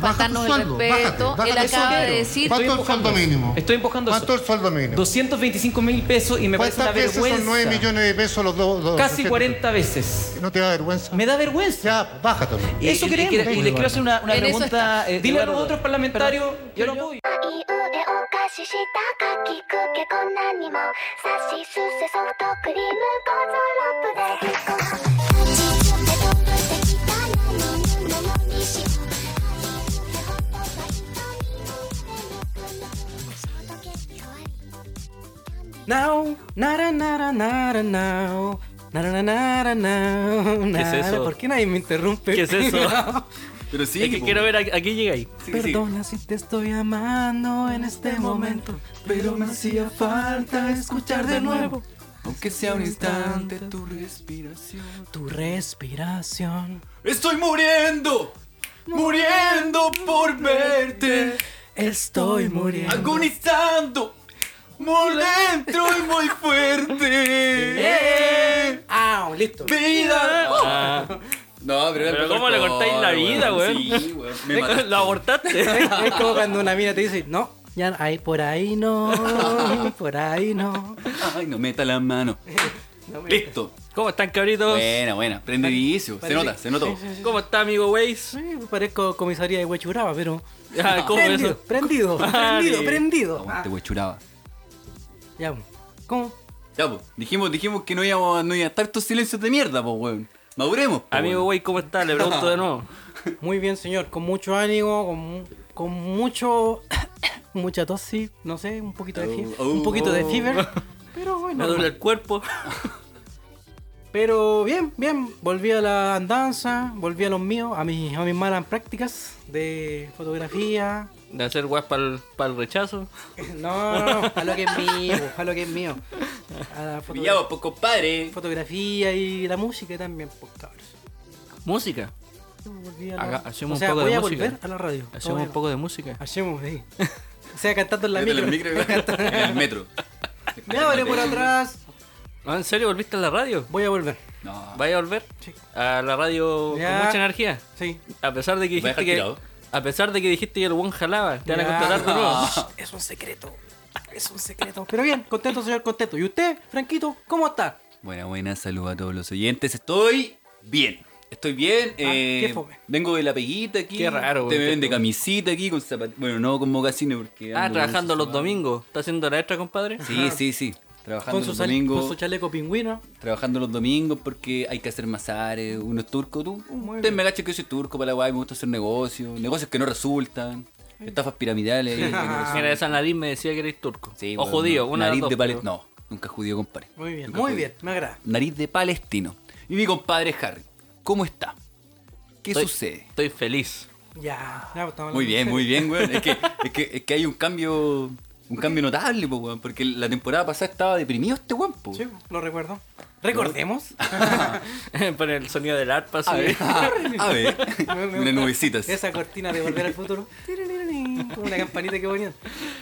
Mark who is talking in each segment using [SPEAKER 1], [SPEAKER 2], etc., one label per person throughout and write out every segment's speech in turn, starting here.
[SPEAKER 1] Faltando el respeto,
[SPEAKER 2] bájate,
[SPEAKER 1] él acaba
[SPEAKER 2] bájate el
[SPEAKER 1] de
[SPEAKER 2] sueldo.
[SPEAKER 1] decir.
[SPEAKER 2] ¿Cuánto es el
[SPEAKER 3] buscando-
[SPEAKER 2] sueldo mínimo?
[SPEAKER 3] Estoy empujando
[SPEAKER 2] ¿Cuánto es el sueldo mínimo?
[SPEAKER 3] 225 mil pesos y me parece una
[SPEAKER 2] ¿Cuántas veces
[SPEAKER 3] vergüenza.
[SPEAKER 2] son 9 millones de pesos los dos? los
[SPEAKER 3] Casi
[SPEAKER 2] 200?
[SPEAKER 3] 40 veces.
[SPEAKER 2] ¿No te da vergüenza?
[SPEAKER 3] Me da vergüenza.
[SPEAKER 2] Ya, bájate.
[SPEAKER 4] Y-
[SPEAKER 3] Eso
[SPEAKER 4] y- y
[SPEAKER 3] queremos.
[SPEAKER 4] quiero- Y, les quiero hacer una, una
[SPEAKER 1] En eso
[SPEAKER 4] pregunta. eh,
[SPEAKER 3] Dile a los
[SPEAKER 4] Eduardo.
[SPEAKER 3] otros parlamentarios, yo lo apoyo.
[SPEAKER 5] いい腕お貸ししたかきくけこんなにもさしすせソフトクリームゴゾロップで立ちつて飛ぶてきたなになのにしか早くてほっとバイトにもれなくなるその時代わり
[SPEAKER 6] Now, nara, nara, nara, now. Nara, nara, now,
[SPEAKER 4] ¿Qué es
[SPEAKER 6] nara.
[SPEAKER 4] eso?
[SPEAKER 6] ¿Por qué nadie me interrumpe?
[SPEAKER 4] ¿Qué es eso?
[SPEAKER 7] Pero sí,
[SPEAKER 4] es que
[SPEAKER 7] po.
[SPEAKER 4] quiero ver a, a qué llega ahí.
[SPEAKER 7] Sí, sí.
[SPEAKER 6] Perdona si te estoy amando en este momento, pero me hacía falta escuchar de nuevo,
[SPEAKER 7] Aunque sea un instante tu respiración.
[SPEAKER 6] tu respiración.
[SPEAKER 7] ¡Estoy muriendo! ¡Muriendo por verte!
[SPEAKER 6] Estoy muriendo.
[SPEAKER 7] ¡Agonizando! Muy dentro y muy fuerte.
[SPEAKER 6] Eh, ¡Ah! Listo.
[SPEAKER 7] ¡Vida!
[SPEAKER 4] Ah,
[SPEAKER 7] No, pero, era el
[SPEAKER 4] Pero
[SPEAKER 7] mejor
[SPEAKER 4] ¿cómo le cortáis la vida, weón?
[SPEAKER 7] Sí, weón. Me mataste.
[SPEAKER 4] lo abortaste.
[SPEAKER 6] Es como cuando una mina te dice, no, ya ahí, por ahí no, por ahí no.
[SPEAKER 7] Ay, no meta la mano. Listo.
[SPEAKER 4] ¿Cómo están, cabritos?
[SPEAKER 7] Buena, buena. Prende inicio. Se
[SPEAKER 6] parece-
[SPEAKER 7] nota, se notó.
[SPEAKER 4] ¿Cómo está, amigo Waze?
[SPEAKER 6] Sí, parezco comisaría de Huechuraba, pero...
[SPEAKER 4] Ah, ¿Cómo es
[SPEAKER 6] prendido,
[SPEAKER 4] eso? Ah,
[SPEAKER 6] prendido, prendido,
[SPEAKER 4] Vale.
[SPEAKER 6] prendido. Ah,
[SPEAKER 7] Aguante, huechuraba.
[SPEAKER 6] Ya, ¿cómo?
[SPEAKER 7] Ya, pues. Dijimos, dijimos que no íbamos a- no iba a estar estos silencios de mierda, pues, weón. Maduremos. po,
[SPEAKER 4] Amigo
[SPEAKER 7] weón.
[SPEAKER 4] Waze, ¿cómo está? Le pregunto de nuevo.
[SPEAKER 6] Muy bien, señor, con mucho ánimo, con, mu- con mucho... mucha tos, sí, no sé, un poquito de
[SPEAKER 7] Oh,
[SPEAKER 6] fiebre.
[SPEAKER 7] oh,
[SPEAKER 6] un poquito de
[SPEAKER 7] oh.
[SPEAKER 6] fiebre, pero bueno.
[SPEAKER 4] Me duele el cuerpo.
[SPEAKER 6] Pero bien, bien, volví a la andanza, volví a los míos, a mis, a mis malas prácticas de fotografía.
[SPEAKER 4] De hacer guas para el rechazo.
[SPEAKER 6] No, no, no, a lo que es mío, a lo que es mío. A la fotogra-
[SPEAKER 7] Pillado, pues, compadre.
[SPEAKER 6] fotografía y la música también, pues cabros.
[SPEAKER 4] Música.
[SPEAKER 6] Volví a la-
[SPEAKER 4] Haga- hacemos
[SPEAKER 6] pues,
[SPEAKER 4] un
[SPEAKER 6] o sea,
[SPEAKER 4] poco
[SPEAKER 6] voy
[SPEAKER 4] de
[SPEAKER 6] a
[SPEAKER 4] música.
[SPEAKER 6] volver a la radio.
[SPEAKER 4] Hacemos un
[SPEAKER 6] Bueno,
[SPEAKER 4] poco de música.
[SPEAKER 6] Hacemos, sí. O sea, cantando en la
[SPEAKER 7] Métele
[SPEAKER 6] micro.
[SPEAKER 7] el micro, weón. en el metro.
[SPEAKER 6] Me abre por atrás.
[SPEAKER 4] Ah, ¿En serio volviste a la radio?
[SPEAKER 6] Voy a volver.
[SPEAKER 7] No.
[SPEAKER 4] ¿Vaya a volver?
[SPEAKER 6] Sí.
[SPEAKER 4] A la radio
[SPEAKER 6] Ya.
[SPEAKER 4] con mucha energía.
[SPEAKER 6] Sí.
[SPEAKER 4] A pesar de que
[SPEAKER 7] ¿Me vas a
[SPEAKER 4] dijiste
[SPEAKER 7] dejar
[SPEAKER 4] que.
[SPEAKER 7] tirado?
[SPEAKER 4] A pesar de que dijiste que el buen jalaba, te van a
[SPEAKER 6] Ya.
[SPEAKER 4] contratar de nuevo.
[SPEAKER 7] Ah.
[SPEAKER 6] Es un secreto. Es un secreto. Pero bien, contento, señor, contento. ¿Y usted, Franquito, cómo está?
[SPEAKER 7] Buena, buena, saludos a todos los oyentes. Estoy bien. Estoy bien. eh,
[SPEAKER 6] Ah, qué fome.
[SPEAKER 7] Vengo de la peguita aquí.
[SPEAKER 4] Qué raro,
[SPEAKER 7] Te me
[SPEAKER 4] güey.
[SPEAKER 7] ven de camisita aquí con zapatillas. Bueno, no con mocasines porque.
[SPEAKER 4] Ah,
[SPEAKER 7] ando
[SPEAKER 4] trabajando
[SPEAKER 7] con
[SPEAKER 4] los
[SPEAKER 7] esos
[SPEAKER 4] domingos. ¿Está haciendo la extra, compadre?
[SPEAKER 7] zapatos. Sí, sí, sí. Trabajando
[SPEAKER 6] Con su,
[SPEAKER 7] los
[SPEAKER 6] sal-
[SPEAKER 7] domingos.
[SPEAKER 6] con su chaleco pingüino.
[SPEAKER 7] Trabajando los domingos porque hay que hacer mazares. Uno es turco, tú.
[SPEAKER 4] Uh,
[SPEAKER 6] Muy
[SPEAKER 7] Ustedes me agachan que yo soy turco para la guay. Me gusta hacer negocios. Negocios que no resultan. Estafas piramidales. ahí que no resultan.
[SPEAKER 4] Mira, esa nariz me decía que eres turco.
[SPEAKER 7] Sí,
[SPEAKER 4] o
[SPEAKER 7] bueno,
[SPEAKER 4] judío, una de
[SPEAKER 7] Nariz
[SPEAKER 4] las
[SPEAKER 7] de
[SPEAKER 4] dos,
[SPEAKER 7] palestino.
[SPEAKER 4] pero-
[SPEAKER 7] No, nunca judío, compadre.
[SPEAKER 6] Muy bien,
[SPEAKER 7] Nunca
[SPEAKER 6] muy
[SPEAKER 7] judío.
[SPEAKER 6] bien, me agrada.
[SPEAKER 7] Nariz de palestino. Y mi compadre Harry, ¿cómo está? ¿Qué
[SPEAKER 4] Estoy-
[SPEAKER 7] sucede?
[SPEAKER 4] Estoy feliz.
[SPEAKER 6] Ya, ya, estamos
[SPEAKER 7] Muy bien,
[SPEAKER 6] hablando
[SPEAKER 7] muy
[SPEAKER 6] en
[SPEAKER 7] bien, weón. Es que, es que, es que hay un cambio. Un cambio notable, po, weón, porque la temporada pasada estaba deprimido este weón, po.
[SPEAKER 6] serio. Sí, lo recuerdo. Recordemos.
[SPEAKER 4] Pon el sonido del arpa,
[SPEAKER 7] A
[SPEAKER 4] así.
[SPEAKER 7] ver, a ver.
[SPEAKER 6] Me- me
[SPEAKER 7] Una
[SPEAKER 6] gusta
[SPEAKER 7] nubecita. así.
[SPEAKER 6] Esa cortina de volver al futuro. Tiriririn, Con una campanita que ponían.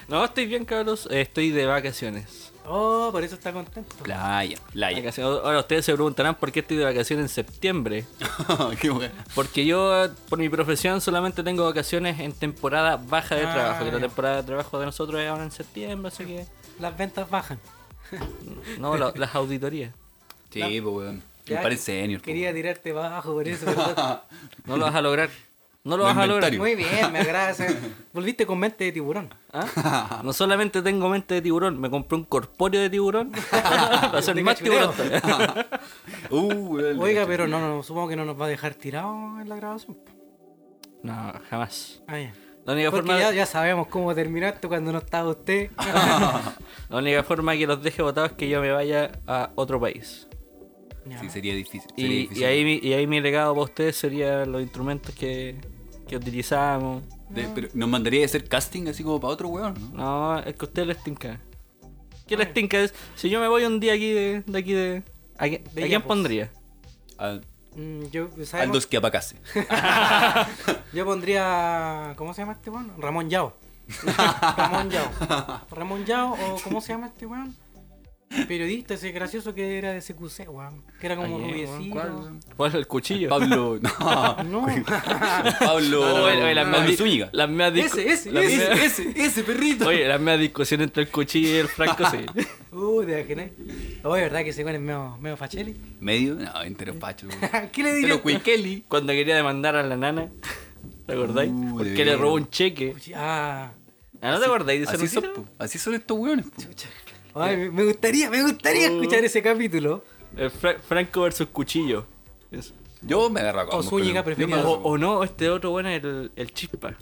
[SPEAKER 4] No, estoy bien, cabros. Eh, Estoy de vacaciones.
[SPEAKER 6] Oh, por eso está contento.
[SPEAKER 7] Playa, playa.
[SPEAKER 4] Vacaciones. Ahora ustedes se preguntarán por qué estoy de vacaciones en septiembre.
[SPEAKER 7] Qué weón.
[SPEAKER 4] Porque yo, eh, por mi profesión, solamente tengo vacaciones en temporada baja de
[SPEAKER 6] Ah,
[SPEAKER 4] trabajo. Que la
[SPEAKER 6] ya.
[SPEAKER 4] temporada de trabajo de nosotros es ahora en septiembre, así que.
[SPEAKER 6] Las ventas bajan.
[SPEAKER 4] No, la- las auditorías.
[SPEAKER 7] Sí, po, weón. Me
[SPEAKER 6] Ya,
[SPEAKER 7] parece senior. po,
[SPEAKER 6] Quería tirarte bajo por eso.
[SPEAKER 7] weón.
[SPEAKER 6] pero-
[SPEAKER 4] No lo vas a lograr. No lo
[SPEAKER 7] No
[SPEAKER 4] vas a lograr.
[SPEAKER 7] inventario.
[SPEAKER 6] Muy bien, me agrada. ese- Volviste con mente de tiburón.
[SPEAKER 4] ¿Ah? No solamente tengo mente de tiburón, me compré un corpóreo de tiburón. Para ser
[SPEAKER 6] De
[SPEAKER 4] más
[SPEAKER 6] cachureo.
[SPEAKER 4] tiburón. todavía.
[SPEAKER 7] Uh, weón.
[SPEAKER 6] Oiga, pero no, no, supongo que no nos va a dejar tirados en la grabación.
[SPEAKER 4] No, jamás.
[SPEAKER 6] Ah, ya.
[SPEAKER 4] La única
[SPEAKER 6] Porque
[SPEAKER 4] forma.
[SPEAKER 6] ya, ya sabemos cómo terminaste cuando no estaba usted.
[SPEAKER 4] La única forma que los deje votados es que yo me vaya a otro país.
[SPEAKER 6] Ya.
[SPEAKER 7] Sí, sería difícil.
[SPEAKER 4] Y,
[SPEAKER 7] sería
[SPEAKER 4] y
[SPEAKER 7] difícil.
[SPEAKER 4] ahí, mi- y ahí mi legado para ustedes serían los instrumentos que, que utilizamos.
[SPEAKER 7] De- pero nos mandaría a hacer casting así como para otro weón, ¿no?
[SPEAKER 4] No, es que a ustedes les tinca. ¿Qué les tinca? Es, si yo me voy un día aquí de, de aquí de. ¿A, quién-
[SPEAKER 6] De
[SPEAKER 4] a quién
[SPEAKER 6] Yapos.
[SPEAKER 4] pondría?
[SPEAKER 7] Al,
[SPEAKER 6] Mm, Yo,
[SPEAKER 7] al
[SPEAKER 6] ¿sabemos?
[SPEAKER 7] dos que apacase.
[SPEAKER 6] Yo pondría. ¿Cómo se llama este weón? Ramón Yao. Ramón Yao. Ramón Yao, o ¿cómo se llama este weón? periodista ese gracioso que era de CQC, weón. Que
[SPEAKER 7] Ah,
[SPEAKER 6] era como
[SPEAKER 4] Ayer,
[SPEAKER 6] rubiecito.
[SPEAKER 4] weón, ¿Cuál el cuchillo?
[SPEAKER 7] Pablo. No.
[SPEAKER 6] No.
[SPEAKER 7] Pablo.
[SPEAKER 4] Oye, oye, las meas di-
[SPEAKER 7] Zúñiga.
[SPEAKER 4] las meas discu-
[SPEAKER 6] Ese, ese,
[SPEAKER 4] las
[SPEAKER 6] ese,
[SPEAKER 4] meas-
[SPEAKER 6] ese, ese perrito.
[SPEAKER 4] Oye, las meas discusión entre el cuchillo y el franco, sí.
[SPEAKER 6] Uy, Uh, te imaginas. Oye, ¿verdad que ese weón es medio, medio facheli?
[SPEAKER 7] Medio. No, entero pacho.
[SPEAKER 6] ¿Qué le
[SPEAKER 7] Entero
[SPEAKER 6] diría?
[SPEAKER 7] cuiqueli.
[SPEAKER 4] Cuando quería demandar a la nana, ¿te acordáis?
[SPEAKER 7] Uh, de
[SPEAKER 4] Porque le robó
[SPEAKER 7] veras.
[SPEAKER 4] un cheque.
[SPEAKER 6] Ah.
[SPEAKER 4] Ah, ¿No te acordáis de esa
[SPEAKER 7] Así son,
[SPEAKER 4] noticia?
[SPEAKER 7] po. Así son estos weones. pues. po.
[SPEAKER 6] Ay, me- me gustaría, me gustaría
[SPEAKER 7] Uh.
[SPEAKER 6] escuchar ese capítulo.
[SPEAKER 4] El Fra- Franco versus Cuchillo. Es-
[SPEAKER 7] Yo me agarro a combos con
[SPEAKER 6] Oh, Zúñiga
[SPEAKER 7] él.
[SPEAKER 6] prefería-
[SPEAKER 7] Yo me
[SPEAKER 4] O,
[SPEAKER 7] agarro-
[SPEAKER 4] o no, este otro bueno es el, el Chispa.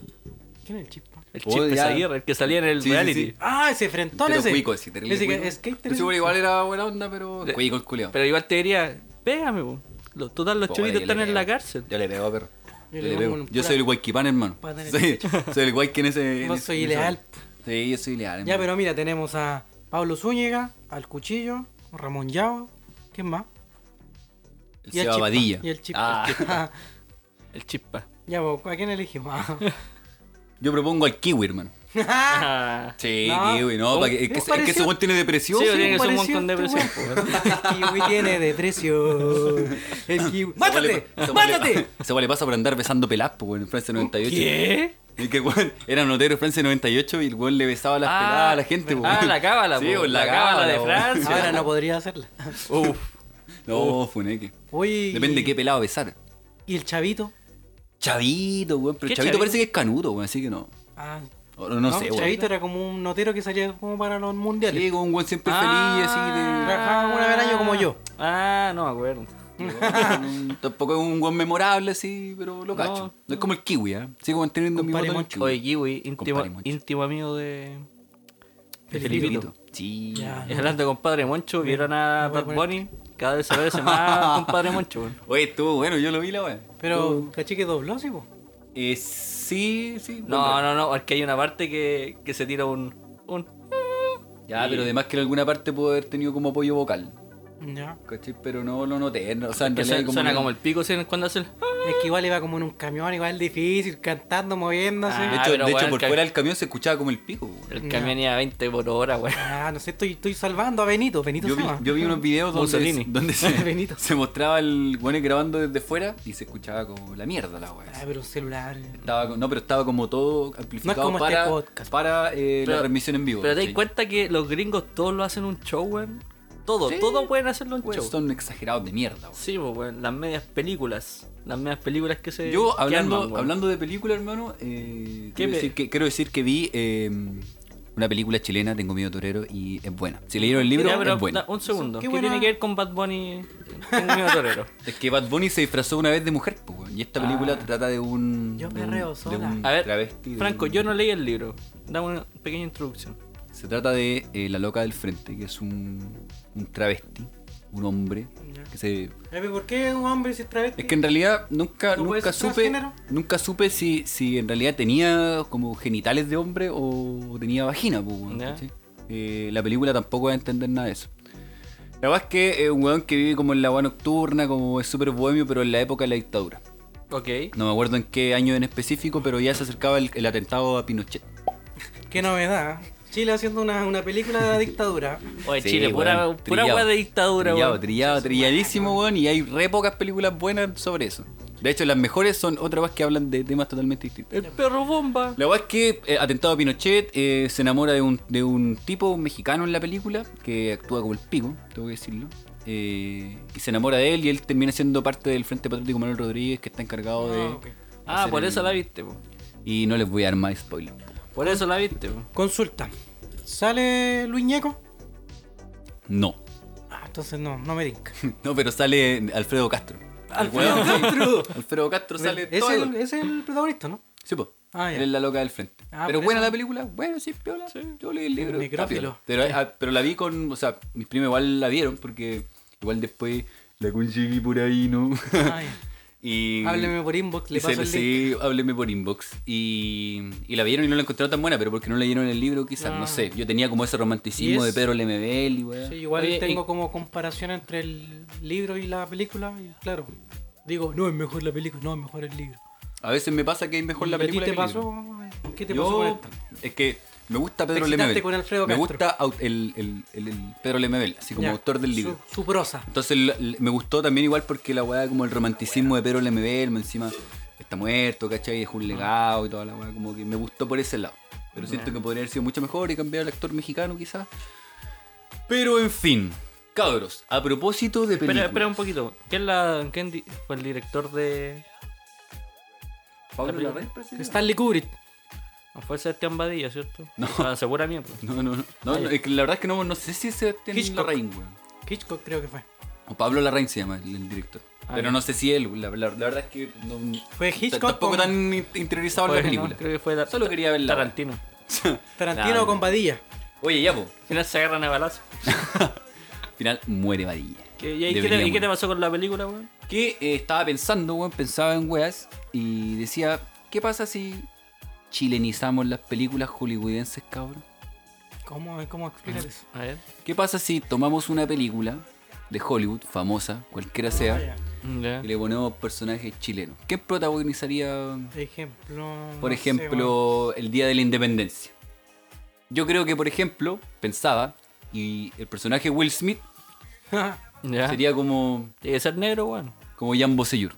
[SPEAKER 6] ¿Quién es el chispa?
[SPEAKER 4] El
[SPEAKER 7] Oh,
[SPEAKER 4] Chispa
[SPEAKER 7] ya.
[SPEAKER 4] Zaguirre, el que salía en el
[SPEAKER 7] Sí, sí,
[SPEAKER 4] reality.
[SPEAKER 7] sí.
[SPEAKER 6] Ah, ese frentón
[SPEAKER 7] Pero
[SPEAKER 6] ese.
[SPEAKER 7] cuico, así, terrible.
[SPEAKER 6] Ese que-
[SPEAKER 7] cuico.
[SPEAKER 6] skater.
[SPEAKER 7] Ese weón igual era buena onda, pero.
[SPEAKER 4] Le-
[SPEAKER 7] Cuico el culiao.
[SPEAKER 4] Pero igual te diría, pégame, po. Los- total, los
[SPEAKER 7] Pobre,
[SPEAKER 4] chulitos
[SPEAKER 7] Pues, yo Oh,
[SPEAKER 4] están
[SPEAKER 7] le
[SPEAKER 4] en
[SPEAKER 7] pego.
[SPEAKER 4] la cárcel.
[SPEAKER 7] Yo le pego, perro.
[SPEAKER 6] Yo le
[SPEAKER 7] Yo, le
[SPEAKER 6] pongo
[SPEAKER 7] pego.
[SPEAKER 6] un
[SPEAKER 7] Yo soy el guayquipán, hermano.
[SPEAKER 6] Pata en el
[SPEAKER 7] Soy, soy el guayqui en ese. en
[SPEAKER 6] Vos
[SPEAKER 7] ese-
[SPEAKER 6] soy
[SPEAKER 7] en ese-
[SPEAKER 6] ileal.
[SPEAKER 7] Sí, yo soy ileal.
[SPEAKER 6] Ya,
[SPEAKER 7] hermano.
[SPEAKER 6] pero mira, tenemos a Pablo Zúñiga, al Cuchillo, Ramón Yao, ¿quién más?
[SPEAKER 7] El
[SPEAKER 6] y el
[SPEAKER 7] Seba
[SPEAKER 6] Chispa,
[SPEAKER 7] Badilla.
[SPEAKER 6] y el Chispa.
[SPEAKER 7] Ah,
[SPEAKER 4] El Chispa.
[SPEAKER 6] ya, vos, ¿a quién elegimos? Ah.
[SPEAKER 7] yo propongo al kiwi, hermano.
[SPEAKER 4] Ah.
[SPEAKER 7] Sí,
[SPEAKER 6] No,
[SPEAKER 7] kiwi, no. pa'
[SPEAKER 6] ¿cómo?
[SPEAKER 7] que- es,
[SPEAKER 6] ¿Es
[SPEAKER 7] que, es que ese
[SPEAKER 6] parecido?
[SPEAKER 7] weón tiene depresión.
[SPEAKER 4] Sí,
[SPEAKER 7] sí,
[SPEAKER 4] tiene que ser un
[SPEAKER 6] pareció
[SPEAKER 4] montón de
[SPEAKER 6] este
[SPEAKER 4] presión. po.
[SPEAKER 6] El kiwi tiene depresión. El kiwi- ¡Mátate! ¡Mátate!
[SPEAKER 7] Se le pasa por andar besando pelas, pues, weón, en Francia 98.
[SPEAKER 4] ¿Qué?
[SPEAKER 7] Y que, weón, era notero en Francia 98 y el weón le besaba las
[SPEAKER 4] Ah,
[SPEAKER 7] peladas a la gente, pues,
[SPEAKER 4] ah,
[SPEAKER 7] weón.
[SPEAKER 4] la cábala,
[SPEAKER 7] Sí,
[SPEAKER 4] pues,
[SPEAKER 7] weón,
[SPEAKER 4] la cábala de
[SPEAKER 7] weón.
[SPEAKER 4] Francia.
[SPEAKER 6] Ahora no podría hacerla.
[SPEAKER 7] Uf. No, funeque.
[SPEAKER 6] Oye,
[SPEAKER 7] Depende de qué pelado besar.
[SPEAKER 6] ¿y el chavito?
[SPEAKER 7] Chavito, weón. Pero
[SPEAKER 4] ¿Qué
[SPEAKER 7] Chavito,
[SPEAKER 4] chavito? pues
[SPEAKER 7] parece que es canudo, weón, así que no.
[SPEAKER 6] Ah,
[SPEAKER 7] O- No, no sé,
[SPEAKER 6] el
[SPEAKER 7] weón.
[SPEAKER 6] chavito era como un notero que salía como para los mundiales.
[SPEAKER 7] Sí, con un weón siempre
[SPEAKER 6] Trabajaba una vez al año como yo.
[SPEAKER 4] Ah, no me acuerdo.
[SPEAKER 7] feliz, así de. Tampoco es un weón memorable, así, pero lo cacho. No, es como el kiwi, ¿eh? Sigo manteniendo mi
[SPEAKER 6] Compadre
[SPEAKER 7] voto en
[SPEAKER 6] Moncho.
[SPEAKER 7] el kiwi.
[SPEAKER 4] Oye, Kiwi, íntimo,
[SPEAKER 7] Compadre Moncho.
[SPEAKER 4] íntimo amigo de, de Felipito.
[SPEAKER 7] Felipito. Sí.
[SPEAKER 6] Ya.
[SPEAKER 4] Y hablando de compadre Moncho, vieron a
[SPEAKER 6] voy a
[SPEAKER 4] Bad Bunny. Cada vez se parece más a compadre Moncho. weón.
[SPEAKER 7] Oye, estuvo bueno, yo lo vi la weón.
[SPEAKER 6] Pero, caché que dobló, sí, po.
[SPEAKER 7] Eh, sí, sí.
[SPEAKER 4] No, no, no, porque hay una parte que, que se tira un. un
[SPEAKER 7] Ya, pero además que en alguna parte pudo haber tenido como apoyo vocal.
[SPEAKER 6] Ya.
[SPEAKER 7] ¿Cachai? Pero no lo noté. no, o sea, en
[SPEAKER 4] que
[SPEAKER 7] realidad
[SPEAKER 4] suena, suena
[SPEAKER 7] que-
[SPEAKER 4] como el pico ¿sí? cuando hace el.
[SPEAKER 6] Es que igual iba como en un camión, igual difícil, cantando, moviéndose.
[SPEAKER 7] De
[SPEAKER 4] Ah.
[SPEAKER 7] hecho,
[SPEAKER 4] pero
[SPEAKER 7] de hecho,
[SPEAKER 4] weón,
[SPEAKER 7] por
[SPEAKER 4] que-
[SPEAKER 7] fuera del camión se escuchaba como el pico. weón.
[SPEAKER 4] El camión iba a 20 por hora, weón.
[SPEAKER 6] Ah, no sé, estoy, estoy salvando a Benito. Benito
[SPEAKER 7] Yo vi,
[SPEAKER 6] Sama.
[SPEAKER 7] yo vi unos videos
[SPEAKER 4] Mussolini.
[SPEAKER 7] donde, donde se,
[SPEAKER 6] Benito.
[SPEAKER 7] se mostraba el weón grabando desde fuera y se escuchaba como la mierda la weá.
[SPEAKER 6] Ah, pero un celular.
[SPEAKER 7] Estaba co- no, pero estaba como todo amplificado
[SPEAKER 6] como este
[SPEAKER 7] para,
[SPEAKER 6] podcast.
[SPEAKER 7] para eh,
[SPEAKER 4] Pero-
[SPEAKER 7] la transmisión en vivo.
[SPEAKER 4] Pero te das
[SPEAKER 7] ¿cachai?
[SPEAKER 4] cuenta que los gringos todos lo hacen un show, weón. Todo,
[SPEAKER 7] Sí. pues,
[SPEAKER 4] todo pueden hacerlo un
[SPEAKER 7] Weón,
[SPEAKER 4] show.
[SPEAKER 7] son exagerados de mierda. weón.
[SPEAKER 4] Sí, pues, weón. Las medias películas. Las medias películas que se.
[SPEAKER 7] Yo,
[SPEAKER 4] que
[SPEAKER 7] hablando,
[SPEAKER 4] arman, weón.
[SPEAKER 7] hablando de película, hermano, eh,
[SPEAKER 4] ¿Qué
[SPEAKER 7] quiero,
[SPEAKER 4] pe-
[SPEAKER 7] decir que, quiero decir que vi eh, una película chilena, Tengo Miedo Torero, y es buena. Si leyeron el libro,
[SPEAKER 4] Ya, pero
[SPEAKER 7] es buena.
[SPEAKER 4] da- un segundo.
[SPEAKER 6] Qué
[SPEAKER 4] ¿Qué,
[SPEAKER 6] buena-
[SPEAKER 4] tiene que ver con Bad Bunny? Tengo miedo torero.
[SPEAKER 7] Es que Bad Bunny se disfrazó una vez de mujer, pues, weón, y esta película trata de un.
[SPEAKER 6] Ah. Yo
[SPEAKER 7] de
[SPEAKER 6] me
[SPEAKER 7] un-
[SPEAKER 6] reo
[SPEAKER 7] de
[SPEAKER 6] sola.
[SPEAKER 7] un
[SPEAKER 4] A ver,
[SPEAKER 7] travesti, de
[SPEAKER 4] Franco,
[SPEAKER 7] un-
[SPEAKER 4] yo no leí el libro. Dame una pequeña introducción.
[SPEAKER 7] Se trata de eh, La Loca del Frente, que es un, un travesti, un hombre, que se
[SPEAKER 6] Ya, pero ¿Por qué un hombre se travesti?
[SPEAKER 7] Es que en realidad nunca,
[SPEAKER 6] ¿No puede
[SPEAKER 7] nunca
[SPEAKER 6] ser
[SPEAKER 7] supe,
[SPEAKER 6] transgénero?
[SPEAKER 7] nunca supe si, si en realidad tenía como genitales de hombre o tenía vagina. pues, weón,
[SPEAKER 4] Ya.
[SPEAKER 7] ¿cachai? Eh, la película tampoco va a entender nada de eso. La verdad es que es un weón que vive como en la agua nocturna, como es súper bohemio, pero en la época de la dictadura.
[SPEAKER 4] Ok.
[SPEAKER 7] No me acuerdo en qué año en específico, pero ya se acercaba el, el atentado a Pinochet.
[SPEAKER 6] Qué novedad. Chile haciendo una, una película de la dictadura.
[SPEAKER 4] Oye,
[SPEAKER 7] Sí,
[SPEAKER 4] Oh, Chile, pura,
[SPEAKER 7] weón,
[SPEAKER 4] pura
[SPEAKER 7] trillado.
[SPEAKER 4] weá de dictadura,
[SPEAKER 7] Trillado,
[SPEAKER 4] weón.
[SPEAKER 7] trillado, trilladísimo, weón, y hay re pocas películas buenas sobre eso. De hecho, las mejores son otras más que hablan de temas totalmente distintos.
[SPEAKER 4] El perro bomba.
[SPEAKER 7] La verdad es que eh, Atentado a Pinochet eh, se enamora de un, de un tipo, un mexicano en la película, que actúa como el pico, tengo que decirlo. eh, y se enamora de él y él termina siendo parte del Frente Patriótico Manuel Rodríguez, que está encargado de...
[SPEAKER 6] Ah, ok.
[SPEAKER 4] Ah,
[SPEAKER 7] hacer
[SPEAKER 4] por
[SPEAKER 7] el-
[SPEAKER 4] eso la viste, po.
[SPEAKER 7] Y no les voy a dar más spoiler.
[SPEAKER 4] Por eso la viste, po.
[SPEAKER 6] Consulta. ¿Sale Luis Ñeco?
[SPEAKER 7] No.
[SPEAKER 6] Ah, entonces no, no me tinca.
[SPEAKER 7] No, pero sale Alfredo Castro.
[SPEAKER 6] Alfredo
[SPEAKER 7] Weón, sí.
[SPEAKER 6] Castro.
[SPEAKER 7] Alfredo Castro sale
[SPEAKER 6] Es
[SPEAKER 7] todo el-
[SPEAKER 6] el, es el protagonista, ¿no?
[SPEAKER 7] Sí, po.
[SPEAKER 6] Ah, ya.
[SPEAKER 7] Él es la loca del frente.
[SPEAKER 6] Ah,
[SPEAKER 7] pero
[SPEAKER 6] por
[SPEAKER 7] buena
[SPEAKER 6] eso.
[SPEAKER 7] la película, bueno, sí, piola. Yo leí el libro.
[SPEAKER 6] Necrófilo.
[SPEAKER 7] está piola. Pero, ah, pero la vi con. O sea, mis primos igual la vieron porque igual después la conseguí por ahí, ¿no?
[SPEAKER 6] Ah, ya.
[SPEAKER 7] y.
[SPEAKER 6] Hábleme por inbox, le
[SPEAKER 7] y se-
[SPEAKER 6] paso el link.
[SPEAKER 7] Mm. Sí, hábleme por inbox. Y, y la vieron y no la encontraron tan buena, pero porque no leyeron el libro, quizás, no sé. Yo tenía como ese
[SPEAKER 6] Ah.
[SPEAKER 7] romanticismo
[SPEAKER 6] ¿Y
[SPEAKER 7] de
[SPEAKER 6] es?
[SPEAKER 7] Pedro Lemebel y weá.
[SPEAKER 6] Sí, igual
[SPEAKER 4] Oye,
[SPEAKER 6] tengo
[SPEAKER 4] y-
[SPEAKER 6] como comparación entre el libro y la película, y claro. Digo, no es mejor la película, no es mejor el libro.
[SPEAKER 7] A veces me pasa que es mejor
[SPEAKER 6] ¿Y
[SPEAKER 7] la
[SPEAKER 6] a ti
[SPEAKER 7] película
[SPEAKER 6] te
[SPEAKER 7] que el libro.
[SPEAKER 6] pasó? ¿Qué te pasó con
[SPEAKER 7] Yo,
[SPEAKER 6] esta?
[SPEAKER 7] es que Me gusta Pedro
[SPEAKER 6] Te
[SPEAKER 7] Lemebel.
[SPEAKER 6] excitaste con Alfredo
[SPEAKER 7] me
[SPEAKER 6] Castro.
[SPEAKER 7] gusta au- el, el- el- el Pedro Lemebel, así como
[SPEAKER 6] Ya.
[SPEAKER 7] autor del libro.
[SPEAKER 6] Su, su prosa.
[SPEAKER 7] Entonces la- la- me gustó también igual porque la weá como el romanticismo de Pedro Lemebel, más encima está muerto, ¿cachai? Dejó un legado y toda la weá, como que me gustó por ese lado. Pero siento que podría haber sido mucho mejor y cambiar al actor mexicano quizás. Pero en fin, cabros, a propósito de
[SPEAKER 4] Espera,
[SPEAKER 7] películas.
[SPEAKER 4] espera un poquito. ¿Quién, la, quién di- fue el director de.?
[SPEAKER 7] ¿Pablo
[SPEAKER 4] la
[SPEAKER 7] Larraín, parece?
[SPEAKER 6] Stanley Kubrick.
[SPEAKER 4] No fue Sebastián Badilla, ¿cierto?
[SPEAKER 7] No.
[SPEAKER 4] Ah, seguramente.
[SPEAKER 7] No, no, no. No,
[SPEAKER 4] Ah,
[SPEAKER 7] no,
[SPEAKER 4] ya.
[SPEAKER 7] es que la verdad es que no, no sé si es Sebastián
[SPEAKER 4] Hitchcock.
[SPEAKER 7] Larraín, weón.
[SPEAKER 6] Hitchcock creo que fue.
[SPEAKER 7] O Pablo Larraín se llama el, el director.
[SPEAKER 4] Ah,
[SPEAKER 7] Pero
[SPEAKER 4] ya.
[SPEAKER 7] no sé si él, la, la- la verdad es que no,
[SPEAKER 6] Fue Hitchcock
[SPEAKER 7] tampoco
[SPEAKER 6] con-
[SPEAKER 7] tan in- interiorizado en
[SPEAKER 4] Fue-
[SPEAKER 7] la película.
[SPEAKER 4] no, creo que fue la-
[SPEAKER 7] Solo quería verla.
[SPEAKER 4] Tarantino.
[SPEAKER 6] Tarantino
[SPEAKER 7] Claro.
[SPEAKER 6] con Padilla.
[SPEAKER 7] Oye, ya, po.
[SPEAKER 4] Al final se agarran a balazo.
[SPEAKER 7] Al final muere Vadilla.
[SPEAKER 4] ¿Qué- ¿Y, ahí qué,
[SPEAKER 7] Debería
[SPEAKER 4] te, y qué te
[SPEAKER 7] morir.
[SPEAKER 4] pasó con la película, weón?
[SPEAKER 7] Que eh, estaba pensando, weón, pensaba en weas y decía, ¿qué pasa si chilenizamos las películas hollywoodenses, cabrón?
[SPEAKER 6] ¿Cómo, cómo explicar eso?
[SPEAKER 4] A ver.
[SPEAKER 7] ¿Qué pasa si tomamos una película de Hollywood, famosa, cualquiera sea,
[SPEAKER 6] Vaya,
[SPEAKER 4] Ah, Ya.
[SPEAKER 7] y le ponemos personajes chilenos? ¿Qué protagonizaría
[SPEAKER 6] Ejemplo.
[SPEAKER 7] Por
[SPEAKER 6] no sé, bueno.
[SPEAKER 7] ejemplo, el Día de la Independencia. Yo creo que, por ejemplo, pensaba, y el personaje Will Smith
[SPEAKER 4] Ya.
[SPEAKER 7] sería como,
[SPEAKER 4] Tiene que ser negro, weón.
[SPEAKER 7] como Jambo Seyur.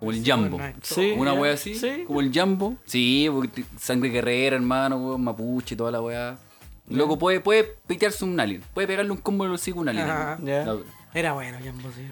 [SPEAKER 7] Como el Jambo.
[SPEAKER 6] bueno,
[SPEAKER 4] Sí.
[SPEAKER 7] Como una
[SPEAKER 4] ya.
[SPEAKER 7] wea así.
[SPEAKER 4] Sí.
[SPEAKER 7] Como el Jambo. Sí, porque te- sangre guerrera, hermano, weón, mapuche, toda la wea. Loco, puede, puede pitearse un alien. Puede pegarle un combo en el hocico a un alien.
[SPEAKER 6] Ajá.
[SPEAKER 4] Ya.
[SPEAKER 7] La-
[SPEAKER 6] Era bueno, Jambo, sí.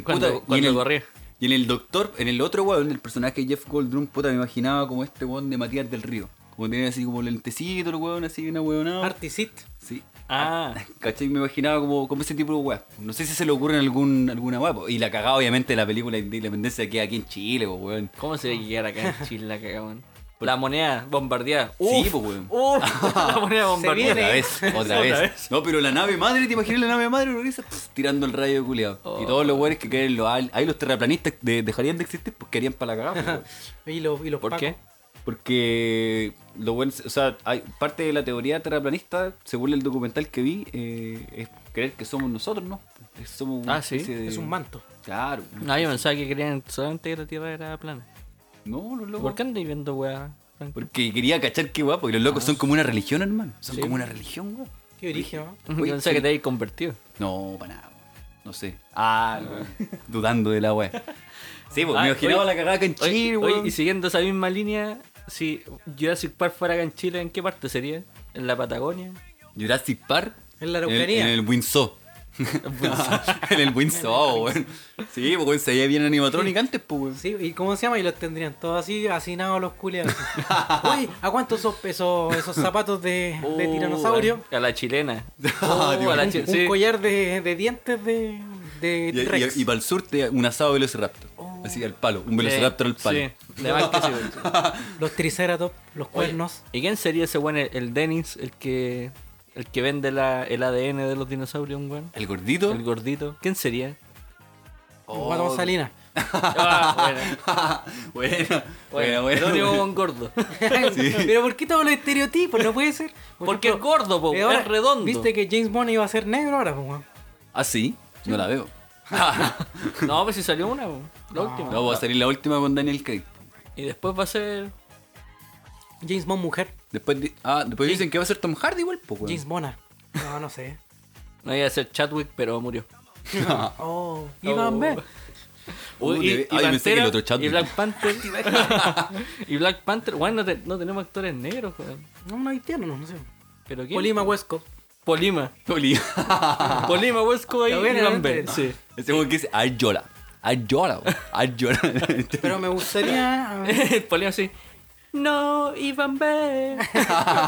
[SPEAKER 4] Cuando-
[SPEAKER 7] puta, y, en
[SPEAKER 4] cuando
[SPEAKER 7] el,
[SPEAKER 4] corría.
[SPEAKER 7] y en el doctor, en el otro weón, el personaje de Jeff Goldblum, puta, me imaginaba como este weón de Matías del Río. Como tenía así como lentecito, el weón, así una weonada.
[SPEAKER 6] Artisit.
[SPEAKER 7] Sí.
[SPEAKER 4] Ah,
[SPEAKER 7] ¿Cachai? Me imaginaba como, como ese tipo de weón. No sé si se le ocurre en algún, alguna guapo. Y la cagada, obviamente, de la película de Independencia que aquí en Chile, po, weón.
[SPEAKER 4] ¿cómo se ve que llegara acá en Chile la cagada, weón? La moneda bombardeada.
[SPEAKER 7] Sí,
[SPEAKER 4] Uf,
[SPEAKER 6] pues,
[SPEAKER 7] po, weón.
[SPEAKER 4] uf, la moneda bombardeada.
[SPEAKER 7] Otra vez, otra, vez. No, pero la nave madre, ¿te imaginas la nave madre? Regresa, pss, tirando el rayo culiado. Y todos
[SPEAKER 4] Oh.
[SPEAKER 7] los weones que caen en los. al- Ahí los terraplanistas de- dejarían de existir porque harían para la cagada, po, weón.
[SPEAKER 6] Y los, y los
[SPEAKER 4] ¿Por
[SPEAKER 6] pacos.
[SPEAKER 4] qué?
[SPEAKER 7] Porque lo bueno, o sea, hay parte de la teoría terraplanista, según el documental que vi, eh, es creer que somos nosotros, ¿no? Que Somos una
[SPEAKER 4] Ah, sí.
[SPEAKER 7] especie de-
[SPEAKER 6] Es un manto.
[SPEAKER 7] Claro.
[SPEAKER 4] No, yo pensaba que querían solamente que la Tierra era plana.
[SPEAKER 7] No, los locos.
[SPEAKER 4] ¿Por qué andáis viendo weá?
[SPEAKER 7] Porque quería cachar qué guapo. Y los locos son como una religión, hermano. Son
[SPEAKER 4] Ah. Sí.
[SPEAKER 7] como una religión, guapo.
[SPEAKER 6] Qué origen, ¿no?
[SPEAKER 4] Yo
[SPEAKER 7] Oye,
[SPEAKER 4] pensaba que te habéis convertido.
[SPEAKER 7] No, para nada. No sé. Ah, no. dudando de la wea. Sí, pues
[SPEAKER 4] Ah,
[SPEAKER 7] me imaginaba
[SPEAKER 4] oye,
[SPEAKER 7] la cagada que en
[SPEAKER 4] Oye,
[SPEAKER 7] Chile,
[SPEAKER 4] oye,
[SPEAKER 7] weón.
[SPEAKER 4] y siguiendo esa misma línea, si Jurassic Park fuera acá en Chile, ¿en qué parte sería? ¿En la Patagonia?
[SPEAKER 7] Jurassic Park.
[SPEAKER 6] En la Araucanía.
[SPEAKER 7] En, el Windsor. en el Windsor, weón. Sí, pues weón, se veía bien animatrónica antes, pues weón.
[SPEAKER 6] Sí, ¿y cómo se llama? Y los tendrían todos así, hacinados los culiados. Uy, ¿a cuánto esos, esos, esos zapatos de, de
[SPEAKER 4] Oh,
[SPEAKER 6] tiranosaurio?
[SPEAKER 4] A la chilena.
[SPEAKER 7] Ah,
[SPEAKER 4] Oh, a la chi-
[SPEAKER 6] Un
[SPEAKER 4] sí.
[SPEAKER 6] collar de, de dientes de, de
[SPEAKER 7] Y,
[SPEAKER 6] T-Rex.
[SPEAKER 7] para el sur, te- un asado velociraptor. Así al palo, un velociraptor al palo.
[SPEAKER 4] Sí, de más que sí, güey.
[SPEAKER 6] Los triceratops, los cuernos.
[SPEAKER 4] ¿Y quién sería ese weón? El, el Dennis, el que el que vende la, el ADN de los dinosaurios, un weón.
[SPEAKER 7] El gordito.
[SPEAKER 4] El gordito. ¿Quién sería?
[SPEAKER 7] Oh.
[SPEAKER 6] Guatón Salinas.
[SPEAKER 4] Ah,
[SPEAKER 7] bueno, bueno,
[SPEAKER 4] bueno, bueno. El único
[SPEAKER 7] bueno.
[SPEAKER 4] weón gordo.
[SPEAKER 6] Pero ¿por qué todos los estereotipos? No puede ser. Por
[SPEAKER 4] Porque
[SPEAKER 6] ejemplo,
[SPEAKER 4] es gordo, po,
[SPEAKER 6] eh,
[SPEAKER 4] es
[SPEAKER 6] ahora,
[SPEAKER 4] redondo.
[SPEAKER 6] Viste que James Bond iba a ser negro ahora, po, weón.
[SPEAKER 7] Ah, sí, no la veo.
[SPEAKER 4] No, pues si salió una, po, la última.
[SPEAKER 7] No, va a salir la última con Daniel Craig.
[SPEAKER 4] Y después va a ser.
[SPEAKER 6] James Bond mujer.
[SPEAKER 7] Después, di- ah, después dicen que va a ser Tom Hardy igual, pues weón.
[SPEAKER 6] James Bona. No, no sé.
[SPEAKER 4] No iba a ser Chadwick, pero murió. Ah.
[SPEAKER 6] Oh, Iván B.
[SPEAKER 7] Uy,
[SPEAKER 4] y,
[SPEAKER 7] de-
[SPEAKER 4] y
[SPEAKER 7] ay, pensé que el
[SPEAKER 4] Pantera,
[SPEAKER 7] otro Chadwick.
[SPEAKER 4] y Black Panther. y Black Panther. Weón, no, te- no tenemos actores negros, weón.
[SPEAKER 6] No, no haitiano, no, no sé.
[SPEAKER 4] ¿Pero quién?
[SPEAKER 6] Polima Huesco.
[SPEAKER 4] Polima.
[SPEAKER 7] Oli. Ah.
[SPEAKER 4] Polima, Huesco ahí.
[SPEAKER 6] Lo ven,
[SPEAKER 4] Iván
[SPEAKER 6] lo ven.
[SPEAKER 4] Ben, Sí.
[SPEAKER 7] Ese Este weón que dice, ay llora. Ay llora, weón. Ay llora.
[SPEAKER 6] Pero me
[SPEAKER 7] Ah.
[SPEAKER 6] gustaría. eh,
[SPEAKER 4] El Polima así. No, Iván B.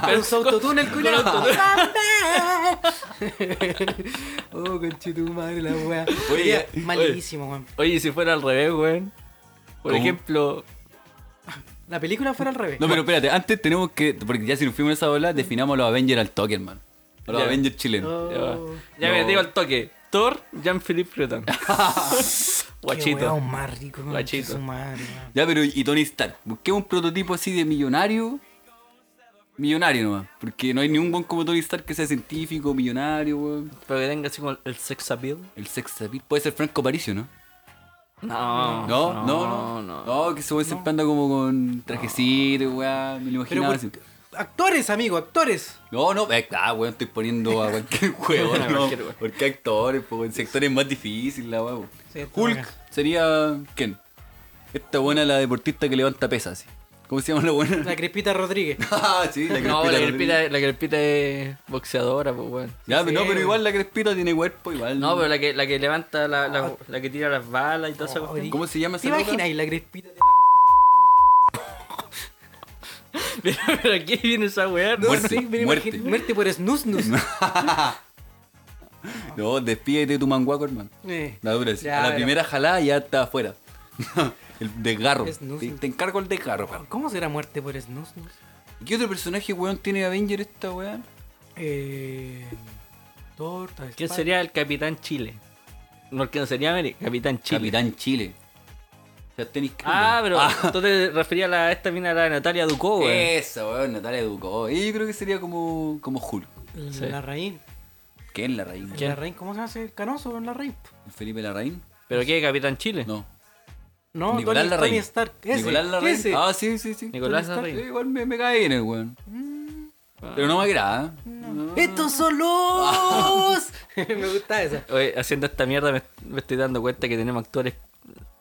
[SPEAKER 6] Con su autotune el culo.
[SPEAKER 4] Con autotune.
[SPEAKER 6] oh, conchito madre la wea.
[SPEAKER 7] Oye,
[SPEAKER 6] Sería
[SPEAKER 7] oye.
[SPEAKER 6] malísimo, weón.
[SPEAKER 4] Oye, si fuera al revés, weón. Por
[SPEAKER 7] ¿Cómo?
[SPEAKER 4] ejemplo,
[SPEAKER 6] La película fuera al revés.
[SPEAKER 7] No, pero espérate, antes tenemos que. Porque ya si nos fuimos en esa bola, definamos a los Avengers al toque, hermano. A los
[SPEAKER 4] Ya.
[SPEAKER 7] Avengers chilenos.
[SPEAKER 6] Oh,
[SPEAKER 4] ya, va. uh, ya
[SPEAKER 7] Ah, No.
[SPEAKER 4] me digo al toque. Thor, Jean-Philippe Breton.
[SPEAKER 6] Qué
[SPEAKER 4] Guachito.
[SPEAKER 6] weón más rico, conche
[SPEAKER 4] Guachito.
[SPEAKER 6] su madre, weón.
[SPEAKER 7] Ya, pero y Tony Stark. Busquemos un prototipo así de millonario. Millonario nomás. Porque no hay ningún buen como Tony Stark que sea científico, millonario, weón.
[SPEAKER 4] Pero que tenga así como el sex appeal.
[SPEAKER 7] El sex appeal. Puede ser Franco Paricio, ¿no?
[SPEAKER 6] Oh,
[SPEAKER 4] No,
[SPEAKER 7] No, no, no. No, que ese weón siempre anda como con trajecito, weón. Me lo imaginaba
[SPEAKER 6] Pero
[SPEAKER 7] así.
[SPEAKER 6] por, Actores, amigo, actores.
[SPEAKER 7] No, no, eh, ah, weón, estoy poniendo a cualquier juego,
[SPEAKER 4] A
[SPEAKER 7] ¿no?
[SPEAKER 4] cualquier weón.
[SPEAKER 7] Porque actores, po, el sector es más difícil, la weón.
[SPEAKER 6] Sí, está
[SPEAKER 7] Hulk
[SPEAKER 6] acá.
[SPEAKER 7] sería. ¿Quién? Esta buena, la deportista que levanta pesas, sí. ¿Cómo se llama la buena?
[SPEAKER 6] La Crespita Rodríguez.
[SPEAKER 7] ah, sí, la
[SPEAKER 4] No, la
[SPEAKER 7] Rodríguez.
[SPEAKER 4] crespita, la Crespita es boxeadora, pues, weón.
[SPEAKER 7] Ya,
[SPEAKER 6] Sí,
[SPEAKER 7] pero no,
[SPEAKER 6] sí.
[SPEAKER 7] pero igual la crespita tiene cuerpo, igual.
[SPEAKER 4] No, pero la que, la que levanta, la, la, la que tira las balas y toda esa cuestión.
[SPEAKER 7] ¿Cómo se llama
[SPEAKER 6] ¿Te
[SPEAKER 7] esa loca?
[SPEAKER 6] imaginas ahí la Crespita? de-
[SPEAKER 4] Pero, pero aquí viene esa weá, ¿no?
[SPEAKER 7] Muerte,
[SPEAKER 6] Sí, me
[SPEAKER 7] muerte.
[SPEAKER 6] imagino- Muerte por snus nus.
[SPEAKER 7] No, despídete de tu manguaco, hermano.
[SPEAKER 6] Eh.
[SPEAKER 7] La dura, sí.
[SPEAKER 6] Ya,
[SPEAKER 7] A la
[SPEAKER 6] pero-
[SPEAKER 7] primera jalada ya está afuera. el desgarro.
[SPEAKER 6] Es nudo.
[SPEAKER 7] Te, te encargo el desgarro, weón.
[SPEAKER 6] ¿Cómo será muerte por snus nus?
[SPEAKER 7] ¿Qué otro personaje, weón, tiene Avenger esta weá?
[SPEAKER 6] Eh. Torta.
[SPEAKER 4] ¿Quién
[SPEAKER 6] espada.
[SPEAKER 4] sería el Capitán Chile? No, ¿quién sería América? Capitán Chile.
[SPEAKER 7] Capitán Chile. O sea, tenis
[SPEAKER 4] Ah, pero tú te referías a, la- a esta mina, a la Natalia Ducó, weón.
[SPEAKER 7] Eso, weón, Natalia Ducó. Y yo creo que sería como, como Hulk.
[SPEAKER 4] Sí.
[SPEAKER 6] La Raín.
[SPEAKER 7] ¿Qué es la reina?
[SPEAKER 6] La Raín, ¿cómo se hace? Canoso en la Raín.
[SPEAKER 7] ¿Felipe Larraín?
[SPEAKER 4] ¿Pero qué, Capitán Chile?
[SPEAKER 7] No.
[SPEAKER 6] No,
[SPEAKER 7] Nicolás
[SPEAKER 6] Tony,
[SPEAKER 7] Larraín.
[SPEAKER 6] Tony Stark. Ese,
[SPEAKER 7] Nicolás Larraín.
[SPEAKER 6] ese.
[SPEAKER 7] Ah, sí, sí, sí.
[SPEAKER 4] Nicolás
[SPEAKER 7] Tony Stark.
[SPEAKER 4] Larraín.
[SPEAKER 7] Sí, Igual me, me cae bien el weón.
[SPEAKER 6] Ah.
[SPEAKER 7] Pero no me agrada.
[SPEAKER 6] ¡Estos son los! Me gusta esa.
[SPEAKER 4] Oye, haciendo esta mierda me, me estoy dando cuenta que tenemos actores.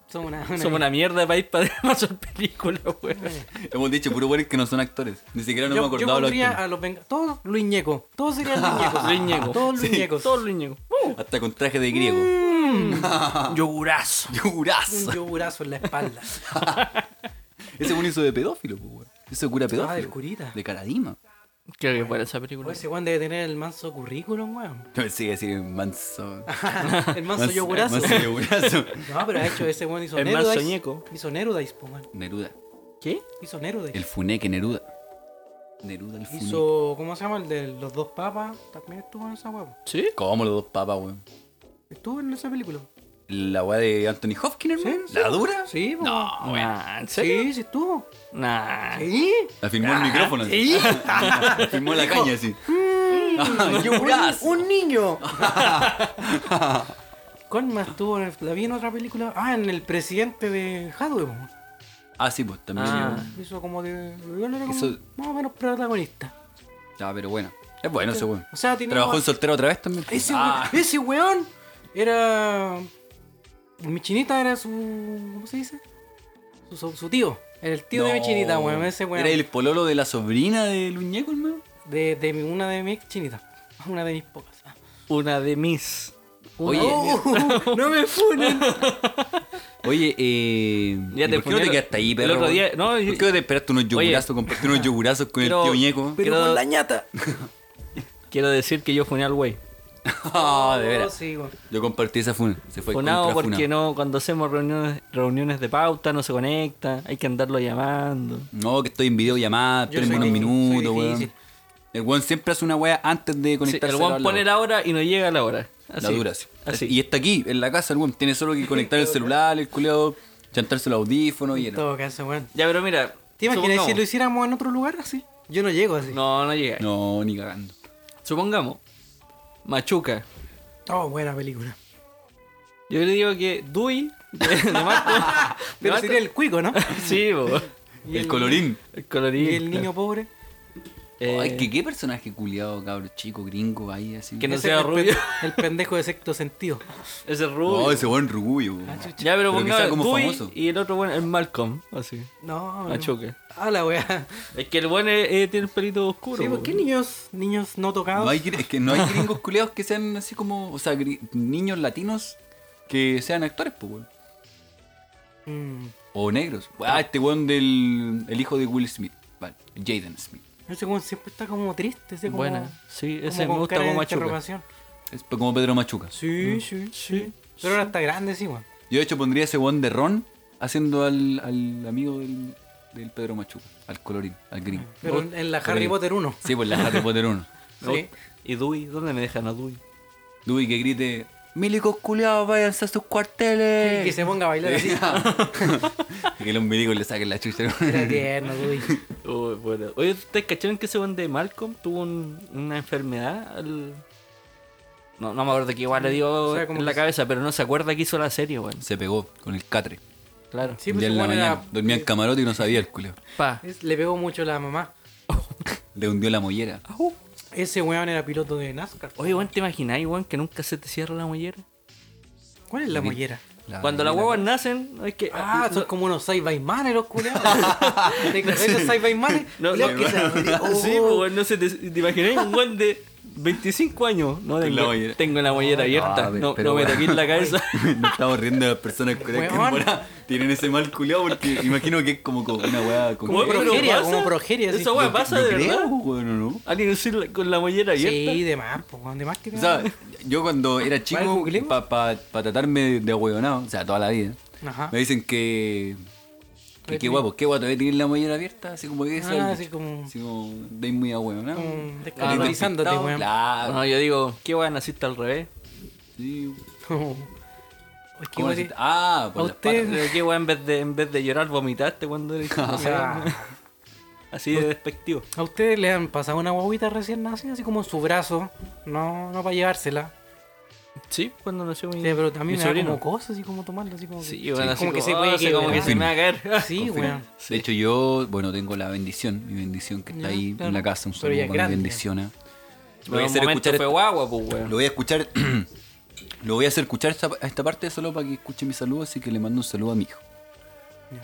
[SPEAKER 6] Somos una.
[SPEAKER 4] Somos una mierda de país para hacer películas, weón.
[SPEAKER 7] Hemos dicho puro weones que no son actores. Ni siquiera no
[SPEAKER 6] yo,
[SPEAKER 7] me
[SPEAKER 6] yo
[SPEAKER 7] acordaba los
[SPEAKER 6] pondría
[SPEAKER 7] actores.
[SPEAKER 6] a los Vengadores. Todos Luis Ñeco. Todos serían Luis Ñecos.
[SPEAKER 4] Luis Ñeco.
[SPEAKER 6] Todos Luis Ñecos.
[SPEAKER 4] Todos los niños.
[SPEAKER 7] Hasta con traje de griego.
[SPEAKER 6] Mm.
[SPEAKER 4] Yogurazo.
[SPEAKER 7] ¡Yurazo!
[SPEAKER 6] Un yogurazo en la espalda.
[SPEAKER 7] Ese weón hizo de pedófilo, pues, weón. Hizo cura pedófilo.
[SPEAKER 6] del Ah, curita.
[SPEAKER 7] De Caradima.
[SPEAKER 4] Creo que fuera esa película.
[SPEAKER 6] O ese Juan debe tener el manso currículum, weón.
[SPEAKER 7] No, sí, así, manso.
[SPEAKER 6] El manso yogurazo.
[SPEAKER 7] Manso yogurazo.
[SPEAKER 6] No, pero ha hecho ese weón hizo
[SPEAKER 4] El
[SPEAKER 6] Nerudice.
[SPEAKER 4] manso Ñeco.
[SPEAKER 6] Hizo Nerudice, po, weón.
[SPEAKER 7] Neruda.
[SPEAKER 4] ¿Qué?
[SPEAKER 6] Hizo Nerudice.
[SPEAKER 7] El funeque Neruda. Neruda el funeque.
[SPEAKER 6] Hizo, ¿cómo se llama? El de los dos papas. También estuvo en esa weón.
[SPEAKER 4] ¿Sí?
[SPEAKER 7] ¿Cómo los dos papas, weón?
[SPEAKER 6] Estuvo en esa película.
[SPEAKER 7] La weá de Anthony Hopkins, hermano.
[SPEAKER 6] Sí, sí.
[SPEAKER 7] ¿La dura?
[SPEAKER 6] Sí, po.
[SPEAKER 7] No, weón.
[SPEAKER 4] Nah, ¿en serio?
[SPEAKER 6] Sí, sí estuvo.
[SPEAKER 4] Nah.
[SPEAKER 6] Sí.
[SPEAKER 7] La firmó
[SPEAKER 6] Ah,
[SPEAKER 7] el micrófono. así. La firmó la caña,
[SPEAKER 6] Mm.
[SPEAKER 7] así. Ah, yogurazo.
[SPEAKER 6] Un, un niño. ¿Cuál más estuvo? en el- La vi en otra película. Ah, en el presidente de Hathaway. po.
[SPEAKER 7] Ah, sí, pues también.
[SPEAKER 4] Ah.
[SPEAKER 6] Hizo como de. él era como
[SPEAKER 7] Hizo-
[SPEAKER 6] Más o menos protagonista.
[SPEAKER 7] Ah, pero bueno. Es bueno ese weón.
[SPEAKER 6] O sea, tenemos-
[SPEAKER 7] Trabajó en soltero otra vez también.
[SPEAKER 6] Ese,
[SPEAKER 7] Ah,
[SPEAKER 6] we- ese weón era. Mi chinita era su. ¿Cómo se dice? Su, su- su tío. Era el tío de mi
[SPEAKER 7] no.
[SPEAKER 6] chinita, weón. Ese weón.
[SPEAKER 7] Era el pololo de la sobrina de Luñeco, hermano.
[SPEAKER 6] de, de mi- una de mis chinitas. Una de mis pocas. Ah.
[SPEAKER 4] Una de mis.
[SPEAKER 7] Oye,
[SPEAKER 6] Oh, no me funen.
[SPEAKER 7] oye, eh.
[SPEAKER 4] Ya
[SPEAKER 7] ¿y
[SPEAKER 4] te
[SPEAKER 7] ¿Por qué no te
[SPEAKER 4] funeron.
[SPEAKER 7] quedaste ahí,
[SPEAKER 4] El
[SPEAKER 7] perro?
[SPEAKER 4] otro
[SPEAKER 7] weón?
[SPEAKER 4] día- no, yo-
[SPEAKER 7] ¿Por qué no te esperaste unos yogurazos, compraste unos yogurazos con
[SPEAKER 4] Quiero-
[SPEAKER 7] el tío Ñeco?
[SPEAKER 4] Pero con la
[SPEAKER 6] ñata.
[SPEAKER 4] Quiero decir que yo funé al güey.
[SPEAKER 7] Ah, de veras.
[SPEAKER 6] Oh, Sí, weón.
[SPEAKER 7] Yo compartí esa funa. Se fue
[SPEAKER 4] Funado
[SPEAKER 7] contra
[SPEAKER 4] porque no, cuando hacemos reuniones, reuniones de pauta no se conecta, hay que andarlo llamando.
[SPEAKER 7] No, que estoy en videollamada,
[SPEAKER 6] Yo
[SPEAKER 7] tres
[SPEAKER 6] soy
[SPEAKER 7] unos
[SPEAKER 6] difícil,
[SPEAKER 7] minutos,
[SPEAKER 6] soy
[SPEAKER 7] weón.
[SPEAKER 6] difícil.
[SPEAKER 7] El weón siempre hace una wea antes de
[SPEAKER 4] Sí,
[SPEAKER 7] conectarse.
[SPEAKER 4] el
[SPEAKER 7] a
[SPEAKER 4] weón pone
[SPEAKER 7] la,
[SPEAKER 4] la hora y no llega a la hora.
[SPEAKER 7] la
[SPEAKER 4] Así.
[SPEAKER 7] dura, sí.
[SPEAKER 4] Así.
[SPEAKER 7] Y está aquí, en la casa, el weón. Tiene solo que conectar el celular, el culeado, chantarse los audífonos y
[SPEAKER 6] En
[SPEAKER 7] era.
[SPEAKER 6] todo caso, weón.
[SPEAKER 4] Ya, pero mira.
[SPEAKER 6] ¿Te imaginas
[SPEAKER 4] supongamos-
[SPEAKER 6] si lo hiciéramos en otro lugar así? Yo no llego así.
[SPEAKER 4] No, no llega.
[SPEAKER 7] No, ni cagando.
[SPEAKER 4] Supongamos, Machuca.
[SPEAKER 6] Oh, buena película.
[SPEAKER 4] Yo le digo que Dui. de Marco- de
[SPEAKER 6] Pero
[SPEAKER 4] Marco-
[SPEAKER 6] sería el cuico, ¿no?
[SPEAKER 4] Sí, bo.
[SPEAKER 6] Y
[SPEAKER 7] el, colorín.
[SPEAKER 4] El colorín.
[SPEAKER 6] Y el niño pobre.
[SPEAKER 4] Eh,
[SPEAKER 7] Ay, que qué personaje culiado, cabro, chico, gringo, ahí, así.
[SPEAKER 4] Que no
[SPEAKER 6] Ese
[SPEAKER 4] sea
[SPEAKER 6] es el
[SPEAKER 4] rubio.
[SPEAKER 6] pen- El pendejo de sexto sentido.
[SPEAKER 4] Ese rubio. Ah,
[SPEAKER 7] No, ese buen rubio, weón.
[SPEAKER 4] ya, pero,
[SPEAKER 7] Pero que
[SPEAKER 4] pongamos
[SPEAKER 7] sea como
[SPEAKER 4] Dewey
[SPEAKER 7] famoso.
[SPEAKER 4] Y el otro bueno, el Malcolm. Así.
[SPEAKER 6] No, no.
[SPEAKER 4] Machuca.
[SPEAKER 6] A la weá.
[SPEAKER 4] Es que el bueno eh, tiene el pelito oscuro.
[SPEAKER 6] Sí,
[SPEAKER 4] bo.
[SPEAKER 6] ¿por qué niños, niños no tocados?
[SPEAKER 7] No hay, gr- es que no hay gringos culiados que sean así como. O sea, gri- niños latinos que sean actores, pues, weón.
[SPEAKER 6] Mm,
[SPEAKER 7] O negros. Ah, este weón del. El hijo de Will Smith. Vale, Jaden Smith.
[SPEAKER 6] Ese weón siempre está como triste. Ese como,
[SPEAKER 4] Buena. Sí, ese
[SPEAKER 6] con
[SPEAKER 4] me gusta
[SPEAKER 6] cara de
[SPEAKER 4] como Machuca. Mm.
[SPEAKER 6] interrogación.
[SPEAKER 7] Es pe- como Pedro Machuca.
[SPEAKER 6] Sí, sí, sí. Pero ahora está grande, sí, weón.
[SPEAKER 7] Yo de hecho pondría ese weón de Ron haciendo al, al amigo del, del Pedro Machuca. Al colorín, al gringo.
[SPEAKER 6] Pero en- en la
[SPEAKER 7] Pero
[SPEAKER 6] Harry
[SPEAKER 7] ahí-
[SPEAKER 6] Potter 1.
[SPEAKER 7] Sí, pues la Harry Potter 1.
[SPEAKER 4] Me
[SPEAKER 6] Sí.
[SPEAKER 4] gusta. ¿Y Dui? ¿Dónde me dejan a Dui?
[SPEAKER 7] Dubi que grite. Milicos culiados, váyanse a sus
[SPEAKER 6] Y que
[SPEAKER 7] cuarteles.
[SPEAKER 6] se ponga a bailar así.
[SPEAKER 7] Y que los milicos le saquen la chucha.
[SPEAKER 6] Era tierno, güey.
[SPEAKER 4] Uy, bueno. Oye, ¿ustedes cacharon que ese buen de Malcolm tuvo un- una enfermedad? al- No, no me acuerdo que igual le dio
[SPEAKER 6] O sea, como
[SPEAKER 4] en la
[SPEAKER 6] que-
[SPEAKER 4] cabeza, pero no se acuerda que hizo la serie, weón.
[SPEAKER 7] Se pegó con el catre.
[SPEAKER 4] Claro.
[SPEAKER 6] Sí,
[SPEAKER 7] un
[SPEAKER 6] pues
[SPEAKER 7] día
[SPEAKER 6] ese
[SPEAKER 7] en la
[SPEAKER 6] weón
[SPEAKER 7] mañana.
[SPEAKER 6] era.
[SPEAKER 7] Dormía en camarote y no sabía el culiao.
[SPEAKER 4] Pa.
[SPEAKER 6] es- le pegó mucho la mamá.
[SPEAKER 7] Le hundió la mollera.
[SPEAKER 6] Ese weón era piloto de NASCAR.
[SPEAKER 4] Oye, weón, ¿te imagináis, weón, que nunca se te cierra la mollera?
[SPEAKER 6] ¿Cuál es la mollera?
[SPEAKER 4] Cuando las huevas nacen, es que.
[SPEAKER 6] Ah, son como unos Saibaimane los culiados. ¿Te crees esos Saibaimane?
[SPEAKER 4] No,
[SPEAKER 6] Culiados
[SPEAKER 4] no,
[SPEAKER 6] que se abrían. Oh,
[SPEAKER 4] Sí, pues, weón, no sé, te, te imagináis un weón de 25 años. No,
[SPEAKER 7] Con la
[SPEAKER 4] tengo
[SPEAKER 7] mollera.
[SPEAKER 4] tengo la mollera abierta.
[SPEAKER 7] a ver,
[SPEAKER 4] No,
[SPEAKER 7] pero
[SPEAKER 4] no me
[SPEAKER 7] weón.
[SPEAKER 4] toqué en la cabeza.
[SPEAKER 7] Nos estamos riendo de las personas culiadas que
[SPEAKER 6] Weón.
[SPEAKER 7] ahora tienen ese mal culiado porque imagino que es como co- una weá con
[SPEAKER 6] Como
[SPEAKER 4] Weón, pero
[SPEAKER 6] progeria,
[SPEAKER 4] pasa.
[SPEAKER 6] como progeria, sí.
[SPEAKER 4] Esa weá pasa
[SPEAKER 7] No
[SPEAKER 4] de
[SPEAKER 7] creo,
[SPEAKER 4] verdad.
[SPEAKER 7] weón, ¿o no?
[SPEAKER 4] Alguien decir la- con la mollera abierta.
[SPEAKER 6] Sí, de más, pues, weón, de más que
[SPEAKER 7] O sea, yo cuando era
[SPEAKER 6] ¿Cuál
[SPEAKER 7] chico,
[SPEAKER 6] googleemos?
[SPEAKER 7] para tratarme de, de ahueonado, o sea, toda la vida,
[SPEAKER 6] Ajá.
[SPEAKER 7] me dicen que. que
[SPEAKER 6] Retiro.
[SPEAKER 7] qué guapo, qué guapo, todavía tienen la mollera abierta, así como que eso.
[SPEAKER 6] Ah, así como-
[SPEAKER 7] Así como, de ahí muy ahueonado.
[SPEAKER 6] Como descapitalizándote,
[SPEAKER 7] descaracterizándote,
[SPEAKER 6] weón.
[SPEAKER 7] Claro.
[SPEAKER 4] No, yo digo, qué weón naciste al revés.
[SPEAKER 7] Sí.
[SPEAKER 6] Oh. Uy, qué
[SPEAKER 7] ¿Cómo
[SPEAKER 6] weón.
[SPEAKER 7] decir? Ah,
[SPEAKER 6] ¿A
[SPEAKER 7] por las
[SPEAKER 6] usted?
[SPEAKER 7] patas.
[SPEAKER 4] Pero qué weón, en vez de, en vez de llorar, vomitaste cuando eres.
[SPEAKER 6] O sea,
[SPEAKER 4] Así de despectivo.
[SPEAKER 6] ¿a ustedes le han pasado una guaguita recién nacida, así como en su brazo? No, no para llevársela.
[SPEAKER 4] Sí, cuando nació mi.
[SPEAKER 6] Sí, pero también
[SPEAKER 4] mi
[SPEAKER 6] me da
[SPEAKER 4] sobrino.
[SPEAKER 6] como cosas, así como tomarlo, así como que,
[SPEAKER 4] Sí, weón, así
[SPEAKER 6] como que se
[SPEAKER 4] oh,
[SPEAKER 6] puede
[SPEAKER 4] así como que
[SPEAKER 6] quebrar.
[SPEAKER 4] se me va a caer.
[SPEAKER 6] Sí, weón.
[SPEAKER 7] De hecho, yo, bueno, tengo la bendición, mi bendición que está
[SPEAKER 6] Ya,
[SPEAKER 7] ahí
[SPEAKER 6] claro.
[SPEAKER 7] en la casa, un
[SPEAKER 6] Pero ya es
[SPEAKER 7] saludo para mi
[SPEAKER 6] grande.
[SPEAKER 7] bendición. Lo voy a
[SPEAKER 4] Pero en un
[SPEAKER 7] hacer
[SPEAKER 4] momento
[SPEAKER 7] escuchar.
[SPEAKER 4] fue
[SPEAKER 7] esta-
[SPEAKER 4] guagua, pues, weón.
[SPEAKER 7] Lo voy a escuchar. Lo voy a hacer escuchar esta, a esta parte solo para que escuche mi saludo, así que le mando un saludo a mi hijo.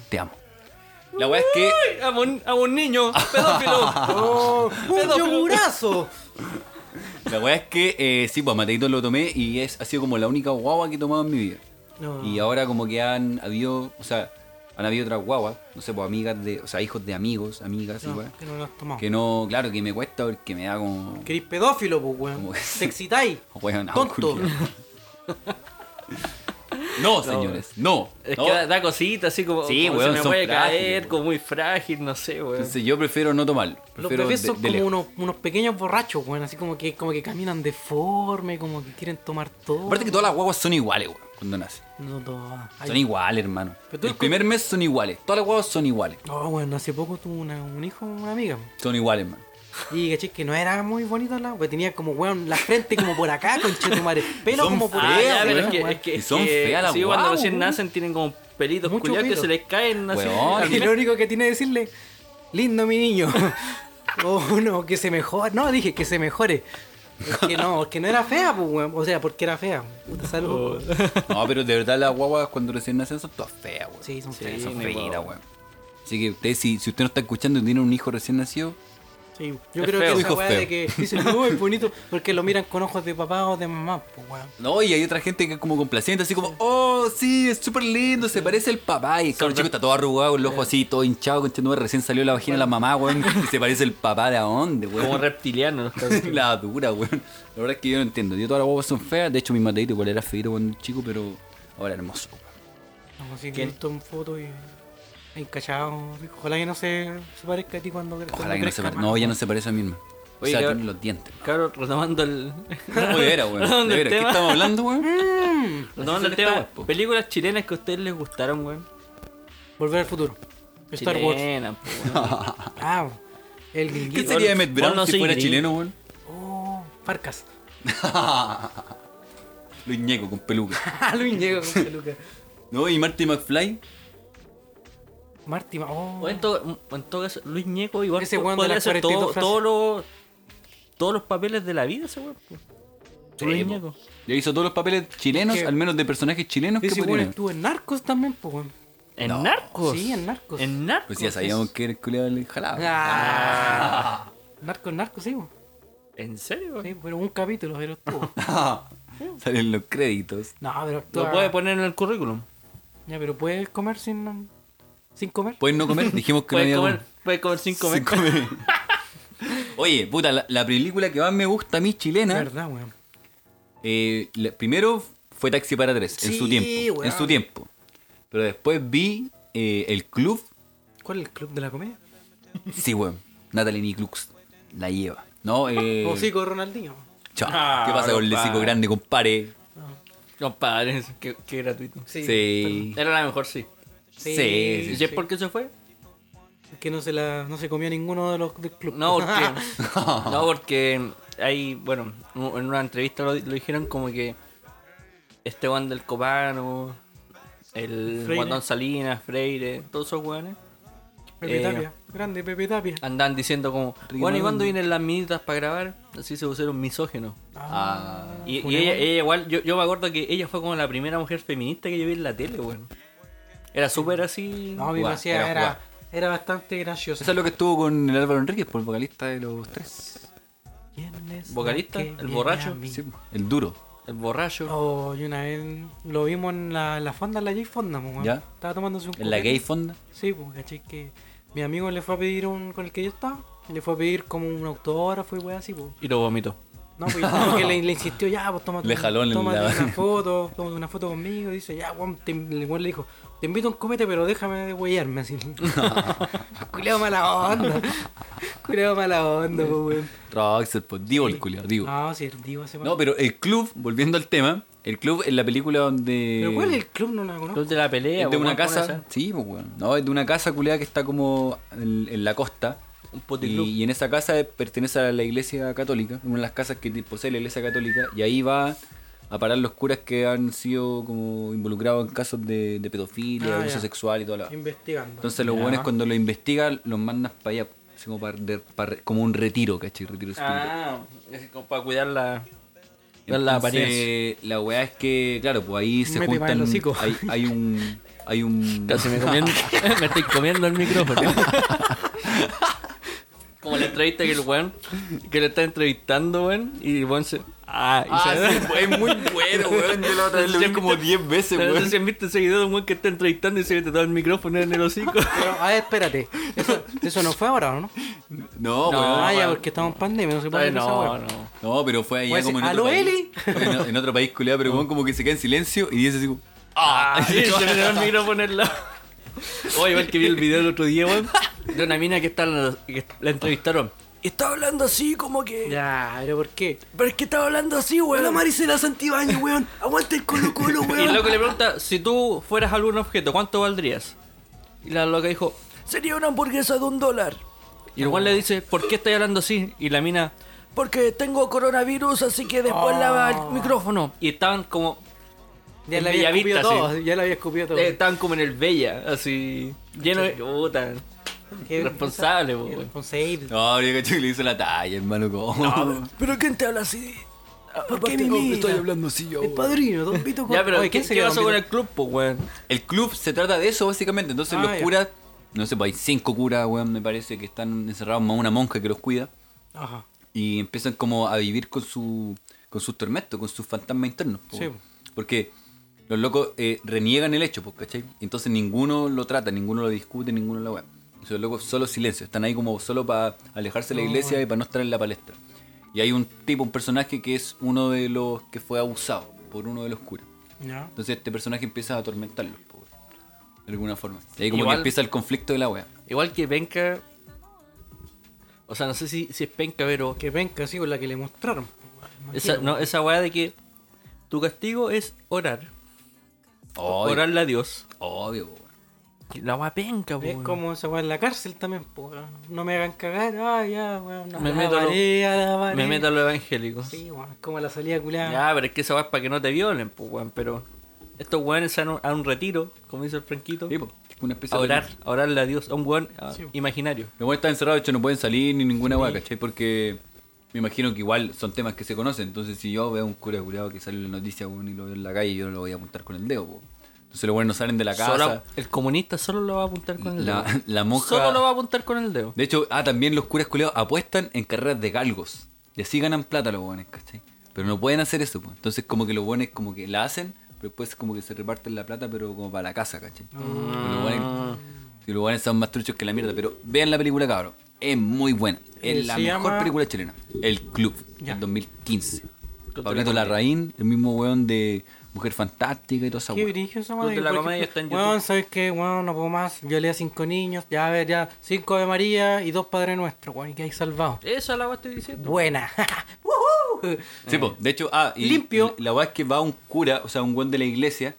[SPEAKER 7] Te amo. La weá es que.
[SPEAKER 4] ¡Ay! A un, a un niño, pedófilo.
[SPEAKER 6] ¡Oh! ¡Un yogurazo!
[SPEAKER 7] La weá es que, eh, sí, pues Mateito lo tomé y es, ha sido como la única guagua que he tomado en mi vida.
[SPEAKER 6] No.
[SPEAKER 7] Y ahora como que han habido, o sea, han habido otras guaguas, no sé, pues amigas de, o sea, hijos de amigos, amigas, y weá,
[SPEAKER 6] No, que no lo has tomado.
[SPEAKER 7] Que no, claro, que me cuesta porque me da como...
[SPEAKER 6] Que eres pedófilo, pues, weón.
[SPEAKER 7] Como-
[SPEAKER 6] Te excitáis.
[SPEAKER 7] Weón, no,
[SPEAKER 6] Tonto.
[SPEAKER 7] culiao. No, señores, no.
[SPEAKER 4] Es
[SPEAKER 7] no.
[SPEAKER 4] que da, da cositas así como.
[SPEAKER 7] Sí,
[SPEAKER 4] como
[SPEAKER 7] weón,
[SPEAKER 4] Se me
[SPEAKER 7] son
[SPEAKER 4] puede
[SPEAKER 7] frágiles,
[SPEAKER 4] caer,
[SPEAKER 7] weón.
[SPEAKER 4] como muy frágil, no sé, weón.
[SPEAKER 7] Entonces yo prefiero no tomarlo.
[SPEAKER 6] Los
[SPEAKER 7] prefiero
[SPEAKER 6] bebés
[SPEAKER 7] de-
[SPEAKER 6] son
[SPEAKER 7] de
[SPEAKER 6] como
[SPEAKER 7] lejos.
[SPEAKER 6] unos, unos pequeños borrachos, weón. Así como que, como que caminan deforme, como que quieren tomar todo.
[SPEAKER 7] Aparte que todas las guaguas son iguales, weón, cuando nacen.
[SPEAKER 6] No, todas. Ay,
[SPEAKER 7] Son iguales, hermano.
[SPEAKER 6] Pero tú
[SPEAKER 7] El
[SPEAKER 6] escu-
[SPEAKER 7] primer mes son iguales. Todas las guaguas son iguales.
[SPEAKER 6] No, bueno, Oh, hace poco tuve una- un hijo, una amiga.
[SPEAKER 7] Son iguales, hermano.
[SPEAKER 6] Y caché que no era muy bonita la porque tenía como weón la frente como por acá, con chetumar el pelo
[SPEAKER 7] Son
[SPEAKER 6] como por
[SPEAKER 7] feas,
[SPEAKER 4] Ah, ya,
[SPEAKER 6] allá,
[SPEAKER 4] pero
[SPEAKER 6] weón,
[SPEAKER 4] es que,
[SPEAKER 6] weón.
[SPEAKER 4] es que,
[SPEAKER 7] Y
[SPEAKER 4] es
[SPEAKER 7] son
[SPEAKER 4] que-
[SPEAKER 7] feas las
[SPEAKER 4] Sí, cuando
[SPEAKER 7] guau,
[SPEAKER 4] recién
[SPEAKER 7] weón.
[SPEAKER 4] nacen tienen como pelitos
[SPEAKER 6] Mucho
[SPEAKER 4] culiados que
[SPEAKER 6] pelo.
[SPEAKER 4] se les caen así.
[SPEAKER 7] Weón,
[SPEAKER 4] al
[SPEAKER 6] Y lo
[SPEAKER 4] menos.
[SPEAKER 6] único que tiene que decirle, lindo mi niño. o no, que se mejore. No, dije que se mejore. Es que no, porque no era fea, pues weón. O sea, porque era fea. Puta salud.
[SPEAKER 7] Oh. No, pero de verdad las guaguas cuando recién nacen son todas feas, weón.
[SPEAKER 6] Sí, son
[SPEAKER 7] Sí,
[SPEAKER 6] feas.
[SPEAKER 7] son
[SPEAKER 4] mi
[SPEAKER 7] feitas,
[SPEAKER 4] guagua.
[SPEAKER 7] weón. Así que usted, si, si usted no está escuchando y tiene un hijo recién nacido,
[SPEAKER 6] Sí, yo
[SPEAKER 4] Es feo.
[SPEAKER 6] creo que esa
[SPEAKER 7] Hijo
[SPEAKER 6] weá
[SPEAKER 7] feo.
[SPEAKER 6] de que dicen, no, es bonito, porque lo miran con ojos de papá o de mamá, pues weón.
[SPEAKER 7] No, y hay otra gente que es como complaciente, así como, oh, sí, es súper lindo, se parece al papá. Y el cabrón chico está todo arrugado, con el
[SPEAKER 6] Eh.
[SPEAKER 7] ojo así, todo hinchado, con chendumbre, recién salió la vagina de la mamá, weón. Y se parece al papá de a dónde,
[SPEAKER 4] Como
[SPEAKER 7] weón.
[SPEAKER 4] reptilianos.
[SPEAKER 7] la dura, weón. La verdad es que yo no entiendo. Yo todas las guapas son feas. De hecho, mi mateito igual era feito cuando chico, pero ahora hermoso. weón.
[SPEAKER 6] Como si
[SPEAKER 4] ¿Quién?
[SPEAKER 6] visto en foto y. Encachado. Ojalá que no se, se parezca a ti cuando cre- cuando
[SPEAKER 7] Ojalá que no se
[SPEAKER 6] crezca
[SPEAKER 7] parezca.
[SPEAKER 6] más.
[SPEAKER 7] No, ella no se parece a mí misma. O
[SPEAKER 4] Oye,
[SPEAKER 7] sea,
[SPEAKER 4] cabrón.
[SPEAKER 7] tiene los dientes.
[SPEAKER 4] Claro, retomando el.
[SPEAKER 7] No, de veras, weón.
[SPEAKER 4] Retomando
[SPEAKER 7] De
[SPEAKER 4] el
[SPEAKER 7] veras. ¿Qué
[SPEAKER 4] tema.
[SPEAKER 7] estamos hablando, weón?
[SPEAKER 4] Retomando el
[SPEAKER 7] Así son
[SPEAKER 4] tema.
[SPEAKER 7] estas weas, po.
[SPEAKER 4] Películas chilenas que a ustedes les gustaron, weón.
[SPEAKER 6] Volver al futuro. Star Wars.
[SPEAKER 4] Chilenas, po, weón.
[SPEAKER 6] Ah, el
[SPEAKER 7] ¿Qué
[SPEAKER 6] gringuito.
[SPEAKER 7] sería de Met Brown
[SPEAKER 4] Vos no
[SPEAKER 7] si
[SPEAKER 4] soy
[SPEAKER 7] fuera
[SPEAKER 4] gringo.
[SPEAKER 7] chileno, weón?
[SPEAKER 6] Oh, Farcas.
[SPEAKER 7] Luis Ñeco con peluca.
[SPEAKER 6] Ah, Luis Diego con peluca.
[SPEAKER 7] ¿No? ¿Y Marty McFly?
[SPEAKER 6] Marty, ma- oh.
[SPEAKER 4] O en, todo, en todo caso, Luis Ñeco igual
[SPEAKER 6] Ese
[SPEAKER 4] po-
[SPEAKER 6] weón de
[SPEAKER 4] podría
[SPEAKER 6] las
[SPEAKER 4] hacer
[SPEAKER 6] 42
[SPEAKER 4] todo-
[SPEAKER 6] frases.
[SPEAKER 4] todos los, todos los papeles de la vida, ese weón. po. Luis
[SPEAKER 7] po.
[SPEAKER 4] Ñeco.
[SPEAKER 7] Ya hizo todos los papeles chilenos,
[SPEAKER 6] Es que-
[SPEAKER 7] al menos de personajes chilenos que
[SPEAKER 6] Ese
[SPEAKER 7] podrían
[SPEAKER 6] weón
[SPEAKER 7] haber.
[SPEAKER 6] estuvo en Narcos también, pues weón.
[SPEAKER 4] ¿En Narcos?
[SPEAKER 6] Sí, en Narcos.
[SPEAKER 4] ¿En Narcos?
[SPEAKER 7] Pues ya sabíamos que el culiado le jalaba.
[SPEAKER 6] Ah. Narcos, Narcos, sí, weón.
[SPEAKER 4] ¿En serio?
[SPEAKER 6] Sí, pero un capítulo, pero estuvo.
[SPEAKER 7] Salen los créditos.
[SPEAKER 6] No, pero actúa.
[SPEAKER 4] Lo puede poner en el currículum.
[SPEAKER 6] Ya, pero puedes comer sin, sin comer.
[SPEAKER 7] ¿Pueden no comer? Dijimos que no
[SPEAKER 4] Puede
[SPEAKER 7] había
[SPEAKER 4] comer, puede comer cinco
[SPEAKER 7] Sin
[SPEAKER 4] meses.
[SPEAKER 7] comer. Oye, puta, la, la película que más me gusta a mí chilena,
[SPEAKER 6] Verdad, weón.
[SPEAKER 7] eh, la- primero fue Taxi para tres, en
[SPEAKER 6] Sí,
[SPEAKER 7] su tiempo.
[SPEAKER 6] weón.
[SPEAKER 7] En su tiempo. Pero después vi eh, El Club.
[SPEAKER 6] ¿Cuál es el club de la comedia?
[SPEAKER 7] Sí, weón. Natalie Niklux la lleva. No, eh.
[SPEAKER 6] Hocico de Oh, Ronaldinho.
[SPEAKER 7] chao.
[SPEAKER 4] Ah,
[SPEAKER 7] ¿Qué pasa con el
[SPEAKER 4] compadre.
[SPEAKER 7] hocico grande, compadre?
[SPEAKER 4] Compadre, qué, qué gratuito.
[SPEAKER 6] Sí.
[SPEAKER 7] Sí.
[SPEAKER 4] Era la mejor, sí.
[SPEAKER 6] Sí.
[SPEAKER 7] Sí, sí,
[SPEAKER 4] ¿Y
[SPEAKER 7] sí.
[SPEAKER 4] es por qué se fue?
[SPEAKER 6] Que no se la no se comió ninguno de los del club. Ah,
[SPEAKER 4] No, porque, no, porque hay, bueno, en una entrevista lo, lo dijeron como que este Juan del Copano, el
[SPEAKER 6] Freire.
[SPEAKER 4] Guatón Salinas, Freire, todos esos weones.
[SPEAKER 6] Pepe
[SPEAKER 4] Eh,
[SPEAKER 6] Tapia. Grande Pepe Tapia.
[SPEAKER 7] Ah,
[SPEAKER 4] Andan diciendo como, bueno, ¿y cuándo vienen las minitas para grabar? Así se pusieron misógenos.
[SPEAKER 7] Ah.
[SPEAKER 4] Y, y
[SPEAKER 6] Funemos.
[SPEAKER 4] ella, ella igual, yo, yo me acuerdo que ella fue como la primera mujer feminista que yo vi en la tele, bueno. Era súper así.
[SPEAKER 6] No, mi
[SPEAKER 7] Guau,
[SPEAKER 6] parecía
[SPEAKER 7] era
[SPEAKER 6] era,
[SPEAKER 7] guau.
[SPEAKER 6] era, bastante gracioso.
[SPEAKER 7] Eso es lo que estuvo con el Álvaro Enríquez, por el vocalista de los tres.
[SPEAKER 6] ¿Quién es
[SPEAKER 4] vocalista,
[SPEAKER 6] la que
[SPEAKER 4] el
[SPEAKER 6] viene
[SPEAKER 4] borracho.
[SPEAKER 6] a mí?
[SPEAKER 7] Sí, el duro.
[SPEAKER 4] El borracho.
[SPEAKER 6] Oh, y una vez lo vimos en la, la fonda, en la J Fonda, po, weón.
[SPEAKER 7] Ya.
[SPEAKER 6] Estaba tomándose un
[SPEAKER 7] En la
[SPEAKER 6] copete.
[SPEAKER 7] gay fonda.
[SPEAKER 6] Sí, pues, caché que mi amigo le fue a pedir un. con el que yo estaba. Le fue a pedir como un autógrafo y weá así, pues.
[SPEAKER 4] Y lo vomitó.
[SPEAKER 6] No, pues como que le, le insistió, ya, pues toma
[SPEAKER 7] Le jaló en la-
[SPEAKER 6] una foto, toma una foto conmigo. Dice, ya, weón, te- el weón le dijo, te invito a un comete, pero déjame de huellarme así. Culeado mala onda. Culeado mala onda, pues, weón.
[SPEAKER 7] Roxer, pues, Divo el culiao, Divo.
[SPEAKER 6] No, si el Divo se
[SPEAKER 7] No, pero el club, volviendo al tema, el club es la película donde.
[SPEAKER 6] Pero ¿cuál es el club? No la conozco.
[SPEAKER 4] Los de la pelea.
[SPEAKER 7] Es de
[SPEAKER 4] po,
[SPEAKER 7] una
[SPEAKER 4] weón, con
[SPEAKER 7] casa.
[SPEAKER 4] esa-
[SPEAKER 7] Sí, pues, weón. No, es de una casa culiada que está como en, en la costa.
[SPEAKER 4] Un
[SPEAKER 7] Y,
[SPEAKER 4] puticlub.
[SPEAKER 7] y en esa casa pertenece a la iglesia católica, una de las casas que posee la iglesia católica, y ahí va a parar los curas que han sido como involucrados en casos de, de pedofilia,
[SPEAKER 6] Ah,
[SPEAKER 7] abuso
[SPEAKER 6] ya.
[SPEAKER 7] sexual y toda la.
[SPEAKER 6] Investigando.
[SPEAKER 7] Entonces los buenos cuando lo investigan los mandan para allá, así como, para, de- para- como un retiro, ¿cachai? Retiro espiritual.
[SPEAKER 4] Ah, es como para cuidar la, cuidar la
[SPEAKER 7] Entonces,
[SPEAKER 4] apariencia.
[SPEAKER 7] La weá es que, claro, pues ahí se
[SPEAKER 6] Mete pa' el
[SPEAKER 7] juntan.
[SPEAKER 6] hocico.
[SPEAKER 7] Hay, hay un. Hay un.
[SPEAKER 4] Casi me, comien- me estoy comiendo el micrófono. Como la entrevista que el weón, que lo está entrevistando, weón, y el weón se... Ah, y se-
[SPEAKER 7] pues, es muy bueno, weón. Yo la otra vez lo vi como 10 veces,
[SPEAKER 4] No sé
[SPEAKER 7] weón.
[SPEAKER 4] si han visto ese video de un weón que está entrevistando y se mete todo el micrófono en el hocico.
[SPEAKER 6] Pero, a ver, espérate. Eso, eso no fue ahora, ¿o ¿no?
[SPEAKER 7] No,
[SPEAKER 4] No,
[SPEAKER 7] weón.
[SPEAKER 6] ah, ya,
[SPEAKER 4] bueno.
[SPEAKER 6] porque estamos en pandemia, no se puede
[SPEAKER 4] Ay,
[SPEAKER 6] hacer esa
[SPEAKER 4] no,
[SPEAKER 6] weá.
[SPEAKER 4] no.
[SPEAKER 7] No, pero fue allá
[SPEAKER 6] Weón,
[SPEAKER 7] como en
[SPEAKER 6] Pues, ¿a
[SPEAKER 7] otro
[SPEAKER 6] lo
[SPEAKER 7] país.
[SPEAKER 6] Eli?
[SPEAKER 7] Fue En, en otro país, culiado, pero weón como que se queda en silencio y dice así como.
[SPEAKER 4] Ah, sí, se me dio el micrófono en la. Oye, igual que vi el video el otro día, weón. De una mina que, está, que la entrevistaron. Y estaba hablando así, como que.
[SPEAKER 6] Ya, pero ¿por qué?
[SPEAKER 4] Pero es que estaba hablando así, weón. La Maricela Santibáñez, weón. Aguanta el colo colo, weón. Y el loco le pregunta: si tú fueras algún objeto, ¿cuánto valdrías? Y la loca dijo: sería una hamburguesa de un dólar. Y el weón le dice: ¿por qué estás hablando así? Y la mina: porque tengo coronavirus, así que después lava el micrófono. Y estaban como.
[SPEAKER 6] Ya
[SPEAKER 4] En
[SPEAKER 6] la había
[SPEAKER 4] Bellavista,
[SPEAKER 6] escupido todo,
[SPEAKER 4] sí.
[SPEAKER 6] ya la había escupido todo.
[SPEAKER 4] Eh, estaban como en el Bella, así. Lleno de. Puta.
[SPEAKER 6] Qué-
[SPEAKER 4] responsable, po,
[SPEAKER 6] qué
[SPEAKER 4] weón.
[SPEAKER 6] Responsable.
[SPEAKER 7] No, yo cacho que le hizo la talla, hermano.
[SPEAKER 4] Ah,
[SPEAKER 7] Como.
[SPEAKER 4] Pero ¿quién te habla así? Ah,
[SPEAKER 6] ¿Por qué mi mina?
[SPEAKER 7] hablando así yo.
[SPEAKER 6] El padrino, Don Vito
[SPEAKER 4] Ya, pero
[SPEAKER 6] Oye,
[SPEAKER 4] ¿qué,
[SPEAKER 6] ¿quién
[SPEAKER 4] qué
[SPEAKER 6] sería
[SPEAKER 4] pasó
[SPEAKER 6] Don
[SPEAKER 4] con
[SPEAKER 6] Vito?
[SPEAKER 4] el club, po, weón?
[SPEAKER 7] El club se trata de eso, básicamente. Entonces
[SPEAKER 6] Ah,
[SPEAKER 7] los
[SPEAKER 6] ya.
[SPEAKER 7] curas, no sé, pues hay cinco curas, weón, me parece, que están encerrados más una monja que los cuida.
[SPEAKER 6] Ajá.
[SPEAKER 7] Y empiezan como a vivir con su con sus tormentos, con sus fantasmas internos. po.
[SPEAKER 6] Sí, po.
[SPEAKER 7] Porque los locos eh, reniegan el hecho, po, ¿cachai? Entonces ninguno lo trata, ninguno lo discute, ninguno la weá. Entonces, Los locos solo silencio, están ahí como solo para alejarse de la iglesia y para no estar en la palestra. Y hay un tipo, un personaje que es uno de los que fue abusado por uno de los curas.
[SPEAKER 6] Ya.
[SPEAKER 7] Entonces este personaje empieza a atormentarlos, po, weón, de alguna forma. Y ahí como
[SPEAKER 4] Igual-
[SPEAKER 7] que empieza el conflicto de la wea.
[SPEAKER 4] Igual que Penca. O sea, no sé si, si es Penca, pero.
[SPEAKER 6] Que penca, sí, con la que le mostraron.
[SPEAKER 4] Esa, no, esa weá de que tu castigo es orar.
[SPEAKER 7] Obvio,
[SPEAKER 4] Orarle a Dios.
[SPEAKER 7] obvio, po, weón.
[SPEAKER 4] La weá penca, po,
[SPEAKER 6] Es
[SPEAKER 4] weón.
[SPEAKER 6] como esa weá en la cárcel también, po. weón. No me hagan cagar, ah, ya, weón. no,
[SPEAKER 4] Me
[SPEAKER 6] la
[SPEAKER 4] meto a lo-
[SPEAKER 6] varea, la
[SPEAKER 4] Me
[SPEAKER 6] varea.
[SPEAKER 4] meto a lo evangélico.
[SPEAKER 6] Sí, weón, es como la salida culiada.
[SPEAKER 4] Ya, pero es que esa weá es para que no te violen, po, weón. Pero estos weones se van a un- a un retiro, como dice el Franquito.
[SPEAKER 7] Sí, po, una especie
[SPEAKER 4] a
[SPEAKER 7] de-
[SPEAKER 4] orar, a orarle a Dios, a un weón a-
[SPEAKER 6] Sí, po.
[SPEAKER 4] imaginario.
[SPEAKER 7] Los buenos están encerrados, de hecho no pueden salir ni ninguna hueá, ¿cachai? Porque me imagino que igual son temas que se conocen. Entonces, si yo veo a un cura curado que sale en la noticia weón, y lo veo en la calle, yo no lo voy a apuntar con el dedo, po. Entonces, los buenos no salen de la casa.
[SPEAKER 4] Solo- el comunista solo lo va a apuntar con el
[SPEAKER 7] La-
[SPEAKER 4] dedo.
[SPEAKER 7] la monja-
[SPEAKER 4] Solo lo va a apuntar con el dedo.
[SPEAKER 7] De hecho, ah, también los curas culiados apuestan en carreras de galgos. Y así ganan plata los buenos, ¿cachai? Pero no pueden hacer eso, po. Entonces, como que los buenos como que la hacen, pero después como que se reparten la plata, pero como para la casa, ¿cachai? Y los
[SPEAKER 6] Ah.
[SPEAKER 7] buenos- y los buenos son más truchos que la mierda. Pero vean la película, cabrón. Es muy buena.
[SPEAKER 6] Eh,
[SPEAKER 7] Es la
[SPEAKER 6] se
[SPEAKER 7] mejor
[SPEAKER 6] llama-
[SPEAKER 7] película chilena. El Club,
[SPEAKER 6] Ya.
[SPEAKER 7] del 2015.
[SPEAKER 4] Contra
[SPEAKER 7] Pablito
[SPEAKER 4] la
[SPEAKER 7] Larraín, el mismo weón de Mujer Fantástica y toda esa
[SPEAKER 6] Qué
[SPEAKER 7] weón.
[SPEAKER 6] brillo esa
[SPEAKER 4] Club
[SPEAKER 6] madre.
[SPEAKER 4] de la
[SPEAKER 6] por
[SPEAKER 4] Comedia
[SPEAKER 6] ejemplo,
[SPEAKER 4] está en
[SPEAKER 6] Weón,
[SPEAKER 4] YouTube.
[SPEAKER 6] ¿sabes qué? Weón, no puedo más. Violé a cinco niños. Ya, a ver, ya. Cinco de María y dos Padres Nuestros, weón. Y que hay salvado.
[SPEAKER 4] Eso la weá estoy diciendo.
[SPEAKER 6] Buena. ¡Woohoo!
[SPEAKER 7] Sí, po. de hecho, ah, y
[SPEAKER 6] Limpio.
[SPEAKER 7] La verdad es que va un cura, o sea, un buen de la iglesia,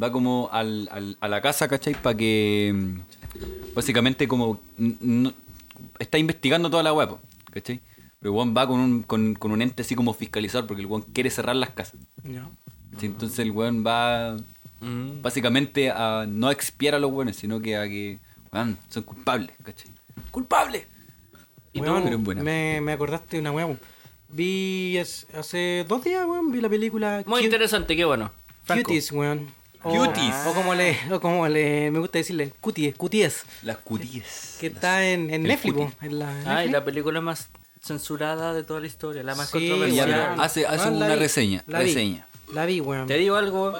[SPEAKER 7] va como al, al- a la casa, ¿cachai? Para que. mm, Básicamente, como. n- no- está investigando toda la web, ¿cachai? Pero el weón va con un, con, con un ente así como fiscalizador, porque el weón quiere cerrar las casas.
[SPEAKER 6] Ya.
[SPEAKER 7] ¿cachai? Entonces
[SPEAKER 6] Mm.
[SPEAKER 7] el weón va. Básicamente a no expiar a los weones, sino que a que. Weón, son culpables, ¿cachai?
[SPEAKER 4] ¡Culpable!
[SPEAKER 7] Y
[SPEAKER 6] Weón,
[SPEAKER 7] no, pero es buena.
[SPEAKER 6] Me, me acordaste de una weón. Vi hace, hace dos días, weón, vi la película
[SPEAKER 4] Muy
[SPEAKER 6] Cute-
[SPEAKER 4] interesante, qué bueno.
[SPEAKER 7] Franco.
[SPEAKER 6] Cuties, weón. O-
[SPEAKER 7] Cuties.
[SPEAKER 6] O como le, o como le me gusta decirle, cuties, cuties.
[SPEAKER 7] Las cuties.
[SPEAKER 6] Que está en, en
[SPEAKER 7] el
[SPEAKER 6] Netflix,
[SPEAKER 7] cutie.
[SPEAKER 6] po, en la, en
[SPEAKER 4] Ay,
[SPEAKER 6] Netflix.
[SPEAKER 4] Ah, la película más censurada de toda la historia, la más
[SPEAKER 6] Sí,
[SPEAKER 7] Ya,
[SPEAKER 4] controversial. Ah,
[SPEAKER 7] pero
[SPEAKER 6] weón.
[SPEAKER 7] hace- hace
[SPEAKER 6] Weón, la
[SPEAKER 7] una
[SPEAKER 6] vi,
[SPEAKER 7] reseña,
[SPEAKER 6] la vi,
[SPEAKER 7] reseña.
[SPEAKER 6] La vi, weón.
[SPEAKER 4] Te digo algo,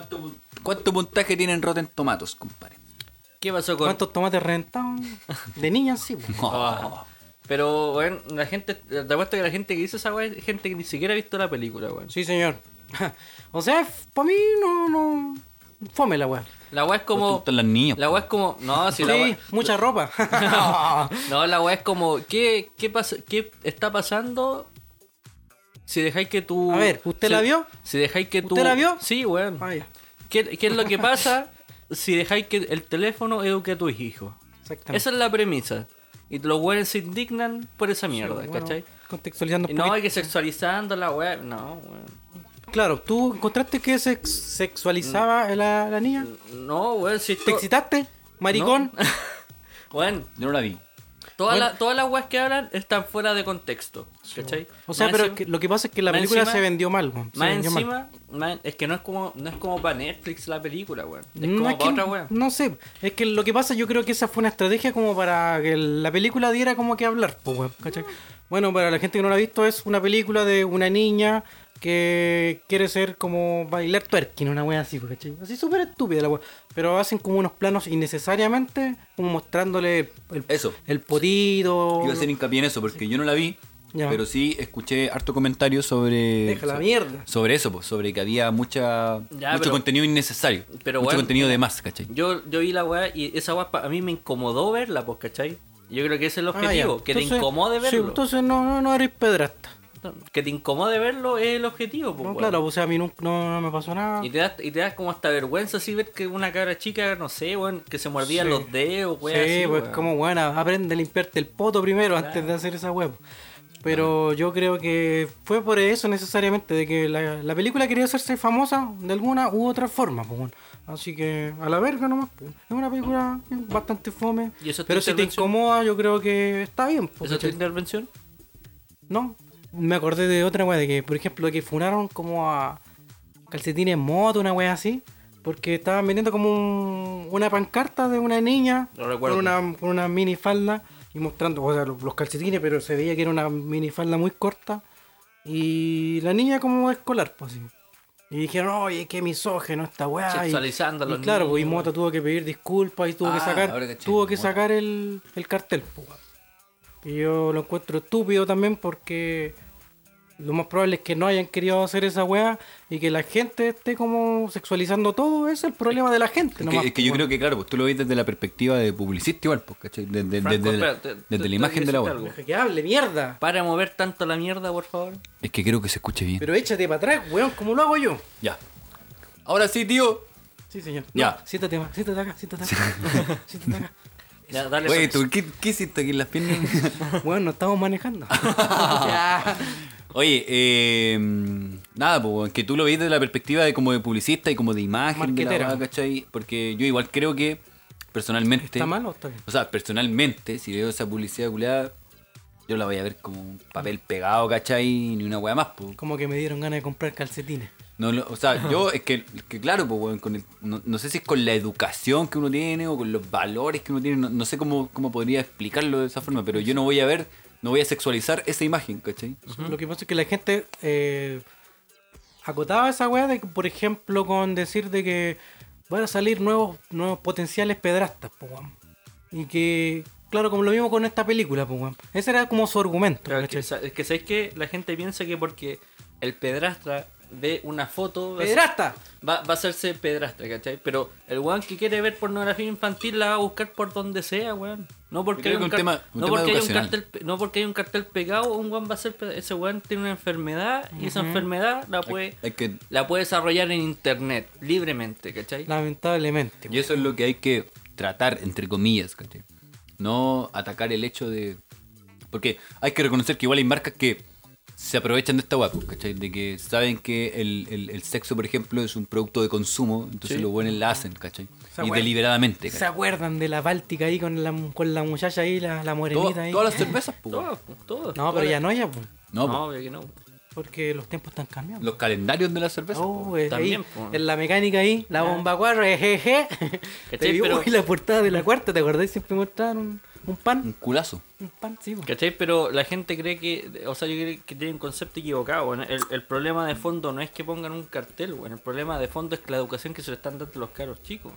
[SPEAKER 7] ¿Cuánto puntaje tienen Rotten Tomatoes, compadre?
[SPEAKER 4] ¿qué pasó con
[SPEAKER 6] ¿Cuántos tomates reventados? De niña, sí, po.
[SPEAKER 4] Ah. Pero, weón, la gente, te apuesto que la gente que hizo esa weón es gente que ni siquiera ha visto la película, weón.
[SPEAKER 6] Sí, señor. o sea, para mí no, no. Fome la weón.
[SPEAKER 4] La weón es
[SPEAKER 7] ¿No te
[SPEAKER 4] como.
[SPEAKER 7] gustan las niñas?
[SPEAKER 4] La weón es como. No, si
[SPEAKER 6] Sí, Ah.
[SPEAKER 4] la weón.
[SPEAKER 6] mucha ropa.
[SPEAKER 4] No, la weón es como. ¿Qué, qué, pasa, ¿Qué está pasando si dejáis que tú.
[SPEAKER 6] A ver, ¿usted
[SPEAKER 4] si-
[SPEAKER 6] la vio?
[SPEAKER 4] Si dejáis que tú.
[SPEAKER 6] ¿Usted la vio?
[SPEAKER 4] Sí, weón.
[SPEAKER 6] Ah, ya.
[SPEAKER 4] ¿Qué, qué es lo que pasa si dejáis que el teléfono eduque a tus hijos?
[SPEAKER 6] Exactamente.
[SPEAKER 4] Esa es la premisa. Y los weones se indignan por esa mierda,
[SPEAKER 6] Bueno,
[SPEAKER 4] ¿cachai?
[SPEAKER 6] Contextualizando
[SPEAKER 4] Y
[SPEAKER 6] un
[SPEAKER 4] no,
[SPEAKER 6] poquito.
[SPEAKER 4] hay que sexualizando la weón. No, weón.
[SPEAKER 6] Claro, ¿tú encontraste que se sexualizaba a la, la niña?
[SPEAKER 4] Mm. No, weón, si esto-
[SPEAKER 6] ¿Te excitaste? Maricón.
[SPEAKER 4] No. weón,
[SPEAKER 7] Yo no la vi.
[SPEAKER 4] todas las- todas las weas que hablan están fuera de contexto. ¿Cachai?
[SPEAKER 6] O sea,
[SPEAKER 4] Más
[SPEAKER 6] pero
[SPEAKER 4] encima-
[SPEAKER 6] que- lo que pasa es que la
[SPEAKER 4] más
[SPEAKER 6] película
[SPEAKER 4] encima-
[SPEAKER 6] se vendió mal, weón. Se
[SPEAKER 4] Más
[SPEAKER 6] vendió mal.
[SPEAKER 4] encima, más- es que no es como no es como para Netflix la película, weón. Es
[SPEAKER 6] No,
[SPEAKER 4] como
[SPEAKER 6] es
[SPEAKER 4] para
[SPEAKER 6] que-
[SPEAKER 4] otra wea.
[SPEAKER 6] no sé, es que lo que pasa yo creo que esa fue una estrategia como para que la película diera como que hablar. po, weón, ¿cachai? Bueno, para la gente que no la ha visto es una película de una niña que quiere ser como bailar twerking, una wea así, po, ¿cachai? Así súper estúpida la wea. Pero hacen como unos planos innecesariamente, como mostrándole el,
[SPEAKER 7] Eso.
[SPEAKER 6] el potito.
[SPEAKER 7] Iba a hacer hincapié en eso porque yo no la vi,
[SPEAKER 6] Ya.
[SPEAKER 7] pero sí escuché harto comentario sobre
[SPEAKER 6] Deja la mierda.
[SPEAKER 7] sobre eso, pues, sobre que había mucha
[SPEAKER 4] Ya,
[SPEAKER 7] mucho
[SPEAKER 4] pero-
[SPEAKER 7] contenido innecesario,
[SPEAKER 4] pero
[SPEAKER 7] mucho
[SPEAKER 4] bueno.
[SPEAKER 7] contenido de más, ¿cachai?
[SPEAKER 4] Yo, yo vi la wea y esa wea pa- a mí me incomodó verla, pues, ¿cachai? Yo creo que ese es el
[SPEAKER 6] Ah, ya.
[SPEAKER 4] objetivo, que te
[SPEAKER 6] Entonces-
[SPEAKER 4] incomode
[SPEAKER 6] sí,
[SPEAKER 4] verlo.
[SPEAKER 6] entonces no, no, no eres pedrasta.
[SPEAKER 4] Que te incomode verlo es el objetivo, pues,
[SPEAKER 6] No,
[SPEAKER 4] weón.
[SPEAKER 6] claro, o sea, a mí nunca- no, no me pasó
[SPEAKER 7] Ah.
[SPEAKER 6] nada.
[SPEAKER 4] Y te, das, y te das como hasta vergüenza así ver que una cabra chica, no sé, weón, que se mordía
[SPEAKER 6] Sí.
[SPEAKER 4] los dedos, weón.
[SPEAKER 6] sí,
[SPEAKER 4] así,
[SPEAKER 6] pues
[SPEAKER 4] weón.
[SPEAKER 6] como bueno, aprende a limpiarte el poto primero antes de hacer esa web. Pero yo creo que fue por eso necesariamente, de que la, la película quería hacerse famosa de alguna u otra forma. pues, bueno. Así que a la verga nomás. pues. Es una película bastante fome.
[SPEAKER 4] ¿Y eso es tu
[SPEAKER 6] pero si te
[SPEAKER 4] intervención?
[SPEAKER 6] incomoda, yo creo que está bien. pues,
[SPEAKER 4] ¿Esa es tu
[SPEAKER 6] ¿cachai?
[SPEAKER 4] intervención?
[SPEAKER 6] No, me acordé de otra wea, de que, por ejemplo, que funaron como a calcetines moto, una wea así, porque estaban vendiendo como un- una pancarta de una niña
[SPEAKER 4] Lo
[SPEAKER 6] con
[SPEAKER 4] recuerdo.
[SPEAKER 6] una, con una minifalda y mostrando o sea, los, los calcetines, pero se veía que era una minifalda muy corta y la niña como escolar, pues así. Y dijeron, oye, qué misógeno esta weá. y-
[SPEAKER 4] Sexualizando a los
[SPEAKER 6] y claro, pues, y
[SPEAKER 4] niños,
[SPEAKER 6] Mota tuvo que pedir disculpas y tuvo que
[SPEAKER 7] Ah, ahora
[SPEAKER 6] sacar,
[SPEAKER 7] caché,
[SPEAKER 6] tuvo que
[SPEAKER 7] Mota.
[SPEAKER 6] sacar el, el cartel, pues, weón. Y yo lo encuentro estúpido también porque lo más probable es que no hayan querido hacer esa weá y que la gente esté como sexualizando todo. Ese es el problema de la gente.
[SPEAKER 7] Es
[SPEAKER 6] nomás,
[SPEAKER 7] que, es que yo
[SPEAKER 6] pues,
[SPEAKER 7] creo que, claro, pues tú lo ves desde la perspectiva de publicista igual, pues, ¿cachai? Desde, desde-
[SPEAKER 4] Franco,
[SPEAKER 7] desde la-
[SPEAKER 4] espérate, te-
[SPEAKER 7] desde
[SPEAKER 4] te-
[SPEAKER 7] la
[SPEAKER 4] te
[SPEAKER 7] imagen de la
[SPEAKER 4] voy a
[SPEAKER 7] web.
[SPEAKER 4] decirte
[SPEAKER 6] weón. Que hable, mierda.
[SPEAKER 4] Para mover tanto la mierda, por favor.
[SPEAKER 7] Es que creo que se escuche bien.
[SPEAKER 6] Pero échate para atrás, weón, como lo hago yo.
[SPEAKER 7] Ya. Ahora sí, tío.
[SPEAKER 6] Sí, señor.
[SPEAKER 7] Ya.
[SPEAKER 6] No, siéntate, ma- siéntate acá, siéntate acá. siéntate acá.
[SPEAKER 4] Ya, dale.
[SPEAKER 7] Oye,
[SPEAKER 4] Franco.
[SPEAKER 7] ¿tú qué, qué hiciste aquí en las piernas?
[SPEAKER 6] Weón, no estamos manejando. Ya.
[SPEAKER 7] Oye, eh, nada, pues, que tú lo veis desde la perspectiva de como de publicista y como de imagen, de la
[SPEAKER 6] Marquetera.
[SPEAKER 7] weá, ¿cachai? Porque yo igual creo que, personalmente...
[SPEAKER 6] ¿Está mal o está bien?
[SPEAKER 7] O sea, personalmente, si veo esa publicidad culiada, yo la voy a ver como un papel pegado, ¿cachai? Ni una weá más, pues.
[SPEAKER 6] Como que me dieron ganas de comprar calcetines.
[SPEAKER 7] No, lo- o sea, yo es que, es que claro, pues, weón, con el- no, no sé si es con la educación que uno tiene o con los valores que uno tiene, no, no sé cómo, cómo podría explicarlo de esa forma, pero yo no voy a ver, no voy a sexualizar esa imagen, ¿cachai?
[SPEAKER 6] Lo que pasa es que la gente eh, acotaba esa weá de, que, por ejemplo, con decir de que van a salir nuevos, nuevos potenciales pedrastas, po, weón. Y que, claro, como lo mismo con esta película, po, weón. Ese era como su argumento.
[SPEAKER 4] Pero es, que,
[SPEAKER 6] ¿cachai?
[SPEAKER 4] sa- es que sabes que la gente piensa que porque el pedrastra ve una foto. va a ser-
[SPEAKER 6] ¡Pedrasta!
[SPEAKER 4] Va, va a hacerse pedrastra, ¿cachai? Pero el weón que quiere ver pornografía infantil la va a buscar por donde sea, weón. No porque,
[SPEAKER 7] Creo
[SPEAKER 4] hay
[SPEAKER 7] que
[SPEAKER 4] un,
[SPEAKER 7] un
[SPEAKER 4] car-
[SPEAKER 7] tema- un
[SPEAKER 4] no
[SPEAKER 7] tema
[SPEAKER 4] porque hay un
[SPEAKER 7] educacional.
[SPEAKER 4] cartel pe- no porque hay un cartel pegado, un weón va a ser ped- ese weón tiene una enfermedad y esa enfermedad la puede
[SPEAKER 7] Hay que,
[SPEAKER 4] la puede desarrollar en internet libremente, ¿cachai?
[SPEAKER 6] Lamentablemente.
[SPEAKER 7] y eso es lo que hay que tratar, entre comillas, ¿cachai? No atacar el hecho de... Porque hay que reconocer que igual hay marcas que se aprovechan de esta guapo, ¿cachai? De que saben que el, el- el sexo, por ejemplo, es un producto de consumo, entonces los buenos la hacen, ¿cachai?
[SPEAKER 6] Esa
[SPEAKER 7] y
[SPEAKER 6] wea-
[SPEAKER 7] deliberadamente,
[SPEAKER 6] ¿Se
[SPEAKER 7] ¿cachai?
[SPEAKER 6] acuerdan de la Báltica ahí con la, con la muchacha ahí, la, la morenita
[SPEAKER 7] Todas-
[SPEAKER 6] ahí?
[SPEAKER 7] todas las cervezas, pues.
[SPEAKER 4] Todo, todo.
[SPEAKER 6] No, pero ya no, ya, po,
[SPEAKER 7] No, po.
[SPEAKER 4] No, obvio que no.
[SPEAKER 6] porque los tiempos están cambiando.
[SPEAKER 7] los calendarios de las cervezas. po.
[SPEAKER 6] Oh, eh,
[SPEAKER 4] también,
[SPEAKER 6] ahí,
[SPEAKER 4] po. Ah.
[SPEAKER 6] en la mecánica ahí, la bomba cuadro, jeje.
[SPEAKER 4] ¿Cachai?
[SPEAKER 6] Y,
[SPEAKER 4] Pero-
[SPEAKER 6] uy, la portada de la cuarta, ¿te acordás? Siempre mostraban un, un
[SPEAKER 7] Un
[SPEAKER 6] pan,
[SPEAKER 7] culazo.
[SPEAKER 6] un pan, sí, po.
[SPEAKER 4] ¿Cachai? Pero la gente cree que, o sea, yo creo que tiene un concepto equivocado. ¿no? El, el problema de fondo no es que pongan un cartel, weón. El problema de fondo es que la educación que se le están dando a los caros chicos.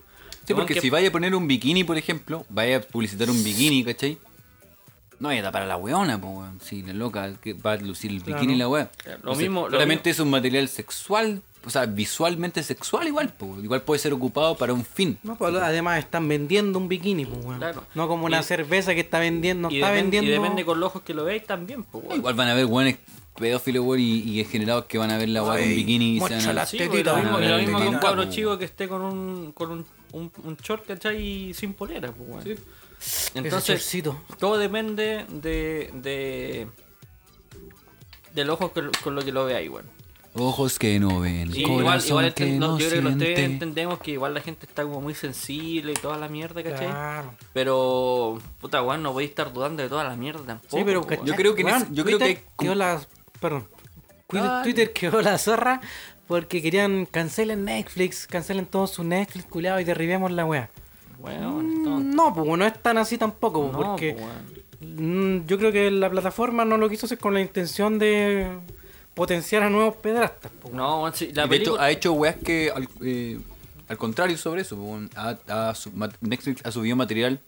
[SPEAKER 7] Sí,
[SPEAKER 4] Weón,
[SPEAKER 7] porque
[SPEAKER 4] que-
[SPEAKER 7] si vaya a poner un bikini, por ejemplo, vaya a publicitar un bikini, ¿cachai? No vaya a tapar a la weona, po, weón. Si la loca que va a lucir el bikini la weá.
[SPEAKER 4] Claro, Eh, lo
[SPEAKER 7] Entonces,
[SPEAKER 4] mismo- lo
[SPEAKER 7] Claramente es un material sexual, o sea, visualmente sexual igual, po. Igual puede ser ocupado para un fin.
[SPEAKER 6] No, pues, además están vendiendo un bikini, pues, weón.
[SPEAKER 4] Claro.
[SPEAKER 6] No como una
[SPEAKER 4] Y-
[SPEAKER 6] cerveza que está vendiendo, no
[SPEAKER 4] y,
[SPEAKER 6] está
[SPEAKER 4] depende- y
[SPEAKER 6] vendiendo.
[SPEAKER 4] depende con los ojos que lo veis también, pues, weón.
[SPEAKER 7] Igual van a haber weones pedófilos, weón, y, y degenerados que van a ver la weá con bikini y se van a-
[SPEAKER 6] mocha la-
[SPEAKER 4] Sí,
[SPEAKER 6] Tetita,
[SPEAKER 4] güey, lo
[SPEAKER 7] weón.
[SPEAKER 4] mismo, lo
[SPEAKER 7] Tetita.
[SPEAKER 4] mismo que un
[SPEAKER 7] Tetita.
[SPEAKER 4] cabro chico que esté con un, con un, un, un short, ¿cachai? Y sin polera, pues, güey. Entonces,
[SPEAKER 6] shortcito.
[SPEAKER 4] todo depende de, de del ojo con, con lo que lo veáis, güey.
[SPEAKER 7] Ojos que no ven,
[SPEAKER 4] Y Igual,
[SPEAKER 7] corazón
[SPEAKER 4] igual
[SPEAKER 7] que
[SPEAKER 4] enten- no,
[SPEAKER 7] no
[SPEAKER 4] yo creo que los tres
[SPEAKER 7] siente.
[SPEAKER 4] entendemos que igual la gente está como muy sensible y toda la mierda, ¿cachai?
[SPEAKER 6] Claro.
[SPEAKER 4] Pero, puta, güey, no voy a estar dudando de toda la mierda tampoco.
[SPEAKER 6] Sí, pero
[SPEAKER 4] pues, güey.
[SPEAKER 7] Yo creo que en
[SPEAKER 6] Weón,
[SPEAKER 7] ese- yo creo
[SPEAKER 6] Twitter
[SPEAKER 7] que-
[SPEAKER 6] quedó la perdón. Twitter,
[SPEAKER 4] Ah.
[SPEAKER 6] Twitter quedó la zorra porque querían cancelen Netflix, cancelen todo su Netflix culiado y derribemos la weá.
[SPEAKER 4] Weón, entonces,
[SPEAKER 6] No, pues no es tan así tampoco, po,
[SPEAKER 4] no,
[SPEAKER 6] porque
[SPEAKER 4] pues, güey.
[SPEAKER 6] mm, yo creo que la plataforma no lo quiso hacer con la intención de potenciar a nuevos pedrastas. po.
[SPEAKER 4] No, güey, sí, la
[SPEAKER 7] Y de hecho,
[SPEAKER 4] película-
[SPEAKER 7] ha hecho weas que al, eh, al contrario sobre eso. po, ha- ha sub- ma- Netflix ha subido material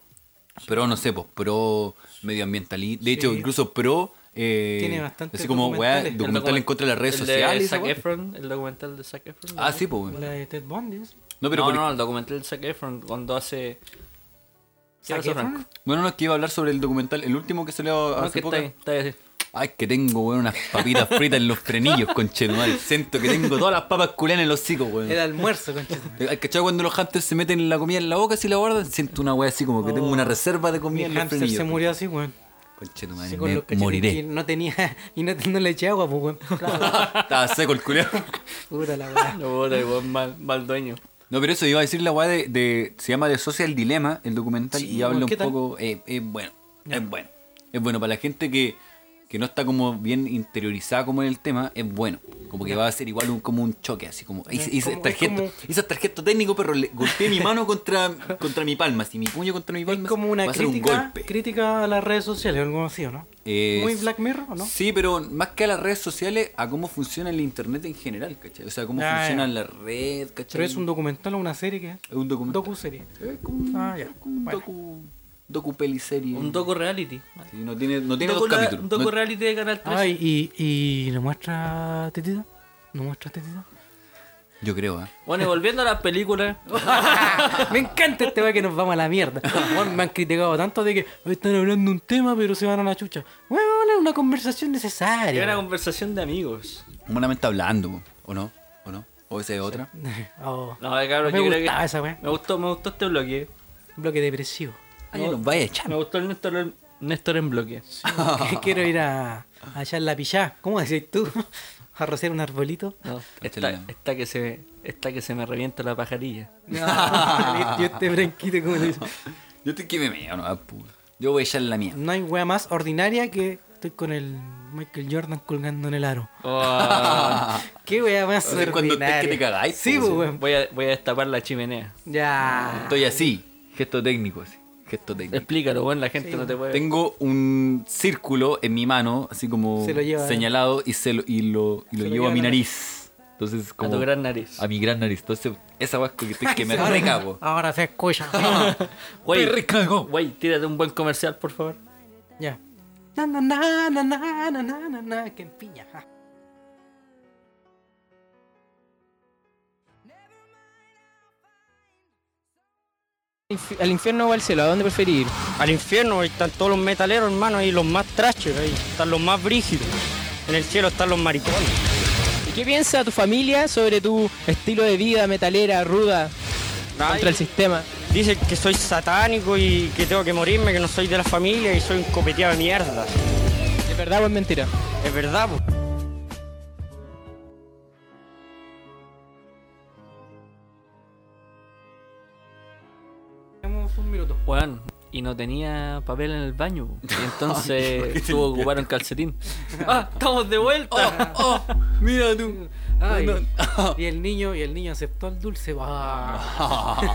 [SPEAKER 7] pro, no sé, pues, pro medioambientalista. De hecho, incluso pro. eh,
[SPEAKER 6] Tiene bastante
[SPEAKER 7] Así como weas
[SPEAKER 6] documentales.
[SPEAKER 4] El
[SPEAKER 7] documental en
[SPEAKER 4] document-
[SPEAKER 7] contra de las redes
[SPEAKER 4] el
[SPEAKER 7] sociales.
[SPEAKER 4] De
[SPEAKER 7] esa
[SPEAKER 4] Zac
[SPEAKER 7] wea.
[SPEAKER 4] Efron, el documental de Zac Efron.
[SPEAKER 7] Ah, sí, pues.
[SPEAKER 6] La de Ted Bundy. ¿sí?
[SPEAKER 7] No, pero
[SPEAKER 4] no,
[SPEAKER 7] por-
[SPEAKER 4] no, el documental de Zac Efron cuando hace. ¿Qué
[SPEAKER 6] Zac
[SPEAKER 4] hace
[SPEAKER 6] Efron.
[SPEAKER 4] Franco?
[SPEAKER 7] Bueno, no, es que iba a hablar sobre el documental, el último que salió
[SPEAKER 4] No,
[SPEAKER 7] hace
[SPEAKER 4] que
[SPEAKER 7] poco.
[SPEAKER 4] está ahí, está ahí así.
[SPEAKER 7] Ay, que tengo, weón, unas papitas fritas en los frenillos, conchetumal. Siento que tengo todas las papas culianas en los hocicos, weón.
[SPEAKER 6] El almuerzo, conchita.
[SPEAKER 7] ¿Has cachado cuando los hamsters se meten la comida en la boca si la guardan? Siento una wea así como que tengo una reserva de
[SPEAKER 6] Oh, Mi
[SPEAKER 7] comida en los
[SPEAKER 6] hamster se
[SPEAKER 7] frenillos.
[SPEAKER 6] murió así, weón.
[SPEAKER 7] Conche tu madre,
[SPEAKER 6] Sí, con
[SPEAKER 7] pues. me
[SPEAKER 6] los cachetes que
[SPEAKER 7] moriré.
[SPEAKER 6] no tenía y no, no le eché agua, pues, weón.
[SPEAKER 7] Estaba seco el culiao.
[SPEAKER 6] Puta la weá.
[SPEAKER 4] No, puta, el weón mal, mal dueño.
[SPEAKER 7] No, pero eso iba a decir la weá de, de- Se llama The Social Dilemma, el documental,
[SPEAKER 6] Sí,
[SPEAKER 7] y habla un
[SPEAKER 6] ¿qué tal?
[SPEAKER 7] poco. eh, Es bueno, es bueno. Es bueno para la gente que, que no está como bien interiorizada como en el tema, es bueno. Como que va a ser igual un, como un choque, así como. Hice, hice
[SPEAKER 6] como- es
[SPEAKER 7] tarjeto,
[SPEAKER 6] como-
[SPEAKER 7] hice tarjeto técnico, pero le golpeé mi mano contra, contra mi palma, así mi puño contra mi palma.
[SPEAKER 6] Es como una
[SPEAKER 7] va a ser un
[SPEAKER 6] crítica,
[SPEAKER 7] golpe.
[SPEAKER 6] crítica a las redes sociales, algo así, ¿o no?
[SPEAKER 7] Eh,
[SPEAKER 6] Muy Black Mirror, ¿o ¿no?
[SPEAKER 7] Sí, pero más que a las redes sociales, a cómo funciona el internet en general, ¿cachai? O sea, cómo
[SPEAKER 6] Ah,
[SPEAKER 7] funciona
[SPEAKER 6] ya.
[SPEAKER 7] la red, ¿cachai?
[SPEAKER 6] Pero es un documental o una serie que es.
[SPEAKER 7] Es un documental.
[SPEAKER 6] Docu-serie.
[SPEAKER 7] Es como un,
[SPEAKER 6] Ah, ya.
[SPEAKER 7] es como un
[SPEAKER 6] Bueno.
[SPEAKER 7] docu, docupeliserie.
[SPEAKER 4] Un docu reality.
[SPEAKER 7] Sí, no tiene, no tiene
[SPEAKER 4] docu,
[SPEAKER 7] dos capítulos.
[SPEAKER 4] Un docu
[SPEAKER 7] No-
[SPEAKER 4] reality de Canal 3.
[SPEAKER 6] Ah, y, y, y ¿no muestra tetita? ¿No muestra tetita?
[SPEAKER 7] Yo creo, ¿eh?
[SPEAKER 4] Bueno, y volviendo a las películas.
[SPEAKER 7] Ah,
[SPEAKER 6] me encanta este weá que nos vamos a la mierda. Weón, me han criticado tanto de que "Ay, están hablando un tema pero se van a la chucha. Weón, es una conversación
[SPEAKER 4] Era una
[SPEAKER 6] necesaria.
[SPEAKER 4] conversación de amigos.
[SPEAKER 7] Humanamente hablando, ¿o no? ¿O no? ¿O esa es otra?
[SPEAKER 6] Oh,
[SPEAKER 4] No, cabrón,
[SPEAKER 6] me
[SPEAKER 4] yo creo
[SPEAKER 6] gustaba
[SPEAKER 4] que.
[SPEAKER 6] esa weá.
[SPEAKER 4] Me gustó, me gustó este bloque.
[SPEAKER 6] Bloque depresivo.
[SPEAKER 7] Ah, ya nos vaya a echar.
[SPEAKER 4] Me gustó el Néstor, Néstor en bloque.
[SPEAKER 6] Quiero ir a a echar la pillá. ¿Cómo decís tú? A rociar un arbolito.
[SPEAKER 7] Este
[SPEAKER 4] No,
[SPEAKER 7] Échale
[SPEAKER 4] está,
[SPEAKER 7] la-
[SPEAKER 4] está que se, está que se me revienta la pajarilla.
[SPEAKER 6] Yo este branquito, como le dice.
[SPEAKER 7] Yo te que me meo, no, ah, pu- Yo voy a echar la mía.
[SPEAKER 6] No hay wea más ordinaria que estoy con el Michael Jordan colgando en el aro. Qué wea más
[SPEAKER 7] O sea, cuando
[SPEAKER 6] ordinaria.
[SPEAKER 7] te- que te cagáis,
[SPEAKER 6] Sí,
[SPEAKER 7] po,
[SPEAKER 6] pues, weón.
[SPEAKER 4] voy, a, voy a destapar la chimenea.
[SPEAKER 6] Ya.
[SPEAKER 7] Estoy así, gesto técnico, así. Gesto técnico.
[SPEAKER 4] Explícalo, bueno, la gente no te puede.
[SPEAKER 7] Tengo un círculo en mi mano, así como
[SPEAKER 6] Se lo lleva.
[SPEAKER 7] señalado, y, se lo, y lo, y lo
[SPEAKER 6] lo
[SPEAKER 7] llevo
[SPEAKER 6] lleva
[SPEAKER 7] a mi
[SPEAKER 6] a la-
[SPEAKER 7] nariz. Entonces,
[SPEAKER 4] A
[SPEAKER 7] como.
[SPEAKER 4] tu gran nariz.
[SPEAKER 7] a mi gran nariz. Entonces, esa vasco que, estoy- que me
[SPEAKER 6] Ahora-
[SPEAKER 7] recago.
[SPEAKER 6] Ahora se escucha.
[SPEAKER 4] Güey,
[SPEAKER 7] Me recago.
[SPEAKER 4] güey, tírate un buen comercial, por favor.
[SPEAKER 6] ya. Na, na, na, na, na, na, na, na, na, que piña. ja.
[SPEAKER 1] Infi- ¿Al infierno o al cielo? ¿A dónde preferir?
[SPEAKER 8] Al infierno ahí están todos los metaleros, hermano, ahí los más trashes, ahí están los más brígidos. En el cielo están los maricones.
[SPEAKER 1] ¿Y qué piensa tu familia sobre tu estilo de vida metalera, ruda, contra el sistema?
[SPEAKER 8] Dicen que soy satánico y que tengo que morirme, que no soy de la familia y soy un copeteado de mierda.
[SPEAKER 1] ¿Es verdad o es mentira?
[SPEAKER 8] Es verdad, po.
[SPEAKER 3] sueldo.
[SPEAKER 4] Juan, y no tenía papel en el baño. po. Y
[SPEAKER 7] ¿por
[SPEAKER 4] entonces tuvo
[SPEAKER 7] qué te
[SPEAKER 4] que
[SPEAKER 7] limpiaste?
[SPEAKER 4] ocupar un calcetín. ¡Ah! ¡Estamos de vuelta!
[SPEAKER 7] Oh, Mira tú.
[SPEAKER 6] Ay, y el niño, y el niño aceptó el dulce. va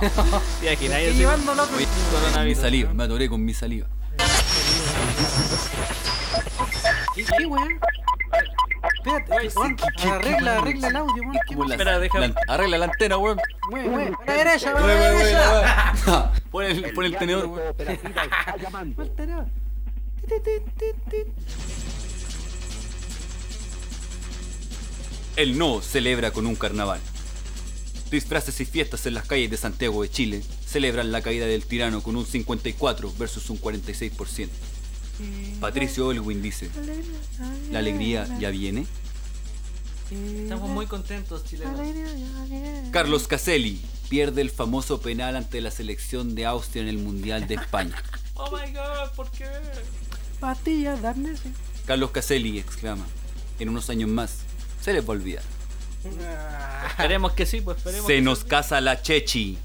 [SPEAKER 4] Y aquí nadie
[SPEAKER 3] Y
[SPEAKER 4] se-
[SPEAKER 3] llevándolo a otro-
[SPEAKER 7] Oye, mi saliva, me atoré con mi saliva.
[SPEAKER 6] ¿Qué, qué weón? Espérate, weón, arregla, arregla el audio, weón. ¿Qué
[SPEAKER 7] Como la-
[SPEAKER 4] Espera, deja-
[SPEAKER 7] la- arregla la antena, weón.
[SPEAKER 6] weón, weón, a la derecha, weón, a
[SPEAKER 7] Weón,
[SPEAKER 6] la
[SPEAKER 7] weón,
[SPEAKER 6] derecha.
[SPEAKER 7] weón, weón. Pon el, pon el tenedor, weón.
[SPEAKER 6] Faltará. Ti, ti, ti, ti, ti.
[SPEAKER 7] El no celebra con un carnaval. Disfraces y fiestas en las calles de Santiago de Chile celebran la caída del tirano con un 54 versus un 46%.
[SPEAKER 4] Mm.
[SPEAKER 7] Patricio Elwin dice, ¿la alegría ya viene?
[SPEAKER 4] Estamos muy contentos, chilenos.
[SPEAKER 7] Carlos Caselli pierde el famoso penal ante la selección de Austria en el Mundial de España.
[SPEAKER 4] ¡Oh my god! ¿Por qué?
[SPEAKER 6] Patillas de amnesia.
[SPEAKER 7] Carlos Caselli exclama, en unos años más se les va a olvidar.
[SPEAKER 4] Esperemos que sí, pues esperemos.
[SPEAKER 7] Se
[SPEAKER 4] que
[SPEAKER 7] nos
[SPEAKER 4] sí.
[SPEAKER 7] casa la Chechi.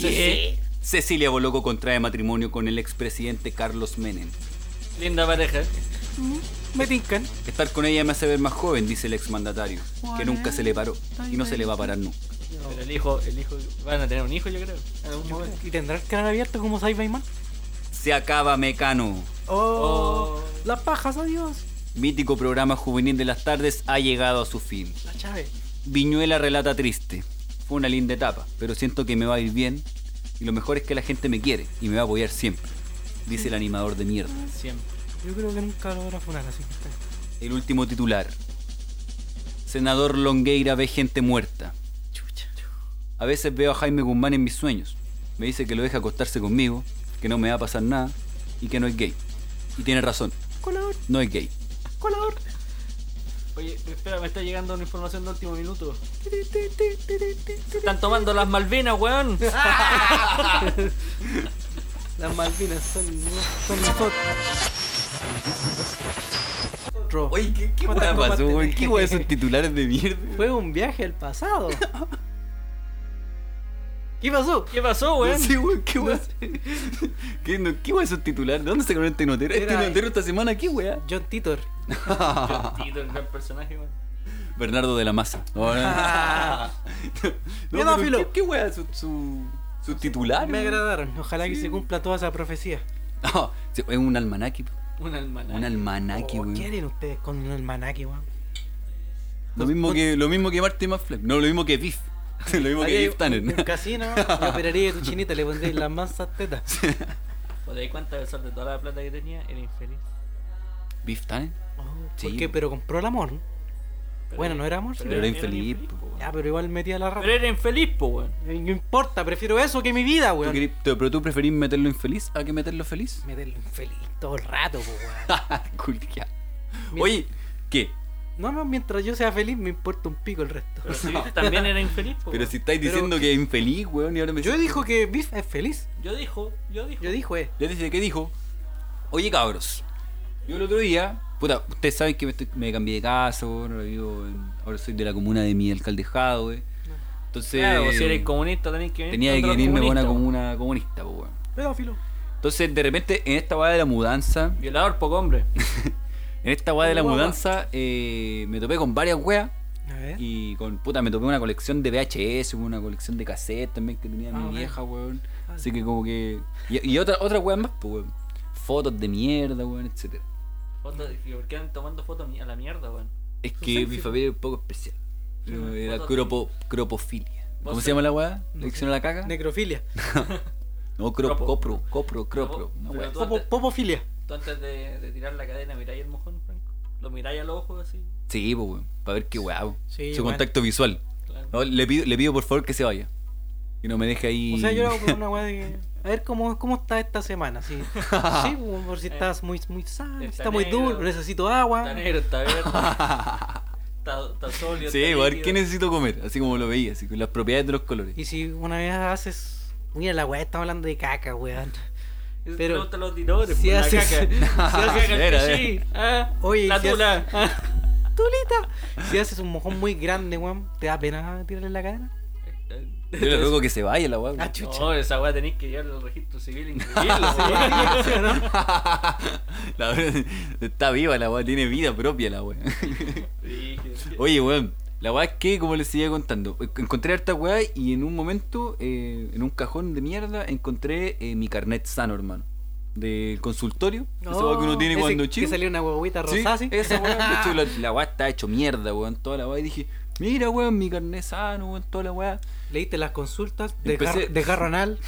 [SPEAKER 4] ¿Qué?
[SPEAKER 7] Cecilia Boloco contrae matrimonio con el expresidente Carlos Menem.
[SPEAKER 4] Linda pareja.
[SPEAKER 6] Me tincan.
[SPEAKER 7] Estar con ella me hace ver más joven, dice el exmandatario, que nunca se le paró y no se le va a parar nunca.
[SPEAKER 4] Pero el hijo, el hijo. Van a tener un hijo, yo creo. En algún momento.
[SPEAKER 6] ¿Y tendrá el canal abierto como Saibaimán?
[SPEAKER 7] Se acaba Mecano.
[SPEAKER 6] Oh, Las pajas, adiós.
[SPEAKER 7] Mítico programa juvenil de las tardes ha llegado a su fin.
[SPEAKER 6] La Chávez.
[SPEAKER 7] Viñuela relata triste. Fue una linda etapa, pero siento que me va a ir bien y lo mejor es que la gente me quiere y me va a apoyar siempre, dice el animador de mierda.
[SPEAKER 4] Siempre.
[SPEAKER 6] Yo creo que nunca lo voy a funar, así que está bien.
[SPEAKER 7] El último titular. Senador Longueira ve gente muerta. A veces veo a Jaime Guzmán en mis sueños. Me dice que lo deja acostarse conmigo, que no me va a pasar nada y que no es gay. Y tiene razón,
[SPEAKER 6] Colador,
[SPEAKER 7] no es gay.
[SPEAKER 6] colador.
[SPEAKER 4] Oye, espera, me está llegando una información de último minuto.
[SPEAKER 6] Ti, ti, ti, ti, ti, ti, ti.
[SPEAKER 4] Están tomando las Malvinas, weón.
[SPEAKER 6] Las Malvinas son, son nosotros.
[SPEAKER 7] Oye, ¿qué, qué
[SPEAKER 6] ¿Cuántas
[SPEAKER 7] weá
[SPEAKER 6] copas
[SPEAKER 7] pasó,
[SPEAKER 6] tenés?
[SPEAKER 7] weón? ¿Qué weá esos titulares de mierda?
[SPEAKER 6] Fue un viaje al pasado. ¿Qué pasó?
[SPEAKER 4] ¿Qué pasó, weón?
[SPEAKER 7] No sé, weón, ¿qué weá? ¿Qué, no, qué weá esos titulares? ¿De dónde sacaron este notero? Este
[SPEAKER 6] Era-
[SPEAKER 7] notero esta semana, ¿qué weá?
[SPEAKER 6] John Titor.
[SPEAKER 4] Tito, el gran personaje, weón.
[SPEAKER 7] Bernardo de la Maza. No, no, no. No, pero
[SPEAKER 6] Pedófilo.
[SPEAKER 7] ¿Qué, qué weá? Su, su, su titular.
[SPEAKER 6] Me
[SPEAKER 7] weón.
[SPEAKER 6] agradaron. Ojalá que se cumpla toda esa profecía.
[SPEAKER 7] No, sí, es un almanaque. po.
[SPEAKER 4] Un almanaque.
[SPEAKER 7] Un almanaque,
[SPEAKER 6] Oh,
[SPEAKER 7] weón.
[SPEAKER 6] ¿Qué harían ustedes con un almanaque, weón?
[SPEAKER 7] Lo mismo que, lo mismo que Marty McFly. No, lo mismo que Biff. lo mismo que
[SPEAKER 6] Haría
[SPEAKER 7] Biff Tanner.
[SPEAKER 6] un- Un casino, me operaría de tu chinita, le pondría las mansas tetas.
[SPEAKER 4] ¿Os dais Pues cuenta de de toda la plata que tenía? Era infeliz.
[SPEAKER 7] ¿Biff Tanner? Sí.
[SPEAKER 6] Oh, ¿Por qué? Pero compró el amor. Bueno, ¿no era amor?
[SPEAKER 7] Pero era infeliz, po,
[SPEAKER 6] Ya, pero igual metía la
[SPEAKER 4] Pero
[SPEAKER 6] rata.
[SPEAKER 4] era infeliz, po, weón.
[SPEAKER 6] No importa, prefiero eso que mi vida,
[SPEAKER 7] ¿Tú
[SPEAKER 6] weón.
[SPEAKER 7] querís- te- ¿Pero tú preferís meterlo infeliz a que meterlo feliz?
[SPEAKER 6] Meterlo infeliz todo el rato, po, weón.
[SPEAKER 7] Culiao.
[SPEAKER 6] Mira.
[SPEAKER 7] Oye, ¿qué?
[SPEAKER 6] No, no, mientras yo sea feliz me importa un pico el resto.
[SPEAKER 4] Pero si viste, también era infeliz, po,
[SPEAKER 7] Pero
[SPEAKER 4] weón.
[SPEAKER 7] si estáis diciendo que es infeliz, weón, y ahora me
[SPEAKER 6] Yo
[SPEAKER 7] decís-
[SPEAKER 6] dijo que Biff es feliz.
[SPEAKER 4] Yo dijo, yo dijo.
[SPEAKER 6] Yo dijo, eh.
[SPEAKER 7] Ya dice, ¿qué dijo? Oye, cabros. Yo el otro día. Puta, ustedes saben que me, estoy- me cambié de casa, weón. Ahora, vivo en- ahora soy de la comuna de mi alcaldejado, weón. Entonces.
[SPEAKER 4] Claro, si eres comunista tenés que venir
[SPEAKER 7] Tenía que
[SPEAKER 4] contra los
[SPEAKER 7] venirme con una
[SPEAKER 4] comunistas, po.
[SPEAKER 7] comuna comunista, po, weón.
[SPEAKER 6] Pedófilo.
[SPEAKER 7] Entonces, de repente, en esta weá de la mudanza,
[SPEAKER 4] Violador, poco hombre.
[SPEAKER 7] en esta weá de la
[SPEAKER 6] Guau, guau.
[SPEAKER 7] mudanza, eh, me topé con varias weas.
[SPEAKER 6] A
[SPEAKER 4] ¿Eh?
[SPEAKER 6] ver.
[SPEAKER 7] Y con puta, me topé una colección de VHS, una colección de cassette también que tenía
[SPEAKER 6] Ah,
[SPEAKER 7] mi
[SPEAKER 6] ok.
[SPEAKER 7] vieja, weón.
[SPEAKER 4] Ah,
[SPEAKER 7] Así que como que. Y, y otra, otra weá más, pues, weón. Fotos de mierda, weón, etcétera.
[SPEAKER 4] Fotos, y ¿Por qué andan tomando fotos mi- a la mierda, weón?
[SPEAKER 7] Es que mi familia era un poco especial. Era
[SPEAKER 4] Fotos-
[SPEAKER 7] cropo, cropofilia. ¿Cómo
[SPEAKER 4] Vos
[SPEAKER 7] se llama la weá? ¿Lección a la caca?
[SPEAKER 6] Necrofilia.
[SPEAKER 7] No, crop,
[SPEAKER 4] Cropo.
[SPEAKER 7] copro, copro, cropro. una
[SPEAKER 4] Pero
[SPEAKER 7] weá.
[SPEAKER 4] tú
[SPEAKER 6] Popo-
[SPEAKER 4] antes-
[SPEAKER 6] Popofilia.
[SPEAKER 4] Tú antes de, de tirar la cadena, miráis el mojón, Franco. Lo miráis a los ojos así.
[SPEAKER 7] Sí, pues, weón. Para ver qué weá, weón.
[SPEAKER 6] Sí,
[SPEAKER 7] Su
[SPEAKER 6] bueno.
[SPEAKER 7] contacto visual.
[SPEAKER 4] Claro.
[SPEAKER 7] No, le, pido, le pido por favor que se vaya. Y no me deje ahí.
[SPEAKER 6] O sea, yo lo hago con una weá de que. A ver cómo, cómo está esta semana, sí. Sí, weón, por si estás muy, muy sano, si
[SPEAKER 4] Está
[SPEAKER 6] está muy
[SPEAKER 4] negro.
[SPEAKER 6] duro, necesito
[SPEAKER 7] Ah.
[SPEAKER 4] Está
[SPEAKER 6] agua.
[SPEAKER 4] negro, está verde. está, está sólido.
[SPEAKER 7] Sí,
[SPEAKER 4] está
[SPEAKER 7] a ver
[SPEAKER 4] líquido.
[SPEAKER 7] qué necesito comer. Así como lo veía, así con las propiedades de los colores.
[SPEAKER 6] Y si una vez haces. Mira, la weá estamos hablando de caca, weón.
[SPEAKER 4] Es-
[SPEAKER 6] Pero-
[SPEAKER 4] le gustan los tiradores,
[SPEAKER 6] Si
[SPEAKER 4] po, la
[SPEAKER 6] haces-
[SPEAKER 4] caca. Si haces caca,
[SPEAKER 7] Era,
[SPEAKER 4] el pichí, ah,
[SPEAKER 6] Oye,
[SPEAKER 4] la
[SPEAKER 6] si
[SPEAKER 4] tula. ah.
[SPEAKER 6] Tulita. Si haces un mojón muy grande, weón, ¿te da pena tirarle la cadena?
[SPEAKER 7] Yo le ruego que se vaya la weá.
[SPEAKER 6] Ah, chucha.
[SPEAKER 4] No, esa weá tenéis que llevarlo al registro civil e inscribirlo, sí.
[SPEAKER 7] la weá está viva la weá, tiene vida propia la weá.
[SPEAKER 4] Sí, que-
[SPEAKER 7] Oye, weón, la weá es que, como les seguía contando, eh, encontré harta weá y en un momento, eh, en un cajón de mierda, encontré eh, mi carnet sano, hermano. Del consultorio, esa weá que uno tiene
[SPEAKER 6] Oh, Ese
[SPEAKER 7] cuando
[SPEAKER 6] Que
[SPEAKER 7] chico.
[SPEAKER 6] salió una huevita
[SPEAKER 7] Sí,
[SPEAKER 6] rosada, sí.
[SPEAKER 7] esa weá, de hecho, la, la weá está hecho mierda, weón, toda la weá. Y dije, mira, weón, mi carnet sano, weón, toda la weá.
[SPEAKER 6] Leíste las consultas de, gar-
[SPEAKER 7] Empecé-
[SPEAKER 6] de garro anal.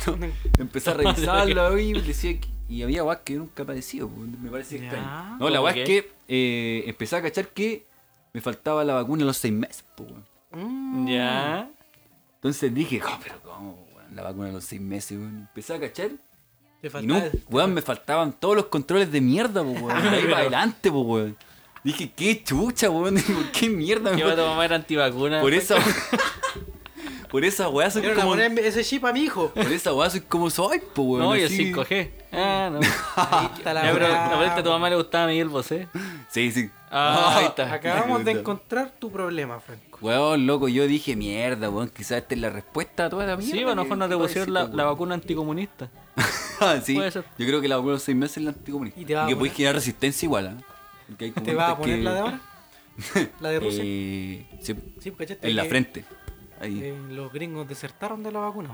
[SPEAKER 7] Empecé a revisarlo ahí, y decía que- y había guas que nunca padecido, po, me parece
[SPEAKER 6] Ya.
[SPEAKER 7] extraño. No, la guas es que eh, empecé a cachar que me faltaba la vacuna a los seis meses, po, weón.
[SPEAKER 4] Ya.
[SPEAKER 7] Entonces dije, "Ah, pero ¿cómo, weón? La vacuna a los seis meses, weón. Empecé a cachar
[SPEAKER 6] Te
[SPEAKER 7] y no,
[SPEAKER 6] faltaba-
[SPEAKER 7] weón, me faltaban todos los controles de mierda, po, weón. De ahí para adelante, po, weón. Dije, qué chucha, weón, ¿por qué mierda me
[SPEAKER 4] ¿Qué va a tomar antivacuna?
[SPEAKER 7] Por esa... Por esa weá soy
[SPEAKER 6] Quiero
[SPEAKER 7] como...
[SPEAKER 6] poner ese chip a mi hijo.
[SPEAKER 7] Por esa weá soy como soy, po, weón.
[SPEAKER 4] No, y el
[SPEAKER 7] así.
[SPEAKER 4] 5G. Ah, no.
[SPEAKER 6] Ahí está la
[SPEAKER 4] Ya, pero
[SPEAKER 6] weá.
[SPEAKER 4] la verdad a tu mamá le gustaba Miguel Bosé.
[SPEAKER 7] Sí, sí.
[SPEAKER 4] Ah, ahí está.
[SPEAKER 6] Acabamos de encontrar tu problema, Franco.
[SPEAKER 7] Weón, loco, yo dije mierda, weón, quizás esta es la respuesta a toda la mierda.
[SPEAKER 4] Sí, pues, a lo
[SPEAKER 7] que-
[SPEAKER 4] mejor no te
[SPEAKER 7] que
[SPEAKER 4] pusieron la,
[SPEAKER 7] padeciste,
[SPEAKER 4] la
[SPEAKER 7] weón. Ah,
[SPEAKER 4] vacuna anticomunista.
[SPEAKER 7] sí,
[SPEAKER 4] Puede ser.
[SPEAKER 7] yo creo que la vacuna a los seis meses es la anticomunista.
[SPEAKER 6] Y
[SPEAKER 7] Y,
[SPEAKER 6] te va a
[SPEAKER 7] que
[SPEAKER 6] poner-
[SPEAKER 7] puedes generar resistencia igual, ¿ah? Porque hay
[SPEAKER 6] ¿Te vas a poner
[SPEAKER 7] comunistas que-
[SPEAKER 6] la de ahora? ¿La de Rusia?
[SPEAKER 7] Eh, sí,
[SPEAKER 6] sí, pues, ¿cachaste?
[SPEAKER 7] en la
[SPEAKER 6] que-
[SPEAKER 7] frente. Ahí.
[SPEAKER 6] que eh, los gringos desertaron de la vacuna.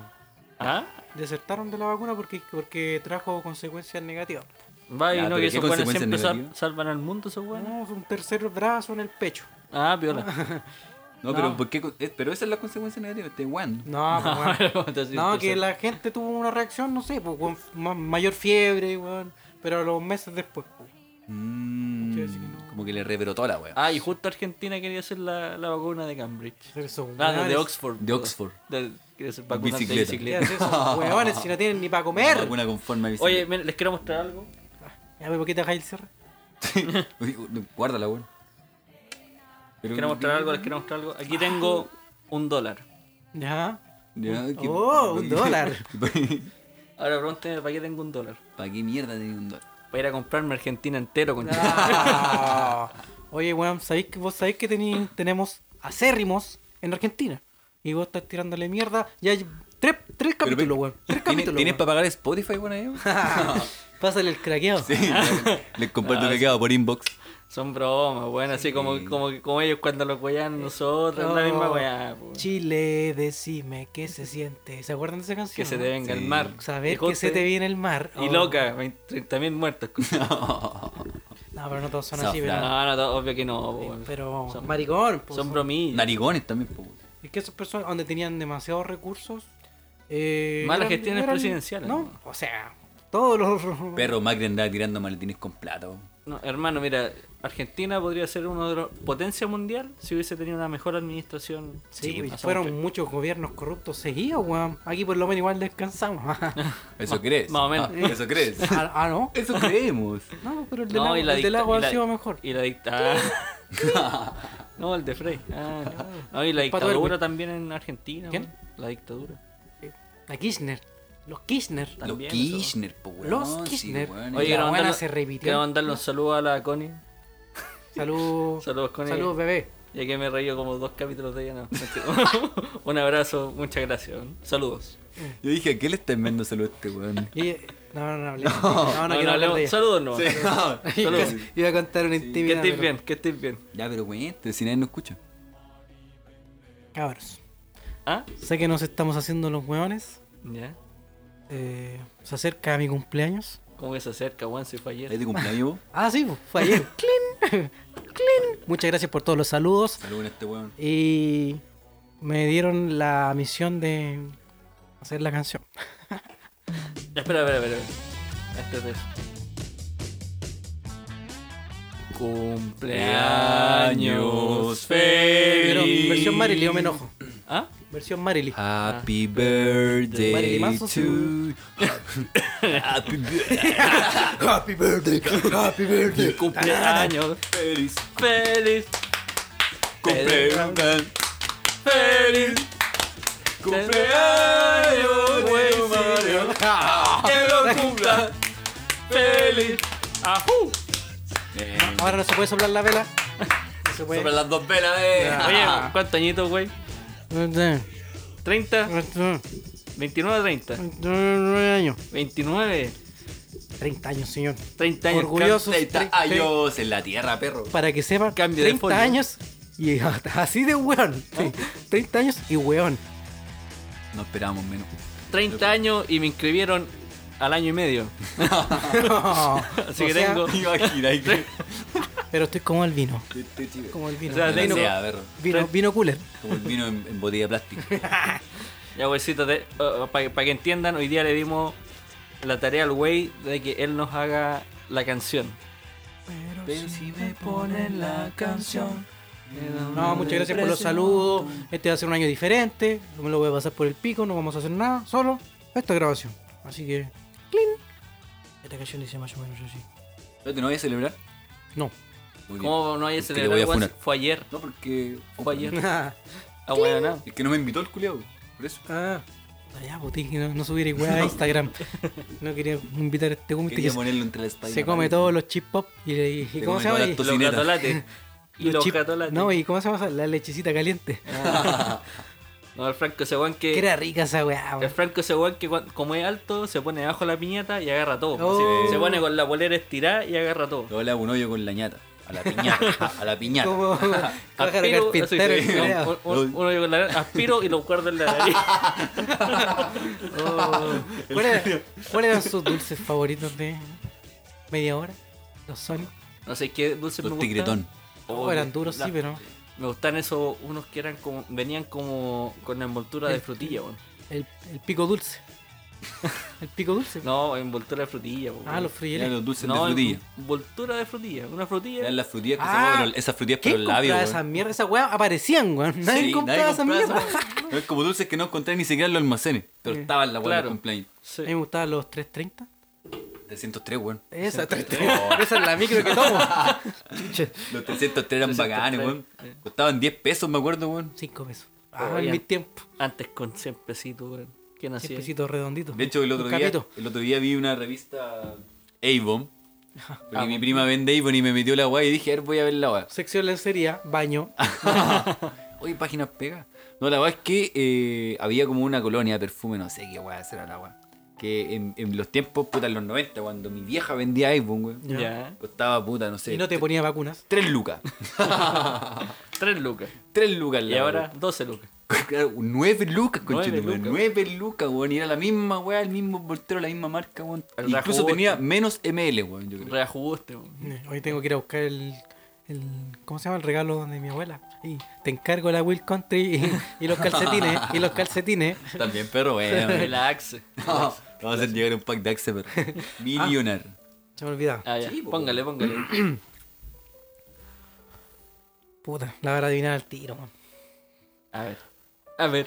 [SPEAKER 4] ¿Ah?
[SPEAKER 6] Desertaron de la vacuna porque, porque trajo consecuencias negativas.
[SPEAKER 4] Va, y
[SPEAKER 7] Ya,
[SPEAKER 4] no,
[SPEAKER 7] pero
[SPEAKER 4] que
[SPEAKER 7] ¿qué
[SPEAKER 4] esos buenos
[SPEAKER 7] consecuencias
[SPEAKER 4] siempre sal-
[SPEAKER 7] negativas?
[SPEAKER 4] salvan al mundo, esos buenos.
[SPEAKER 6] No, fue un tercer brazo en el pecho.
[SPEAKER 4] Ah, piola.
[SPEAKER 7] no, pero ¿por qué? co- eh, pero esa es la consecuencia negativa, este weón.
[SPEAKER 6] No, pues, weón.
[SPEAKER 4] Entonces,
[SPEAKER 6] No, que
[SPEAKER 4] entonces-
[SPEAKER 6] la gente tuvo una reacción, no sé, pues, weón, ma- mayor fiebre, weón, pero los meses después. pues.
[SPEAKER 7] Mm,
[SPEAKER 6] Sí, así que no.
[SPEAKER 7] Como que le rebrotó la weón.
[SPEAKER 4] Ah, y justo Argentina quería hacer la, la vacuna de Cambridge.
[SPEAKER 6] Esos
[SPEAKER 4] Ah, de,
[SPEAKER 6] weones-
[SPEAKER 4] de Oxford.
[SPEAKER 7] De Oxford.
[SPEAKER 4] De- quería hacer vacunas de
[SPEAKER 6] ¿Qué
[SPEAKER 7] Bicicleta.
[SPEAKER 4] bicicleta.
[SPEAKER 6] hacen esos weones si no tienen ni para comer?
[SPEAKER 7] Alguna con forma de
[SPEAKER 4] Oye, miren, les quiero mostrar algo.
[SPEAKER 6] Ya, pero ¿por qué te dejáis el cierre?
[SPEAKER 7] Uy, guárdala, weón.
[SPEAKER 4] Les quiero mostrar algo, les quiero mostrar algo. Aquí tengo un dólar.
[SPEAKER 6] Ya.
[SPEAKER 7] Ya, que-
[SPEAKER 6] Oh, un dólar.
[SPEAKER 4] Ahora pregúntenme para qué tengo un dólar.
[SPEAKER 7] ¿Para qué mierda tenía un dólar?
[SPEAKER 4] Para ir a comprarme Argentina entero con
[SPEAKER 6] Ah. Oye, weón, ¿sabéis que vos sabéis que tení- tenemos acérrimos en Argentina? Y vos estás tirándole mierda. Ya hay tres, tres
[SPEAKER 7] Pero,
[SPEAKER 6] capítulos,
[SPEAKER 7] pero,
[SPEAKER 6] weón. Tres
[SPEAKER 7] ¿tienes-
[SPEAKER 6] capítulos.
[SPEAKER 7] ¿Tienes
[SPEAKER 6] weón.
[SPEAKER 7] para pagar Spotify, bueno, ahí?
[SPEAKER 6] Pásale el craqueado.
[SPEAKER 7] Les
[SPEAKER 4] Ah,
[SPEAKER 7] comparto el quedado por inbox.
[SPEAKER 4] Son bromas, bueno, así como, como, como ellos cuando lo cuellan
[SPEAKER 6] Eh,
[SPEAKER 4] nosotros, la misma
[SPEAKER 6] Oh,
[SPEAKER 4] weá, po.
[SPEAKER 6] Chile, decime qué se siente. ¿Se acuerdan de esa
[SPEAKER 4] Que
[SPEAKER 6] canción?
[SPEAKER 4] se
[SPEAKER 6] no?
[SPEAKER 4] te venga
[SPEAKER 7] Sí.
[SPEAKER 4] el mar.
[SPEAKER 6] Saber
[SPEAKER 4] Y
[SPEAKER 6] que se
[SPEAKER 4] José-
[SPEAKER 6] te viene el mar.
[SPEAKER 4] Y
[SPEAKER 6] Oh.
[SPEAKER 4] loca, 30.000 muertos.
[SPEAKER 6] No, pero no todos son así,
[SPEAKER 7] Zafra.
[SPEAKER 6] pero.
[SPEAKER 4] No, no, to- obvio que no. po, weón.
[SPEAKER 6] Pero.
[SPEAKER 4] son,
[SPEAKER 6] maricón, pues,
[SPEAKER 4] son bromillas.
[SPEAKER 7] Narigones también, po.
[SPEAKER 6] Es que esas personas donde tenían demasiados recursos. Eh,
[SPEAKER 4] Malas gestiones presidenciales,
[SPEAKER 6] No,
[SPEAKER 4] ¿no?
[SPEAKER 6] o sea, todos los.
[SPEAKER 7] Perro Macri andaba tirando maletines con plata, po.
[SPEAKER 4] No, hermano, mira, Argentina podría ser una de las potencia mundial si hubiese tenido una mejor administración.
[SPEAKER 6] Sí, pues,
[SPEAKER 4] Hace
[SPEAKER 6] y
[SPEAKER 4] mucho-
[SPEAKER 6] fueron muchos gobiernos corruptos seguidos, weón. Aquí por lo menos igual descansamos. ah,
[SPEAKER 7] ¿Eso crees?
[SPEAKER 4] más o menos.
[SPEAKER 7] Ah, ¿Eso crees?
[SPEAKER 6] ah, no.
[SPEAKER 7] Eso creemos.
[SPEAKER 6] No, pero el del
[SPEAKER 4] No,
[SPEAKER 6] agua,
[SPEAKER 4] y la
[SPEAKER 6] el del
[SPEAKER 4] dicta-
[SPEAKER 6] agua
[SPEAKER 4] y la-
[SPEAKER 6] ha sido mejor.
[SPEAKER 4] Y la dictadura. no, el de Frey. Ah, no, y la
[SPEAKER 6] Pato
[SPEAKER 4] dictadura
[SPEAKER 6] Erwin.
[SPEAKER 4] también en Argentina.
[SPEAKER 6] ¿Quién?
[SPEAKER 4] weón. La dictadura.
[SPEAKER 6] La Kirchner. Los Kirchner.
[SPEAKER 7] Los
[SPEAKER 4] También, eso.
[SPEAKER 7] Kirchner, po, weón.
[SPEAKER 6] Los
[SPEAKER 7] Sí,
[SPEAKER 6] Kirchner.
[SPEAKER 7] weón.
[SPEAKER 6] Oye,
[SPEAKER 7] Ya,
[SPEAKER 6] la
[SPEAKER 4] quiero
[SPEAKER 6] buena
[SPEAKER 4] mandarle-
[SPEAKER 6] se repitió.
[SPEAKER 4] Quiero mandarle un saludo a la Connie.
[SPEAKER 6] Salud.
[SPEAKER 4] Saludos, Connie.
[SPEAKER 6] Salud, bebé.
[SPEAKER 4] Ya que me he reído como dos capítulos de ella, no. mentira. un abrazo, muchas gracias. weón. Saludos.
[SPEAKER 7] Yo dije, ¿a qué le está enviando salud a este weón?
[SPEAKER 6] Y- eh, No, no, no, hablemos. no, no, quiero hablar
[SPEAKER 4] hablemos-
[SPEAKER 6] de ella.
[SPEAKER 4] Saludos, no.
[SPEAKER 7] Sí, no.
[SPEAKER 4] Saludos.
[SPEAKER 6] Iba a contar una
[SPEAKER 4] Que
[SPEAKER 6] intimidad.
[SPEAKER 4] estés
[SPEAKER 6] pero-
[SPEAKER 4] bien, que estés bien.
[SPEAKER 7] Ya, pero weón, si nadie nos escucha.
[SPEAKER 6] Cabros,
[SPEAKER 4] ¿Ah?
[SPEAKER 6] sé que nos estamos haciendo los hueones.
[SPEAKER 4] Ya.
[SPEAKER 6] eh, se acerca mi cumpleaños.
[SPEAKER 4] ¿Cómo que se acerca, Juan? Si fue
[SPEAKER 7] ¿Es
[SPEAKER 4] ayer.
[SPEAKER 7] de cumpleaños, vos?
[SPEAKER 6] Ah, sí, fue ayer. ¡Clin! ¡Clin! Muchas gracias por todos los saludos.
[SPEAKER 7] Salud a este weón.
[SPEAKER 6] Y me dieron la misión de hacer la canción.
[SPEAKER 4] Ya, espera, espera, espera. Este Antes de eso. Cumpleaños
[SPEAKER 6] Pero
[SPEAKER 4] feliz.
[SPEAKER 6] versión Marily, yo me enojo.
[SPEAKER 4] ¿Ah?
[SPEAKER 6] Versión Marily.
[SPEAKER 7] Happy
[SPEAKER 6] Marilyn
[SPEAKER 7] birthday
[SPEAKER 6] Manson, sí.
[SPEAKER 7] to... Happy birthday.
[SPEAKER 4] Cumpleaños
[SPEAKER 7] Feliz.
[SPEAKER 4] feliz.
[SPEAKER 7] Cumpleaños.
[SPEAKER 4] Feliz.
[SPEAKER 7] Cumpleaños, güey, Mario.
[SPEAKER 4] Que lo cumpla. Feliz. ¡Ajú!
[SPEAKER 6] Ahora no se puede soplar la vela. No se puede.
[SPEAKER 7] Sobre las dos velas, eh.
[SPEAKER 4] Ah. Oye, ¿cuántos añitos, güey?
[SPEAKER 6] No sé.
[SPEAKER 4] 30,
[SPEAKER 6] 39
[SPEAKER 4] 29 a 30,
[SPEAKER 6] años.
[SPEAKER 4] 29,
[SPEAKER 6] 30 años, señor.
[SPEAKER 4] 30 años.
[SPEAKER 6] Orgullosos.
[SPEAKER 7] Ahí está, Ayos en la tierra, perro.
[SPEAKER 6] Para que sepan,
[SPEAKER 4] Cambio de
[SPEAKER 6] 30
[SPEAKER 4] folio.
[SPEAKER 6] años y así de weón. Sí, 30 años y weón.
[SPEAKER 7] No esperábamos menos.
[SPEAKER 4] 30 años y me inscribieron al año y medio. Así
[SPEAKER 6] O
[SPEAKER 4] que
[SPEAKER 6] sea,
[SPEAKER 4] tengo.
[SPEAKER 7] Imagina que.
[SPEAKER 6] Pero estoy como el vino.
[SPEAKER 7] Este chico.
[SPEAKER 6] Como el vino.
[SPEAKER 4] O sea,
[SPEAKER 7] Maldita
[SPEAKER 4] tengo-
[SPEAKER 7] sea, perro.
[SPEAKER 6] vino, vino cooler.
[SPEAKER 7] Como el vino en, en botella de plástico.
[SPEAKER 4] Ya, huesito, para que entiendan, hoy día le dimos la tarea al güey de que él nos haga la canción.
[SPEAKER 7] Pero si me ponen la canción.
[SPEAKER 6] No, muchas gracias por los saludos. Este va a ser un año diferente. No me lo voy a pasar por el pico, no vamos a hacer nada. Solo esta grabación. Así que. ¡clin! Esta canción dice más o menos así.
[SPEAKER 7] ¿No te no voy a celebrar?
[SPEAKER 6] No.
[SPEAKER 7] Muy bien.
[SPEAKER 4] ¿Cómo no hay
[SPEAKER 7] Es que
[SPEAKER 4] ese
[SPEAKER 7] le voy a funar.
[SPEAKER 4] Fue ayer.
[SPEAKER 7] No, porque.
[SPEAKER 4] Fue ayer.
[SPEAKER 6] ah,
[SPEAKER 4] Ah, bueno, no.
[SPEAKER 7] Es que no me invitó el culeado. Por eso.
[SPEAKER 6] ya, botín, pues, que no, no subir weá a Instagram. No quería invitar a este comité que
[SPEAKER 7] Quería
[SPEAKER 6] se,
[SPEAKER 7] ponerlo entre las espalda.
[SPEAKER 6] se come todos los chip pop y, le- y-
[SPEAKER 7] Se
[SPEAKER 6] ¿cómo
[SPEAKER 7] come
[SPEAKER 6] se llama? Y-
[SPEAKER 7] todas las
[SPEAKER 4] Los
[SPEAKER 7] Tocineta.
[SPEAKER 4] catolates. Y los
[SPEAKER 6] chip-
[SPEAKER 4] catolates.
[SPEAKER 6] No,
[SPEAKER 4] No,
[SPEAKER 6] y ¿cómo se llama? esa? La lechecita caliente.
[SPEAKER 4] el Franco ese weón
[SPEAKER 6] Que
[SPEAKER 4] que.
[SPEAKER 6] era rica esa weá,
[SPEAKER 4] El
[SPEAKER 6] weón.
[SPEAKER 4] Franco ese weón que cuan- como es alto se pone abajo la piñata y agarra todo.
[SPEAKER 6] Oh.
[SPEAKER 4] Se- Se pone con la bolera estirada y agarra todo.
[SPEAKER 7] Yo le hago un hoyo con la ñata. A la piñata. A la piñata.
[SPEAKER 6] Como pájaro
[SPEAKER 4] Aspiro,
[SPEAKER 6] carpintero.
[SPEAKER 4] así,
[SPEAKER 6] culiao.
[SPEAKER 4] un- un- un- uno con la nariz, aspiro y lo guardo en la nariz.
[SPEAKER 6] Oh. ¿Cuáles cuáles eran sus dulces favoritos de media hora? Los Sonic.
[SPEAKER 4] No sé qué dulces me
[SPEAKER 7] Los
[SPEAKER 4] gustan.
[SPEAKER 7] tigretón.
[SPEAKER 4] Oh,
[SPEAKER 6] Oh, eran duros,
[SPEAKER 4] la-
[SPEAKER 6] sí, pero.
[SPEAKER 4] Me gustan esos unos que eran como venían como con la envoltura de frutilla, weón.
[SPEAKER 6] El, el pico dulce. El pico dulce.
[SPEAKER 4] No, envoltura de frutilla, weón.
[SPEAKER 6] Ah, los
[SPEAKER 7] Eran
[SPEAKER 6] frieles.
[SPEAKER 7] los dulces
[SPEAKER 4] No,
[SPEAKER 7] de frutilla.
[SPEAKER 4] envoltura de frutilla, una frutilla.
[SPEAKER 7] Eran las frutillas que se
[SPEAKER 6] Ah.
[SPEAKER 7] ponen los- Esas frutillas por
[SPEAKER 6] ¿Quién
[SPEAKER 7] los
[SPEAKER 6] compraba
[SPEAKER 7] labios. weón.
[SPEAKER 6] esa mierda? Esa weá aparecían, weón. Nadie
[SPEAKER 7] Sí,
[SPEAKER 6] compraba esa mierda.
[SPEAKER 7] compraba esa- No, es como dulces que no encontré ni siquiera en los almacenes. Pero estaba en la weá
[SPEAKER 4] Claro.
[SPEAKER 7] del cumpleaños.
[SPEAKER 6] A mí me gustaban los 330.
[SPEAKER 7] 303, weón.
[SPEAKER 6] Esa, 330. Esa es la micro que tomo.
[SPEAKER 7] Los 303 eran bacanes, weón. Costaban 10 pesos, me acuerdo, weón.
[SPEAKER 6] 5 pesos.
[SPEAKER 4] Oh,
[SPEAKER 6] Ah, en
[SPEAKER 4] ya.
[SPEAKER 6] mi tiempo.
[SPEAKER 4] Antes con 100 pesitos, weón. ¿Quién hacía?
[SPEAKER 6] Pesitos redonditos.
[SPEAKER 7] De hecho, el otro,
[SPEAKER 6] Un
[SPEAKER 7] día,
[SPEAKER 6] capito.
[SPEAKER 7] el otro día vi una revista Avon.
[SPEAKER 4] Ah,
[SPEAKER 7] Porque mi prima vende Avon y me metió la weá y dije, a ver, voy a ver la weá.
[SPEAKER 6] Sección lencería, baño.
[SPEAKER 7] Ah, Oye, páginas pegadas. No, la verdad es que eh, había como una colonia de perfume, no sé qué weá será la weá. Que en, en los tiempos, puta, en los 90, cuando mi vieja vendía iPhone, weón.
[SPEAKER 4] Ya.
[SPEAKER 7] Costaba, puta, no sé.
[SPEAKER 6] Y no te ponía vacunas.
[SPEAKER 7] Tres lucas.
[SPEAKER 4] 3 lucas.
[SPEAKER 7] Tres lucas, la
[SPEAKER 4] Y ahora 12 lucas.
[SPEAKER 7] weá. Claro, Nueve lucas,
[SPEAKER 4] Nueve
[SPEAKER 7] conchito, weón.
[SPEAKER 4] lucas.
[SPEAKER 7] Nueve lucas, weón. Y era la misma weá, el mismo voltero, la misma marca, weón.
[SPEAKER 4] El
[SPEAKER 7] Incluso
[SPEAKER 4] Rajugo,
[SPEAKER 7] tenía
[SPEAKER 4] este.
[SPEAKER 7] menos ML, weón, yo creo.
[SPEAKER 4] Reajuste, weón.
[SPEAKER 6] Eh, Hoy tengo que ir a buscar el, el- ¿cómo se llama? El regalo de mi abuela. Y te encargo la Will Country y, y los calcetines. y los calcetines.
[SPEAKER 7] También, perro, weón.
[SPEAKER 4] El axe.
[SPEAKER 7] Vamos a hacer llegar un pack de Axe, perro. Millonario.
[SPEAKER 6] Se me olvidaba.
[SPEAKER 4] Ah, ya. póngale, póngale.
[SPEAKER 6] Puta, la hora de adivinar al tiro, man.
[SPEAKER 4] A ver. A ver.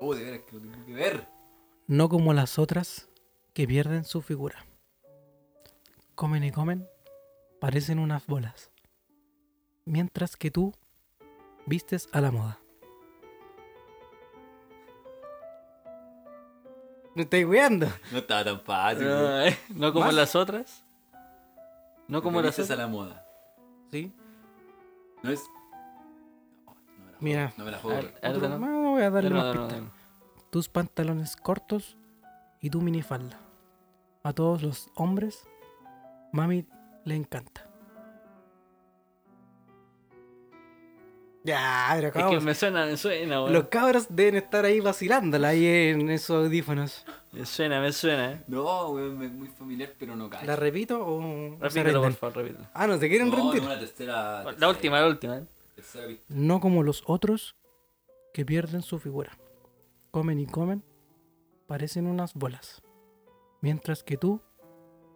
[SPEAKER 7] Oh, de veras que lo tengo que ver.
[SPEAKER 6] No como las otras que pierden su figura. Comen y comen, parecen unas bolas. Mientras que tú vistes a la moda. Me estáis weando.
[SPEAKER 7] No estaba tan fácil, weón.
[SPEAKER 4] No, eh, no como
[SPEAKER 6] ¿Más?
[SPEAKER 4] las otras. No como las
[SPEAKER 7] dices a
[SPEAKER 4] otras.
[SPEAKER 7] la moda.
[SPEAKER 6] ¿Sí?
[SPEAKER 7] No es.
[SPEAKER 6] Mira.
[SPEAKER 7] No me la
[SPEAKER 4] A
[SPEAKER 7] juego.
[SPEAKER 4] ver, a ver,
[SPEAKER 6] Otro-
[SPEAKER 4] de nuevo.
[SPEAKER 6] No, voy a darle
[SPEAKER 4] De
[SPEAKER 6] una
[SPEAKER 4] nuevo, de
[SPEAKER 6] pista.
[SPEAKER 4] nuevo, de nuevo.
[SPEAKER 6] Tus pantalones cortos y tu minifalda. A todos los hombres, mami le encanta. Ya, pero
[SPEAKER 4] Es que
[SPEAKER 6] cabros,
[SPEAKER 4] me suena, me suena, weón.
[SPEAKER 6] Los cabros deben estar ahí vacilándola ahí en esos audífonos.
[SPEAKER 4] Me suena, me suena, eh.
[SPEAKER 7] No, weón, es muy familiar, pero no cae.
[SPEAKER 6] ¿La repito o.? o se
[SPEAKER 4] Repítelo, por
[SPEAKER 6] rinden?
[SPEAKER 4] favor, repítelo.
[SPEAKER 6] Ah, no, se quieren
[SPEAKER 7] no,
[SPEAKER 6] rendir.
[SPEAKER 7] no, la tercera.
[SPEAKER 4] La última, la última. eh.
[SPEAKER 7] tercera pista.
[SPEAKER 6] No como los otros que pierden su figura. Comen y comen, parecen unas bolas. Mientras que tú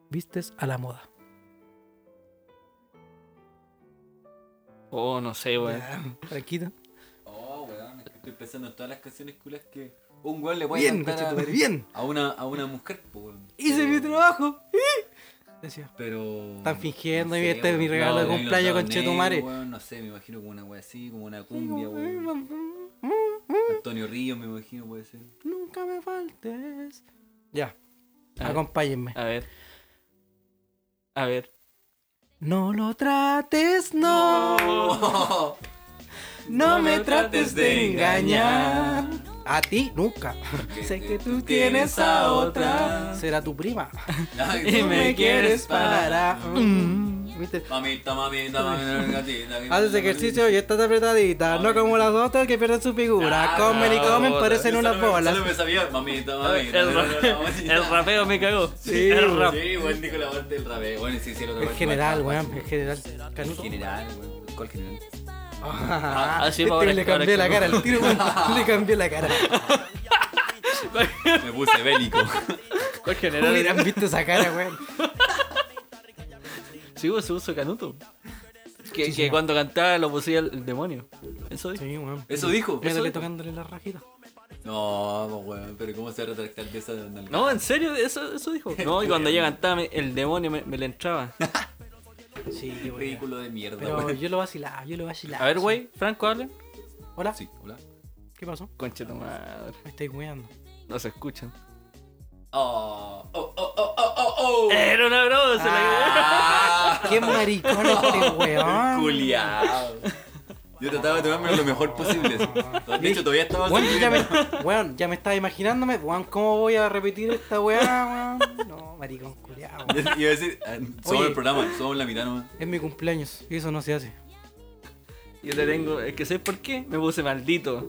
[SPEAKER 6] vistes a la moda.
[SPEAKER 4] Oh, no sé, weón.
[SPEAKER 6] Tranquilo.
[SPEAKER 7] Oh, weón, es que estoy pensando en todas las canciones culas que un weón le puede
[SPEAKER 6] Bien,
[SPEAKER 7] cantar
[SPEAKER 6] conchetumare,
[SPEAKER 7] a,
[SPEAKER 6] bien.
[SPEAKER 7] a una, a una mujer, po, weón.
[SPEAKER 6] Hice
[SPEAKER 7] Pero-
[SPEAKER 6] mi trabajo. ¿eh? Decía.
[SPEAKER 7] Pero.
[SPEAKER 6] Están fingiendo,
[SPEAKER 7] y
[SPEAKER 6] y este es mi regalo de cumpleaños, conchetumare.
[SPEAKER 7] Weón, no sé, me imagino como una wea así, como una cumbia, weón. Antonio Ríos, me imagino, puede ser.
[SPEAKER 6] Nunca me faltes. Ya.
[SPEAKER 4] A ver.
[SPEAKER 6] Acompáñenme.
[SPEAKER 4] A ver. A ver.
[SPEAKER 6] No lo trates, no. No, me trates de engañar. A ti nunca. Sé que tú
[SPEAKER 4] tienes a otra.
[SPEAKER 6] Será tu prima.
[SPEAKER 7] Y
[SPEAKER 6] me quieres parar. Mm. ¿Viste?
[SPEAKER 7] Mamita, mamita, mamita, gatita, que-
[SPEAKER 6] Haces ejercicio y estás apretadita, no como las otras que pierden su figura.
[SPEAKER 7] Ah,
[SPEAKER 6] comen y comen,
[SPEAKER 7] otra.
[SPEAKER 6] parecen
[SPEAKER 7] Yo
[SPEAKER 6] unas
[SPEAKER 7] solo me-
[SPEAKER 6] bolas.
[SPEAKER 7] solo me sabía, mamita, mamita.
[SPEAKER 4] El, ra-
[SPEAKER 7] mamita.
[SPEAKER 4] el rapeo me cagó.
[SPEAKER 6] Sí,
[SPEAKER 4] el rap.
[SPEAKER 7] Sí, bueno, dijo la parte del rapeo. Bueno, sí, sí, el otro
[SPEAKER 6] En
[SPEAKER 7] parte,
[SPEAKER 6] general,
[SPEAKER 7] parte,
[SPEAKER 6] weón, en general.
[SPEAKER 7] parte. En
[SPEAKER 6] Canuto.
[SPEAKER 7] general, weón. ¿Cuál general?
[SPEAKER 6] Ah,
[SPEAKER 4] así
[SPEAKER 6] viste,
[SPEAKER 4] va ahora,
[SPEAKER 6] le
[SPEAKER 4] ahora
[SPEAKER 6] cambié
[SPEAKER 4] que
[SPEAKER 6] la
[SPEAKER 4] no.
[SPEAKER 6] cara al tiro, weón. Le cambié la cara.
[SPEAKER 7] Me puse bélico.
[SPEAKER 4] ¿Cuál general?
[SPEAKER 6] Hubieran visto esa cara, weón.
[SPEAKER 4] Sí, vos se uso canuto. Que, que cuando cantaba lo pusía el, el demonio. Eso dijo.
[SPEAKER 6] Sí, weón.
[SPEAKER 7] ¿Eso dijo?
[SPEAKER 6] Métale
[SPEAKER 7] ¿Eso?
[SPEAKER 6] tocándole la rajita.
[SPEAKER 7] No, pues, weón, pero ¿cómo se va a retractar de esa nalga?
[SPEAKER 4] No, en serio, eso, eso dijo. No, y cuando ella cantaba, me- el demonio me, me le entraba.
[SPEAKER 6] Sí, weón.
[SPEAKER 7] Ridículo de mierda,
[SPEAKER 6] Pero
[SPEAKER 7] weón.
[SPEAKER 6] yo lo vacilaba, yo lo vacilaba.
[SPEAKER 4] A ver,
[SPEAKER 6] sí.
[SPEAKER 4] güey, Franco, habla.
[SPEAKER 6] Hola,
[SPEAKER 7] Sí, hola.
[SPEAKER 6] ¿qué pasó?
[SPEAKER 4] Conche tu madre.
[SPEAKER 6] Me estáis weando.
[SPEAKER 4] No se escuchan.
[SPEAKER 7] Oh, oh, oh, oh, oh, oh, oh.
[SPEAKER 4] Era una broma, se
[SPEAKER 7] Ah,
[SPEAKER 6] Qué maricón este weón.
[SPEAKER 7] culiao. Yo trataba de tomarme lo mejor posible. De hecho, todavía estaba
[SPEAKER 6] Weón, yo ya
[SPEAKER 7] sirviendo.
[SPEAKER 6] me, weón, ya me estaba imaginándome, weón, ¿cómo voy a repetir esta weá, weón? No, maricón, culiado.
[SPEAKER 7] Iba a decir, ah, somos
[SPEAKER 6] Oye.
[SPEAKER 7] el programa, somos la mitad nomás.
[SPEAKER 6] Es mi cumpleaños y eso no se hace.
[SPEAKER 4] la Yo te tengo, es que sé por qué me puse maldito.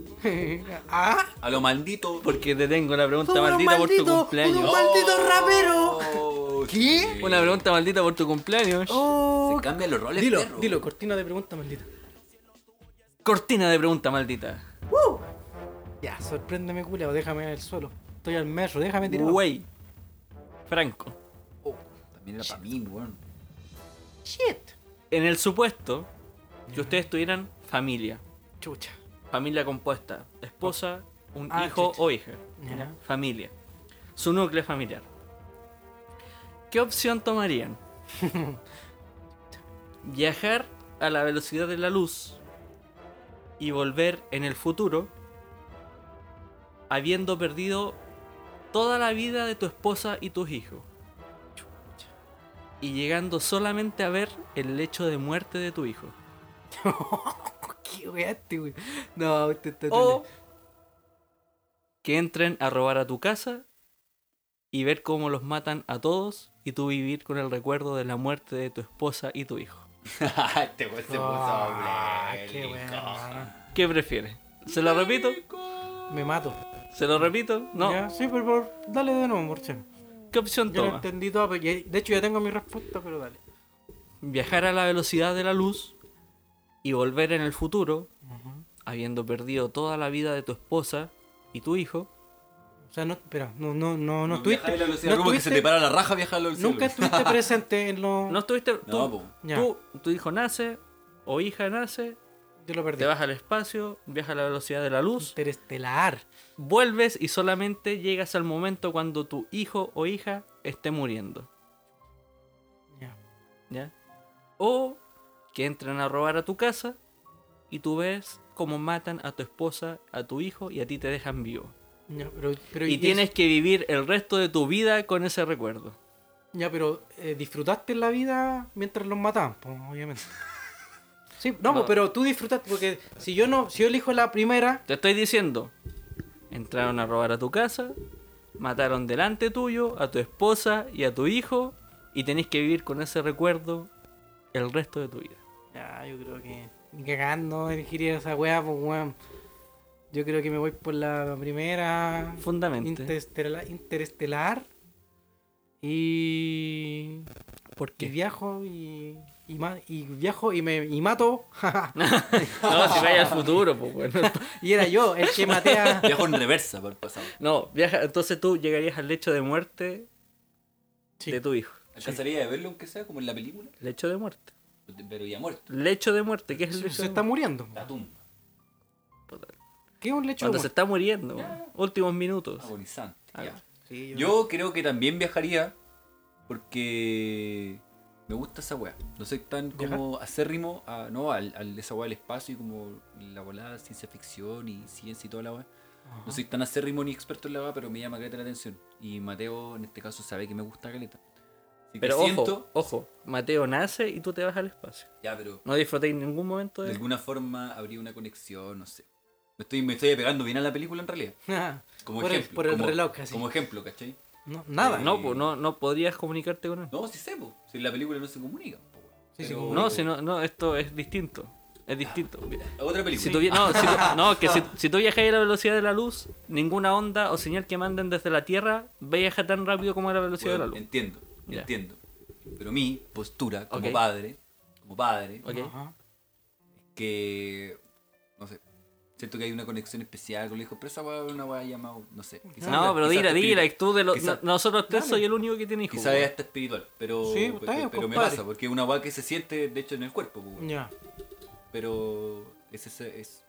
[SPEAKER 6] ¡Ah!
[SPEAKER 7] A lo maldito.
[SPEAKER 4] Porque te tengo una pregunta
[SPEAKER 6] Fue un
[SPEAKER 4] maldita por
[SPEAKER 6] maldito,
[SPEAKER 4] tu cumpleaños.
[SPEAKER 6] un maldito rapero.
[SPEAKER 7] Oh,
[SPEAKER 6] ¿Qué?
[SPEAKER 7] sí.
[SPEAKER 4] Una pregunta maldita por tu cumpleaños.
[SPEAKER 6] ¡Oh!
[SPEAKER 7] Se cambian los roles,
[SPEAKER 6] Dilo,
[SPEAKER 7] perro.
[SPEAKER 6] dilo, cortina de pregunta maldita.
[SPEAKER 4] Cortina de pregunta maldita.
[SPEAKER 6] Ya, sorpréndeme, culiao, déjame en el suelo. Estoy al metro, déjame tirar.
[SPEAKER 4] Güey. Franco.
[SPEAKER 7] Oh, también era para mí, weón.
[SPEAKER 6] Shit.
[SPEAKER 4] En el supuesto que ustedes tuvieran familia.
[SPEAKER 6] Chucha.
[SPEAKER 4] Familia compuesta. Esposa, un
[SPEAKER 6] Ah,
[SPEAKER 4] hijo
[SPEAKER 6] chucha.
[SPEAKER 4] o hija.
[SPEAKER 6] Ya.
[SPEAKER 4] Familia. Su núcleo familiar. ¿Qué opción tomarían? Viajar a la velocidad de la luz y volver en el futuro habiendo perdido toda la vida de tu esposa y tus hijos. Y llegando solamente a ver el lecho de muerte de tu hijo.
[SPEAKER 6] ¿Qué weá este, weón? No, usted está
[SPEAKER 4] O que entren a robar a tu casa y ver cómo los matan a todos y tú vivir con el recuerdo de la muerte de tu esposa y tu hijo.
[SPEAKER 7] este weón se puso
[SPEAKER 6] Ah, qué
[SPEAKER 7] bélico.
[SPEAKER 6] weá.
[SPEAKER 4] ¿Qué prefieres? ¿Se lo repito?
[SPEAKER 6] Me mato.
[SPEAKER 4] ¿Se lo repito? No.
[SPEAKER 6] Ya, sí, pero, por- dale de nuevo, Morche.
[SPEAKER 4] ¿Qué opción
[SPEAKER 6] Yo lo
[SPEAKER 4] toma?
[SPEAKER 6] entendí todo, pero ya- de hecho ya tengo mi respuesta, pero dale.
[SPEAKER 4] Viajar a la velocidad de la luz y volver en el futuro habiendo perdido toda la vida de tu esposa y tu hijo.
[SPEAKER 6] O sea, no, espera, no, no, no, no
[SPEAKER 7] No
[SPEAKER 6] estuviste.
[SPEAKER 7] viajar a la velocidad,
[SPEAKER 6] no
[SPEAKER 7] como que se
[SPEAKER 6] estuviste-
[SPEAKER 7] te para la raja viajar a la velocidad.
[SPEAKER 6] Nunca estuviste presente en lo.
[SPEAKER 4] No estuviste...
[SPEAKER 7] No,
[SPEAKER 4] tú,
[SPEAKER 7] po.
[SPEAKER 6] Ya.
[SPEAKER 4] tú- tu hijo nace o hija nace
[SPEAKER 6] yo lo perdí.
[SPEAKER 4] Te vas al espacio, viajas a la velocidad de la luz,
[SPEAKER 6] Interestelar.
[SPEAKER 4] vuelves y solamente llegas al momento cuando tu hijo o hija esté muriendo.
[SPEAKER 6] Ya.
[SPEAKER 4] ¿Ya? O que entran a robar a tu casa y tú ves cómo matan a tu esposa, a tu hijo y a ti te dejan vivo.
[SPEAKER 6] Ya, pero, pero
[SPEAKER 4] Y
[SPEAKER 6] es-
[SPEAKER 4] tienes que vivir el resto de tu vida con ese recuerdo.
[SPEAKER 6] Ya, pero eh, disfrutaste la vida mientras los mataban, pues, obviamente. Sí, no, pues, pero tú disfrutaste, porque si yo no, si yo elijo la primera,
[SPEAKER 4] Te estoy diciendo, entraron a robar a tu casa, mataron delante tuyo a tu esposa y a tu hijo y tenés que vivir con ese recuerdo el resto de tu vida.
[SPEAKER 6] ya, yo creo que ni cagando elegiría esa weá, pues weón. Yo creo que me voy por la primera.
[SPEAKER 4] Fundamente.
[SPEAKER 6] Interestelar, interestelar y,
[SPEAKER 4] ¿Por
[SPEAKER 6] y
[SPEAKER 4] qué?
[SPEAKER 6] viajo y, y, ma- y viajo y me y mato
[SPEAKER 4] No, si vaya al futuro, pues bueno.
[SPEAKER 6] y era yo el que maté a
[SPEAKER 7] Viajo en reversa para el pasado.
[SPEAKER 4] No, viaja, entonces tú llegarías al lecho de muerte
[SPEAKER 6] Sí.
[SPEAKER 4] de tu hijo.
[SPEAKER 7] ¿Alcanzaría a verlo aunque sea como en la película?
[SPEAKER 4] Lecho de muerte.
[SPEAKER 7] Pero ya muerto.
[SPEAKER 4] Lecho de muerte, ¿qué es el lecho
[SPEAKER 6] se
[SPEAKER 4] de
[SPEAKER 6] está
[SPEAKER 4] muerte?
[SPEAKER 6] muriendo
[SPEAKER 7] La tumba.
[SPEAKER 6] ¿qué es un lecho de
[SPEAKER 4] Cuando se
[SPEAKER 6] muerte?
[SPEAKER 4] está muriendo. Últimos minutos.
[SPEAKER 7] Agonizante.
[SPEAKER 4] Ah,
[SPEAKER 7] ya.
[SPEAKER 6] Sí, yo-
[SPEAKER 7] Yo creo que también viajaría porque me gusta esa weá. No soy tan como acérrimo a, no, al, al- esa weá del espacio y como la volada ciencia ficción y ciencia y toda la weá. No soy tan acérrimo ni experto en la weá, pero me llama caleta la atención. Y Mateo en este caso sabe que me gusta caleta. Así que
[SPEAKER 4] Pero ojo,
[SPEAKER 7] siento-
[SPEAKER 4] ojo, Mateo nace y tú te vas al espacio.
[SPEAKER 7] Ya, pero
[SPEAKER 4] No disfrutéis ningún momento
[SPEAKER 7] de
[SPEAKER 4] de...
[SPEAKER 7] alguna forma habría una conexión, no sé. Me estoy, me estoy pegando bien a la película en realidad. Como
[SPEAKER 6] por
[SPEAKER 7] ejemplo.
[SPEAKER 6] el, por el
[SPEAKER 7] como,
[SPEAKER 6] reloj, casi.
[SPEAKER 7] Como ejemplo, ¿cachai?
[SPEAKER 6] No, nada.
[SPEAKER 7] Eh,
[SPEAKER 4] No, pues no, no podrías comunicarte con él.
[SPEAKER 7] No, si sé, po. Si en la película no se comunica. po, weón.
[SPEAKER 6] Sí, sí,
[SPEAKER 7] Pero-
[SPEAKER 6] como-
[SPEAKER 4] No, si no, no, esto es distinto. Es distinto.
[SPEAKER 6] Ah,
[SPEAKER 7] Otra película.
[SPEAKER 4] Si tú vi- no, si tú- no, que si, si tú viajas a la velocidad de la luz, ninguna onda o señal que manden desde la Tierra viaja tan rápido como a la velocidad
[SPEAKER 7] Weón,
[SPEAKER 4] de la luz.
[SPEAKER 7] Entiendo,
[SPEAKER 4] Ya.
[SPEAKER 7] entiendo. Pero mi postura como
[SPEAKER 4] Ok.
[SPEAKER 7] padre, como padre,
[SPEAKER 4] Ok.
[SPEAKER 6] Ajá.
[SPEAKER 7] que no sé, siento que hay una conexión especial con el hijo, pero esa weá es una weá llamada, no sé. quizás-
[SPEAKER 4] No, pero
[SPEAKER 7] quizás
[SPEAKER 4] dila,
[SPEAKER 7] te
[SPEAKER 4] dila.
[SPEAKER 7] explico.
[SPEAKER 4] y Tú de los-
[SPEAKER 7] Quizá-
[SPEAKER 4] no- nosotros tres soy el único que tiene hijos.
[SPEAKER 7] Quizás es
[SPEAKER 4] weón.
[SPEAKER 7] hasta espiritual, pero,
[SPEAKER 6] Sí, está
[SPEAKER 7] porque-
[SPEAKER 6] bien,
[SPEAKER 7] pero me
[SPEAKER 6] compadre.
[SPEAKER 7] pasa, porque es una weá que se siente de hecho en el cuerpo, pues, weón.
[SPEAKER 6] Ya.
[SPEAKER 7] pero es ese, es,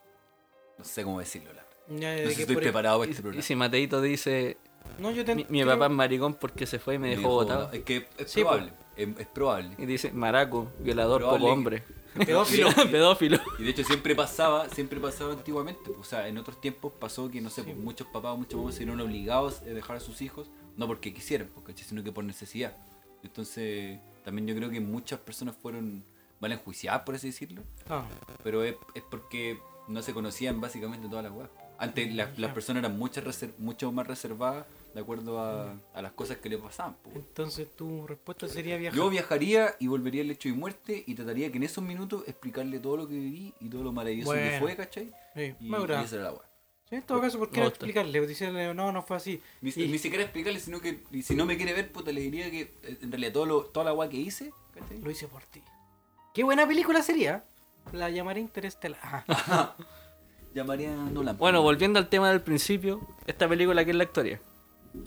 [SPEAKER 7] no sé cómo decirlo, la verdad.
[SPEAKER 6] Ya,
[SPEAKER 4] Eh,
[SPEAKER 6] ya,
[SPEAKER 7] No sé
[SPEAKER 6] que
[SPEAKER 7] si estoy
[SPEAKER 6] por-
[SPEAKER 7] preparado para
[SPEAKER 4] e- Y-
[SPEAKER 7] este
[SPEAKER 4] Y
[SPEAKER 7] programa.
[SPEAKER 4] si Mateito dice,
[SPEAKER 6] No, yo te
[SPEAKER 4] mi, mi
[SPEAKER 6] creo-
[SPEAKER 4] papá es maricón porque se fue y me dejó botado.
[SPEAKER 7] Es que es
[SPEAKER 4] Sí, po.
[SPEAKER 7] probable, em, es, es probable.
[SPEAKER 4] Y dice, maraco, violador,
[SPEAKER 7] Probable
[SPEAKER 4] poco
[SPEAKER 7] que-
[SPEAKER 4] hombre.
[SPEAKER 7] Pedófilo.
[SPEAKER 4] Pedófilo.
[SPEAKER 7] Y de hecho siempre pasaba, siempre pasaba antiguamente. O sea, en otros tiempos pasó que, no sé, pues, muchos papás o muchas mamás se vieron obligados a dejar a sus hijos, no porque quisieran, pues, ¿cachai? sino que por necesidad. Entonces, también yo creo que muchas personas fueron mal enjuiciadas, por así decirlo,
[SPEAKER 6] Ah,
[SPEAKER 7] pero es, es porque no se conocían básicamente todas las weas. Antes las, las personas eran muchas reser- mucho más reservadas de acuerdo
[SPEAKER 6] Mm.
[SPEAKER 7] a, a las cosas que le pasaban. pues.
[SPEAKER 6] entonces tu respuesta sería viajar.
[SPEAKER 7] Yo viajaría y volvería al hecho de mi muerte y trataría que en esos minutos explicarle todo lo que viví y todo lo maravilloso que
[SPEAKER 6] Bueno.
[SPEAKER 7] fue, ¿cachai?
[SPEAKER 6] Sí,
[SPEAKER 7] Y,
[SPEAKER 6] Maura.
[SPEAKER 7] y esa era la weá.
[SPEAKER 6] Sí, en todo caso, ¿por qué
[SPEAKER 4] Me
[SPEAKER 6] no
[SPEAKER 4] gusta.
[SPEAKER 6] explicarle? Decirle, no, no fue así.
[SPEAKER 7] Ni,
[SPEAKER 6] Y-
[SPEAKER 7] ni siquiera explicarle, sino que y si no me quiere ver, puta, le diría que eh, en realidad todo lo, toda la weá que hice, ¿cachai?
[SPEAKER 6] Lo hice por ti. Qué buena película sería. La llamaré Interestelar. Ah, Ajá.
[SPEAKER 7] Llamaría a Nolan.
[SPEAKER 4] Bueno, volviendo al tema del principio, esta película que es la historia.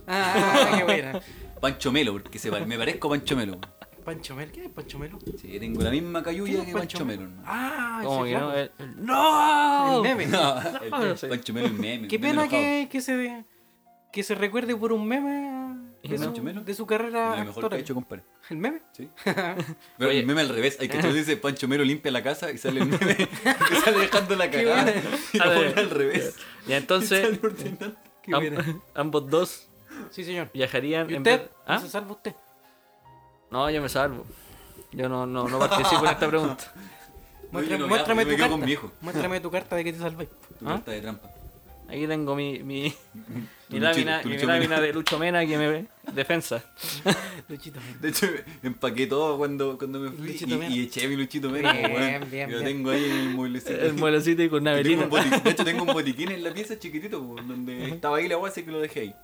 [SPEAKER 6] Ah, qué buena.
[SPEAKER 7] Pancho Melo, porque se, pa- me parezco a Pancho Melo.
[SPEAKER 6] Pancho Melo, ¿quién es Pancho Melo?
[SPEAKER 7] Sí, tengo la misma
[SPEAKER 6] ¿Quién
[SPEAKER 7] cayuya
[SPEAKER 6] es
[SPEAKER 7] que Pancho Melo. hermano.
[SPEAKER 6] Ah,
[SPEAKER 4] Como
[SPEAKER 6] ese
[SPEAKER 4] que no,
[SPEAKER 7] eh,
[SPEAKER 6] flaco.
[SPEAKER 4] el- el- ¡No!
[SPEAKER 6] El meme.
[SPEAKER 7] El-
[SPEAKER 4] no sé.
[SPEAKER 7] este, Pancho Melo es meme.
[SPEAKER 6] Qué
[SPEAKER 7] meme
[SPEAKER 6] pena
[SPEAKER 7] enojado.
[SPEAKER 6] que, que se que se recuerde por un meme de
[SPEAKER 7] ¿El Pancho
[SPEAKER 6] su,
[SPEAKER 7] Melo?
[SPEAKER 6] de su
[SPEAKER 7] Lo
[SPEAKER 6] carrera
[SPEAKER 7] mejor que ha
[SPEAKER 6] actoral.
[SPEAKER 7] hecho, compadre.
[SPEAKER 6] ¿El meme?
[SPEAKER 7] Sí. Pero
[SPEAKER 4] Oye.
[SPEAKER 7] el meme al revés. Hay que tú dices Pancho Melo limpia la casa y sale el meme que sale dejando la cagada. Y lo
[SPEAKER 4] A ver.
[SPEAKER 7] pone al revés.
[SPEAKER 4] Y entonces,
[SPEAKER 7] Sale ordenando. Qué
[SPEAKER 4] am-
[SPEAKER 7] buena.
[SPEAKER 4] ambos dos
[SPEAKER 6] Sí, señor.
[SPEAKER 4] viajarían
[SPEAKER 6] ¿Y
[SPEAKER 4] en
[SPEAKER 6] usted?
[SPEAKER 4] vez- ¿Ah?
[SPEAKER 6] ¿No se salva usted?
[SPEAKER 4] No, yo me salvo. Yo no, no, no participo en esta pregunta.
[SPEAKER 7] yo
[SPEAKER 6] Muéstrame, muéstrame tu
[SPEAKER 7] no viajo, yo me quedo
[SPEAKER 6] carta.
[SPEAKER 7] con mi hijo.
[SPEAKER 6] Muéstrame tu carta de que te salvé.
[SPEAKER 7] Tu
[SPEAKER 4] ¿Ah?
[SPEAKER 7] carta de trampa.
[SPEAKER 4] Aquí tengo mi, mi, mi
[SPEAKER 7] Lucho-
[SPEAKER 4] lámina,
[SPEAKER 7] tu
[SPEAKER 4] mi
[SPEAKER 7] Lucho
[SPEAKER 4] lámina
[SPEAKER 7] Mena.
[SPEAKER 4] de Lucho Mena que me ve. Defensa.
[SPEAKER 6] Luchito.
[SPEAKER 7] De hecho, empaqué todo cuando, cuando me fui
[SPEAKER 6] Luchito
[SPEAKER 7] y,
[SPEAKER 6] Mena.
[SPEAKER 7] y eché mi luchito menos.
[SPEAKER 6] Bien,
[SPEAKER 7] weón.
[SPEAKER 6] bien,
[SPEAKER 7] Y Lo
[SPEAKER 6] bien.
[SPEAKER 7] tengo ahí en el mueblecito.
[SPEAKER 4] El muelecito y con una
[SPEAKER 7] Y tengo
[SPEAKER 4] velita.
[SPEAKER 7] un botiquín- de hecho, tengo un botiquín en la pieza chiquitito, po, donde estaba ahí la guasa y que lo dejé ahí.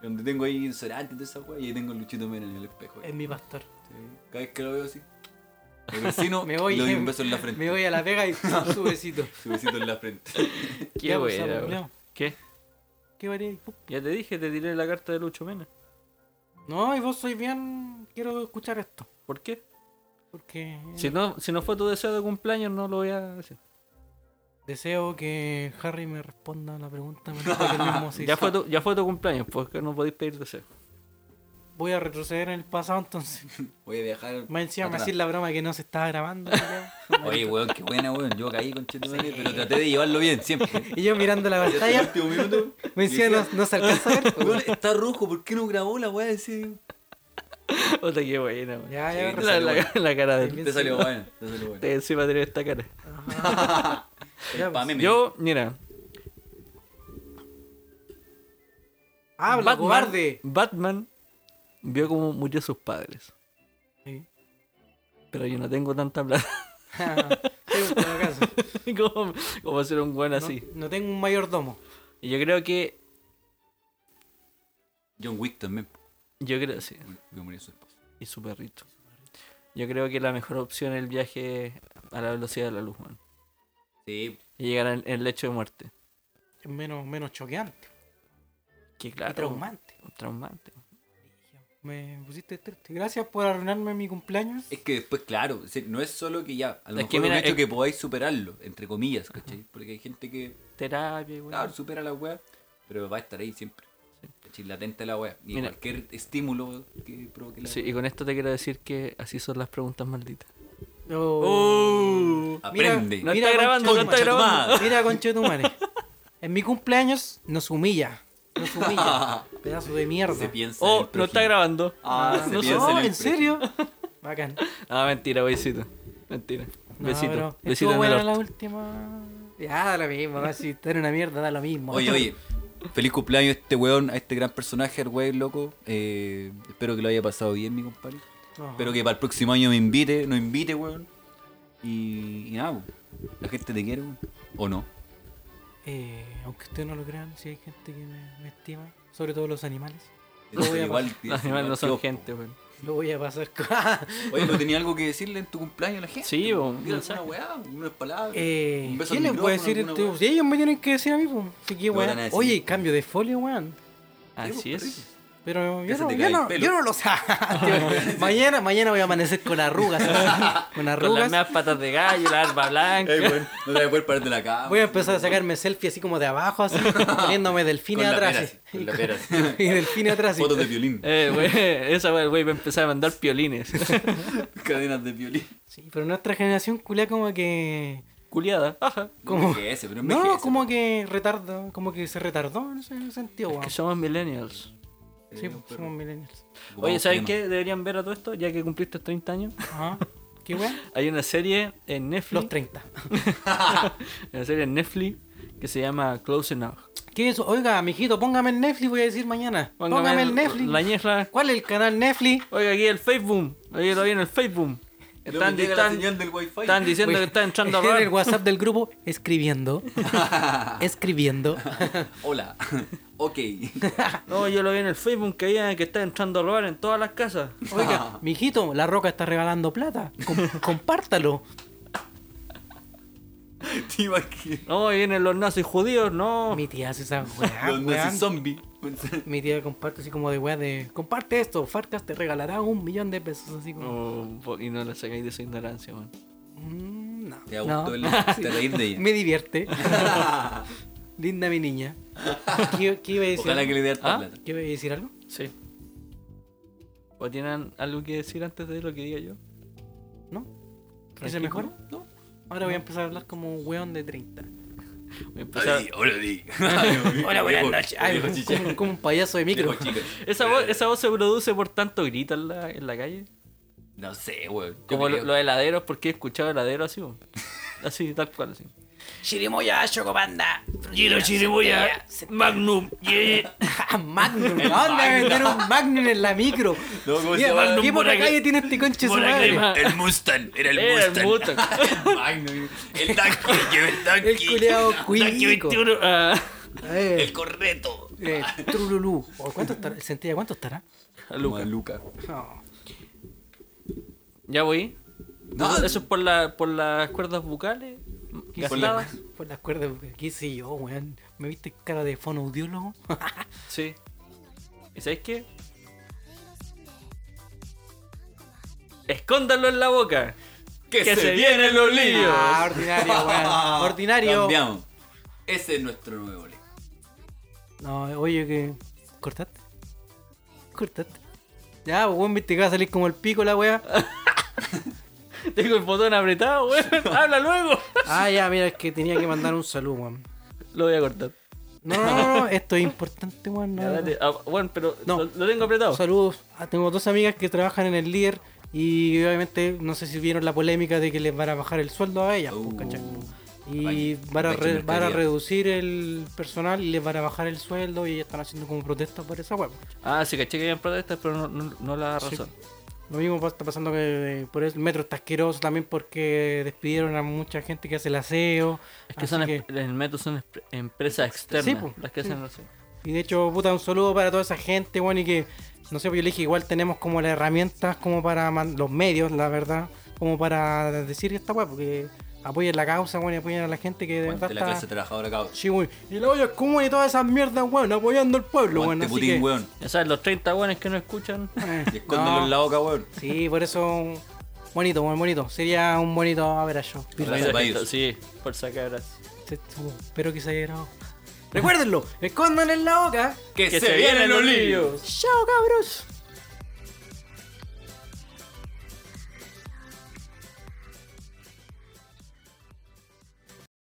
[SPEAKER 7] Donde tengo ahí insorante y toda esa weá, y ahí tengo el luchito menos en el espejo.
[SPEAKER 6] Es mi pastor.
[SPEAKER 7] Sí. Cada vez que lo veo así, me persino
[SPEAKER 6] Me voy,
[SPEAKER 7] y le doy un beso en la frente.
[SPEAKER 6] Me voy a la pega y su besito.
[SPEAKER 7] Su besito en la frente.
[SPEAKER 4] Qué
[SPEAKER 6] Ya, pues,
[SPEAKER 4] buena,
[SPEAKER 6] vamos,
[SPEAKER 4] weón.
[SPEAKER 6] ya.
[SPEAKER 4] ¿Qué?
[SPEAKER 6] ¿Qué varía ahí? Pup.
[SPEAKER 4] Ya te dije, te tiré la carta de Lucho Mena.
[SPEAKER 6] No, y vos sois bien. Quiero escuchar esto.
[SPEAKER 4] ¿Por qué?
[SPEAKER 6] Porque
[SPEAKER 4] Si no, si no fue tu deseo de cumpleaños, no lo voy a decir.
[SPEAKER 6] deseo que Harry me responda a la pregunta. me parece que él mismo se
[SPEAKER 4] Ya
[SPEAKER 6] hizo.
[SPEAKER 4] fue tu, ya fue tu cumpleaños, porque no podéis pedir deseo.
[SPEAKER 6] Voy a retroceder en el pasado entonces.
[SPEAKER 7] Voy a viajar.
[SPEAKER 6] Más encima me
[SPEAKER 7] atrás.
[SPEAKER 6] hacís la broma que no se estaba grabando. ya.
[SPEAKER 7] Oye, weón, qué buena, weón. Yo caí con Chetumare, pero traté de llevarlo bien siempre.
[SPEAKER 6] y yo mirando la
[SPEAKER 7] Y hasta el
[SPEAKER 6] pantalla,
[SPEAKER 7] último minuto.
[SPEAKER 6] me encima no, no se alcanza a ver.
[SPEAKER 7] Weón, está rojo, ¿por qué no grabó la weá ese?
[SPEAKER 4] Otra que buena, weón.
[SPEAKER 6] Ya,
[SPEAKER 7] Sí,
[SPEAKER 6] ya,
[SPEAKER 4] La,
[SPEAKER 7] te salió
[SPEAKER 4] la-
[SPEAKER 7] bueno.
[SPEAKER 4] la cara de
[SPEAKER 7] Te salió bueno, te salió bueno.
[SPEAKER 4] de encima tiene esta cara.
[SPEAKER 6] ya,
[SPEAKER 7] Pa'
[SPEAKER 6] pues.
[SPEAKER 7] meme.
[SPEAKER 4] Yo, mira.
[SPEAKER 6] Habla, Ah, cobarde.
[SPEAKER 4] Batman vio cómo murió sus padres.
[SPEAKER 6] Sí.
[SPEAKER 4] Pero yo no tengo tanta plata
[SPEAKER 6] Sí, en todo caso.
[SPEAKER 4] como, como hacer un buen
[SPEAKER 6] No-
[SPEAKER 4] así.
[SPEAKER 6] No, tengo un mayordomo.
[SPEAKER 4] Y yo creo que.
[SPEAKER 7] John Wick también.
[SPEAKER 4] Yo creo, sí.
[SPEAKER 7] Voy a morir su esposa.
[SPEAKER 4] Y su perrito. Yo creo que la mejor opción es el viaje a la velocidad de la luz, weón.
[SPEAKER 7] Sí,
[SPEAKER 4] Y llegar al el lecho de muerte.
[SPEAKER 6] Es menos, menos choqueante
[SPEAKER 4] Que
[SPEAKER 6] y
[SPEAKER 4] claro.
[SPEAKER 6] traumante.
[SPEAKER 4] Traumante.
[SPEAKER 6] Me pusiste triste. Gracias por arruinarme mi cumpleaños.
[SPEAKER 7] Es que después, claro, o sea, no es solo que ya, a
[SPEAKER 4] Es
[SPEAKER 7] lo mejor
[SPEAKER 4] que
[SPEAKER 7] un
[SPEAKER 4] mira,
[SPEAKER 7] hecho
[SPEAKER 4] es-
[SPEAKER 7] que podáis superarlo, entre comillas, ¿cachai? Porque hay gente que,
[SPEAKER 4] Terapia, weón.
[SPEAKER 7] claro, supera la weá, pero va a estar ahí siempre. ¿Cachai? Latente la weá. Y
[SPEAKER 4] Mira.
[SPEAKER 7] cualquier estímulo que provoque la
[SPEAKER 4] Sí, y con esto te quiero decir que así son las preguntas malditas.
[SPEAKER 6] Oh.
[SPEAKER 7] Aprende.
[SPEAKER 4] No
[SPEAKER 6] Mira,
[SPEAKER 4] está grabando, no está
[SPEAKER 6] conchetumare.
[SPEAKER 4] grabando.
[SPEAKER 6] Mira, conchetumare. En mi cumpleaños nos humilla. Nos humilla. Pedazo de mierda.
[SPEAKER 7] se piensa. en
[SPEAKER 4] Oh,
[SPEAKER 7] el
[SPEAKER 4] no está
[SPEAKER 7] prójimo.
[SPEAKER 4] grabando.
[SPEAKER 7] Ah, se
[SPEAKER 6] no,
[SPEAKER 7] piensa en
[SPEAKER 6] no,
[SPEAKER 7] el
[SPEAKER 6] en serio. Bacán.
[SPEAKER 4] Ah, mentira, besito. Mentira.
[SPEAKER 6] No,
[SPEAKER 4] besito.
[SPEAKER 6] pero
[SPEAKER 4] Besito
[SPEAKER 6] estuvo
[SPEAKER 4] en el
[SPEAKER 6] buena la
[SPEAKER 4] orto.
[SPEAKER 6] última. Ya, da lo mismo, weón, si está en una mierda, da lo mismo.
[SPEAKER 7] Oye, oye. Feliz cumpleaños a este weón, a este gran personaje, al weón loco. Eh, espero que lo haya pasado bien, mi compadre.
[SPEAKER 4] Ah.
[SPEAKER 6] Ajá.
[SPEAKER 7] Espero que para el próximo año me invite, nos invite, weón. Y, y nada, weón. la gente te quiere, weón. ¿O no?
[SPEAKER 6] Eh, aunque ustedes no lo crean, si hay gente que me, me estima, sobre todo los animales,
[SPEAKER 7] Entonces,
[SPEAKER 6] voy a
[SPEAKER 7] igual,
[SPEAKER 4] Los animales no son gente, weón.
[SPEAKER 6] lo voy a pasar con...
[SPEAKER 7] Oye, ¿no tenía algo que decirle en tu cumpleaños a la gente?
[SPEAKER 4] Sí, weón, un
[SPEAKER 7] Dile alguna weá, unas palabras.
[SPEAKER 6] Eh,
[SPEAKER 7] un beso
[SPEAKER 6] ¿Quién
[SPEAKER 7] al
[SPEAKER 6] les puede
[SPEAKER 7] micrófono,
[SPEAKER 6] decir?
[SPEAKER 7] alguna
[SPEAKER 6] este-
[SPEAKER 7] weá.
[SPEAKER 6] si ellos me tienen que decir a mí, pues. Así que,
[SPEAKER 7] No
[SPEAKER 6] weón,
[SPEAKER 7] van a decir.
[SPEAKER 6] Oye, cambio de folio, weón.
[SPEAKER 4] Así es.
[SPEAKER 6] Pero
[SPEAKER 7] Ya
[SPEAKER 6] yo
[SPEAKER 7] se
[SPEAKER 6] no,
[SPEAKER 7] te
[SPEAKER 6] yo
[SPEAKER 7] cae el
[SPEAKER 6] no,
[SPEAKER 7] pelo.
[SPEAKER 6] yo no lo sé. mañana, mañana voy a amanecer con arrugas. con
[SPEAKER 4] Con las
[SPEAKER 6] arrugas.
[SPEAKER 4] meas patas de gallo, la arma blanca.
[SPEAKER 7] Ey, weón, no te voy a poder parar de la cama.
[SPEAKER 6] Voy a empezar a sacarme selfie así como de abajo, así, poniéndome delfines
[SPEAKER 7] Con la
[SPEAKER 6] atrás.
[SPEAKER 7] pera,
[SPEAKER 6] así.
[SPEAKER 7] sí, con la pera, sí.
[SPEAKER 6] y delfines atrás. así.
[SPEAKER 7] Fotos de violín.
[SPEAKER 4] Eh, güey, esa güey, güey, va a empezar a mandar piolines.
[SPEAKER 7] Cadenas de violín.
[SPEAKER 6] Sí, pero nuestra generación culia como que...
[SPEAKER 4] Culiada. Ajá.
[SPEAKER 6] Como-
[SPEAKER 7] Envejece, pero
[SPEAKER 6] No,
[SPEAKER 7] envejece,
[SPEAKER 6] como
[SPEAKER 7] weón.
[SPEAKER 6] que retardó, como que se retardó en ese sentido, weón.
[SPEAKER 4] Que somos millennials.
[SPEAKER 6] Sí, pues, somos millennials.
[SPEAKER 4] Oye,
[SPEAKER 7] Ocupamos
[SPEAKER 4] ¿sabes
[SPEAKER 7] crema.
[SPEAKER 4] qué? Deberían ver a todo esto, ya que cumpliste 30 años.
[SPEAKER 6] Ajá. ¿Qué weón?
[SPEAKER 4] Hay una serie en Netflix.
[SPEAKER 6] Los 30.
[SPEAKER 4] una serie en Netflix que se llama Close Enough.
[SPEAKER 6] ¿Qué es eso? Oiga, mijito, póngame el Netflix, voy a decir mañana. Póngame, el Netflix.
[SPEAKER 4] La ñezla.
[SPEAKER 6] ¿Cuál es el canal Netflix?
[SPEAKER 4] Oiga, aquí el Facebook. Oye, lo vi en el Facebook.
[SPEAKER 7] Luego
[SPEAKER 4] Están,
[SPEAKER 7] llega la
[SPEAKER 4] están-
[SPEAKER 7] señal del wifi.
[SPEAKER 4] están diciendo
[SPEAKER 6] Oye,
[SPEAKER 4] que está entrando a
[SPEAKER 6] en el
[SPEAKER 4] robar.
[SPEAKER 6] WhatsApp del grupo, escribiendo. escribiendo.
[SPEAKER 7] Hola. ok.
[SPEAKER 4] No, yo lo vi en el Facebook que había que está entrando a robar en todas las casas.
[SPEAKER 6] Oiga, mijito, la roca está regalando plata. Com- compártalo.
[SPEAKER 7] Te imaginas.
[SPEAKER 4] No, y vienen los nazis judíos, no.
[SPEAKER 6] Mi tía hace esa weá.
[SPEAKER 7] Los
[SPEAKER 6] Ah, weón.
[SPEAKER 7] nazis zombie.
[SPEAKER 6] Mi tía comparte así como de weá de. Comparte esto, Farcas te regalará un millón de pesos. Así como.
[SPEAKER 4] Oh, y no le sacáis de su ignorancia, man.
[SPEAKER 6] "Mm, no.
[SPEAKER 7] Te
[SPEAKER 6] no".
[SPEAKER 7] gustó el te reír de ella.
[SPEAKER 6] Me divierte. Linda mi niña. ¿Qué, qué iba a decir?
[SPEAKER 7] Ojalá que le dé harta
[SPEAKER 4] ¿Ah?
[SPEAKER 7] plata.
[SPEAKER 6] ¿Qué iba a decir algo?
[SPEAKER 4] Sí. ¿O tienen algo que decir antes de lo que diga yo?
[SPEAKER 6] ¿No? ¿Ese
[SPEAKER 4] ¿Francisco?
[SPEAKER 6] mejor?
[SPEAKER 4] No.
[SPEAKER 6] Ahora voy a empezar a hablar como un weón de 30.
[SPEAKER 4] Voy a empezar-
[SPEAKER 7] Hola, Di. Hola, Di. Hola, buenas noches.
[SPEAKER 6] Ay, como, como un payaso de micro.
[SPEAKER 4] Esa voz, esa voz se produce por tanto grito en la, en la calle.
[SPEAKER 7] No sé, weón. Yo
[SPEAKER 4] Como lo-
[SPEAKER 7] creo.
[SPEAKER 4] los heladeros, porque he escuchado heladeros así, bo. así, tal cual, así.
[SPEAKER 6] Chirimoya, Chocopanda.
[SPEAKER 4] Giro Chirimoya, Magnum,
[SPEAKER 6] Ah, Magnum. ¿A dónde va a vender un Magnum en la micro?
[SPEAKER 7] No, ¿cómo se
[SPEAKER 6] Mira,
[SPEAKER 7] llama?
[SPEAKER 6] ¿Qué
[SPEAKER 7] Magnum
[SPEAKER 6] poca
[SPEAKER 7] Moracle-
[SPEAKER 6] calle tiene este conche su madre?
[SPEAKER 4] Moracle-
[SPEAKER 7] El Mustang, era el
[SPEAKER 4] Era el
[SPEAKER 7] Mustang.
[SPEAKER 4] Mustang.
[SPEAKER 7] El Magnum. El tanque, lleva el tanque.
[SPEAKER 6] El culeado cuico.
[SPEAKER 7] El
[SPEAKER 6] Eh,
[SPEAKER 7] correto.
[SPEAKER 6] eh, Trululú. Oh, ¿Cuánto estará? ¿El centella cuánto estará?
[SPEAKER 7] Luca. Luca.
[SPEAKER 6] No.
[SPEAKER 4] Ya voy.
[SPEAKER 7] No.
[SPEAKER 4] Eso es por, la, por las cuerdas bucales gastadas.
[SPEAKER 6] Por las cuerdas, ¿qué sé yo, weón? ¿Me viste cara de fonoaudiólogo?
[SPEAKER 4] Sí. ¿Y sabes qué? Escóndanlo en la boca.
[SPEAKER 7] Que,
[SPEAKER 4] Que
[SPEAKER 7] se,
[SPEAKER 4] se
[SPEAKER 7] vienen los líos.
[SPEAKER 6] Ah, ordinario, weón. Ordinario.
[SPEAKER 7] Cambiamos. Ese es nuestro nuevo lema.
[SPEAKER 6] No, oye, que. Cortate. Cortate. Ya, pues, weón, viste que va a salir como el pico la wea.
[SPEAKER 4] Tengo el botón apretado, weón. Habla luego.
[SPEAKER 6] Ah, ya, mira, es que tenía que mandar un saludo, weón.
[SPEAKER 4] Lo voy a cortar.
[SPEAKER 6] No, no, no, no, esto es importante, weón. no.
[SPEAKER 4] Ya, dale. Ah, bueno, pero
[SPEAKER 6] No.
[SPEAKER 4] lo, lo tengo apretado.
[SPEAKER 6] Saludos. Ah, tengo dos amigas que trabajan en el líder y obviamente no sé si vieron la polémica de que les van a bajar el sueldo a ellas, pues,
[SPEAKER 7] Uh,
[SPEAKER 6] ¿cachai? Y
[SPEAKER 7] vaya,
[SPEAKER 6] van a,
[SPEAKER 7] vaya
[SPEAKER 6] re-
[SPEAKER 7] mercadería.
[SPEAKER 6] van a reducir el personal y les van a bajar el sueldo y ellas están haciendo como protestas por esa pues. web.
[SPEAKER 4] Ah, sí, caché que habían protestas, pero no, no, no la razón.
[SPEAKER 6] Lo mismo pa- está pasando que eh, por el metro está asqueroso también porque despidieron a mucha gente que hace el aseo.
[SPEAKER 4] Es que
[SPEAKER 6] así
[SPEAKER 4] son
[SPEAKER 6] que-
[SPEAKER 4] em- en el metro son em- empresas externas
[SPEAKER 6] Sí, po.
[SPEAKER 4] las que hacen razón.
[SPEAKER 6] Y de hecho, puta, un saludo para toda esa gente, bueno, y que, no sé, pues yo le dije, igual tenemos como las herramientas, como para man- los medios, la verdad, como para decir esta weá, porque apoyen la causa, bueno, y apoyen a la gente que de
[SPEAKER 7] Aguante
[SPEAKER 6] verdad
[SPEAKER 7] la clase
[SPEAKER 6] está...
[SPEAKER 7] trabajadora, cabrón.
[SPEAKER 6] Sí, weón. Y la olla común y todas esas mierdas, weón, apoyando al pueblo, weón.
[SPEAKER 7] Aguante
[SPEAKER 6] así
[SPEAKER 7] Putin,
[SPEAKER 6] que-
[SPEAKER 7] weón.
[SPEAKER 4] Ya sabes, los 30 buenos que no escuchan.
[SPEAKER 6] eh,
[SPEAKER 7] Y escóndelo
[SPEAKER 6] no.
[SPEAKER 7] en la boca, weón.
[SPEAKER 6] Sí, por eso, bonito, weón, bonito. Sería un bonito, a ver, yo.
[SPEAKER 7] Gracias, Payos.
[SPEAKER 4] Sí, por sacaras.
[SPEAKER 6] Espero que se haya grabado. Recuérdenlo, escondan en la boca.
[SPEAKER 7] Que,
[SPEAKER 4] Que
[SPEAKER 7] se,
[SPEAKER 4] se
[SPEAKER 7] vienen
[SPEAKER 4] vienen
[SPEAKER 7] los
[SPEAKER 4] los
[SPEAKER 7] líos.
[SPEAKER 4] líos.
[SPEAKER 6] Chao, cabros.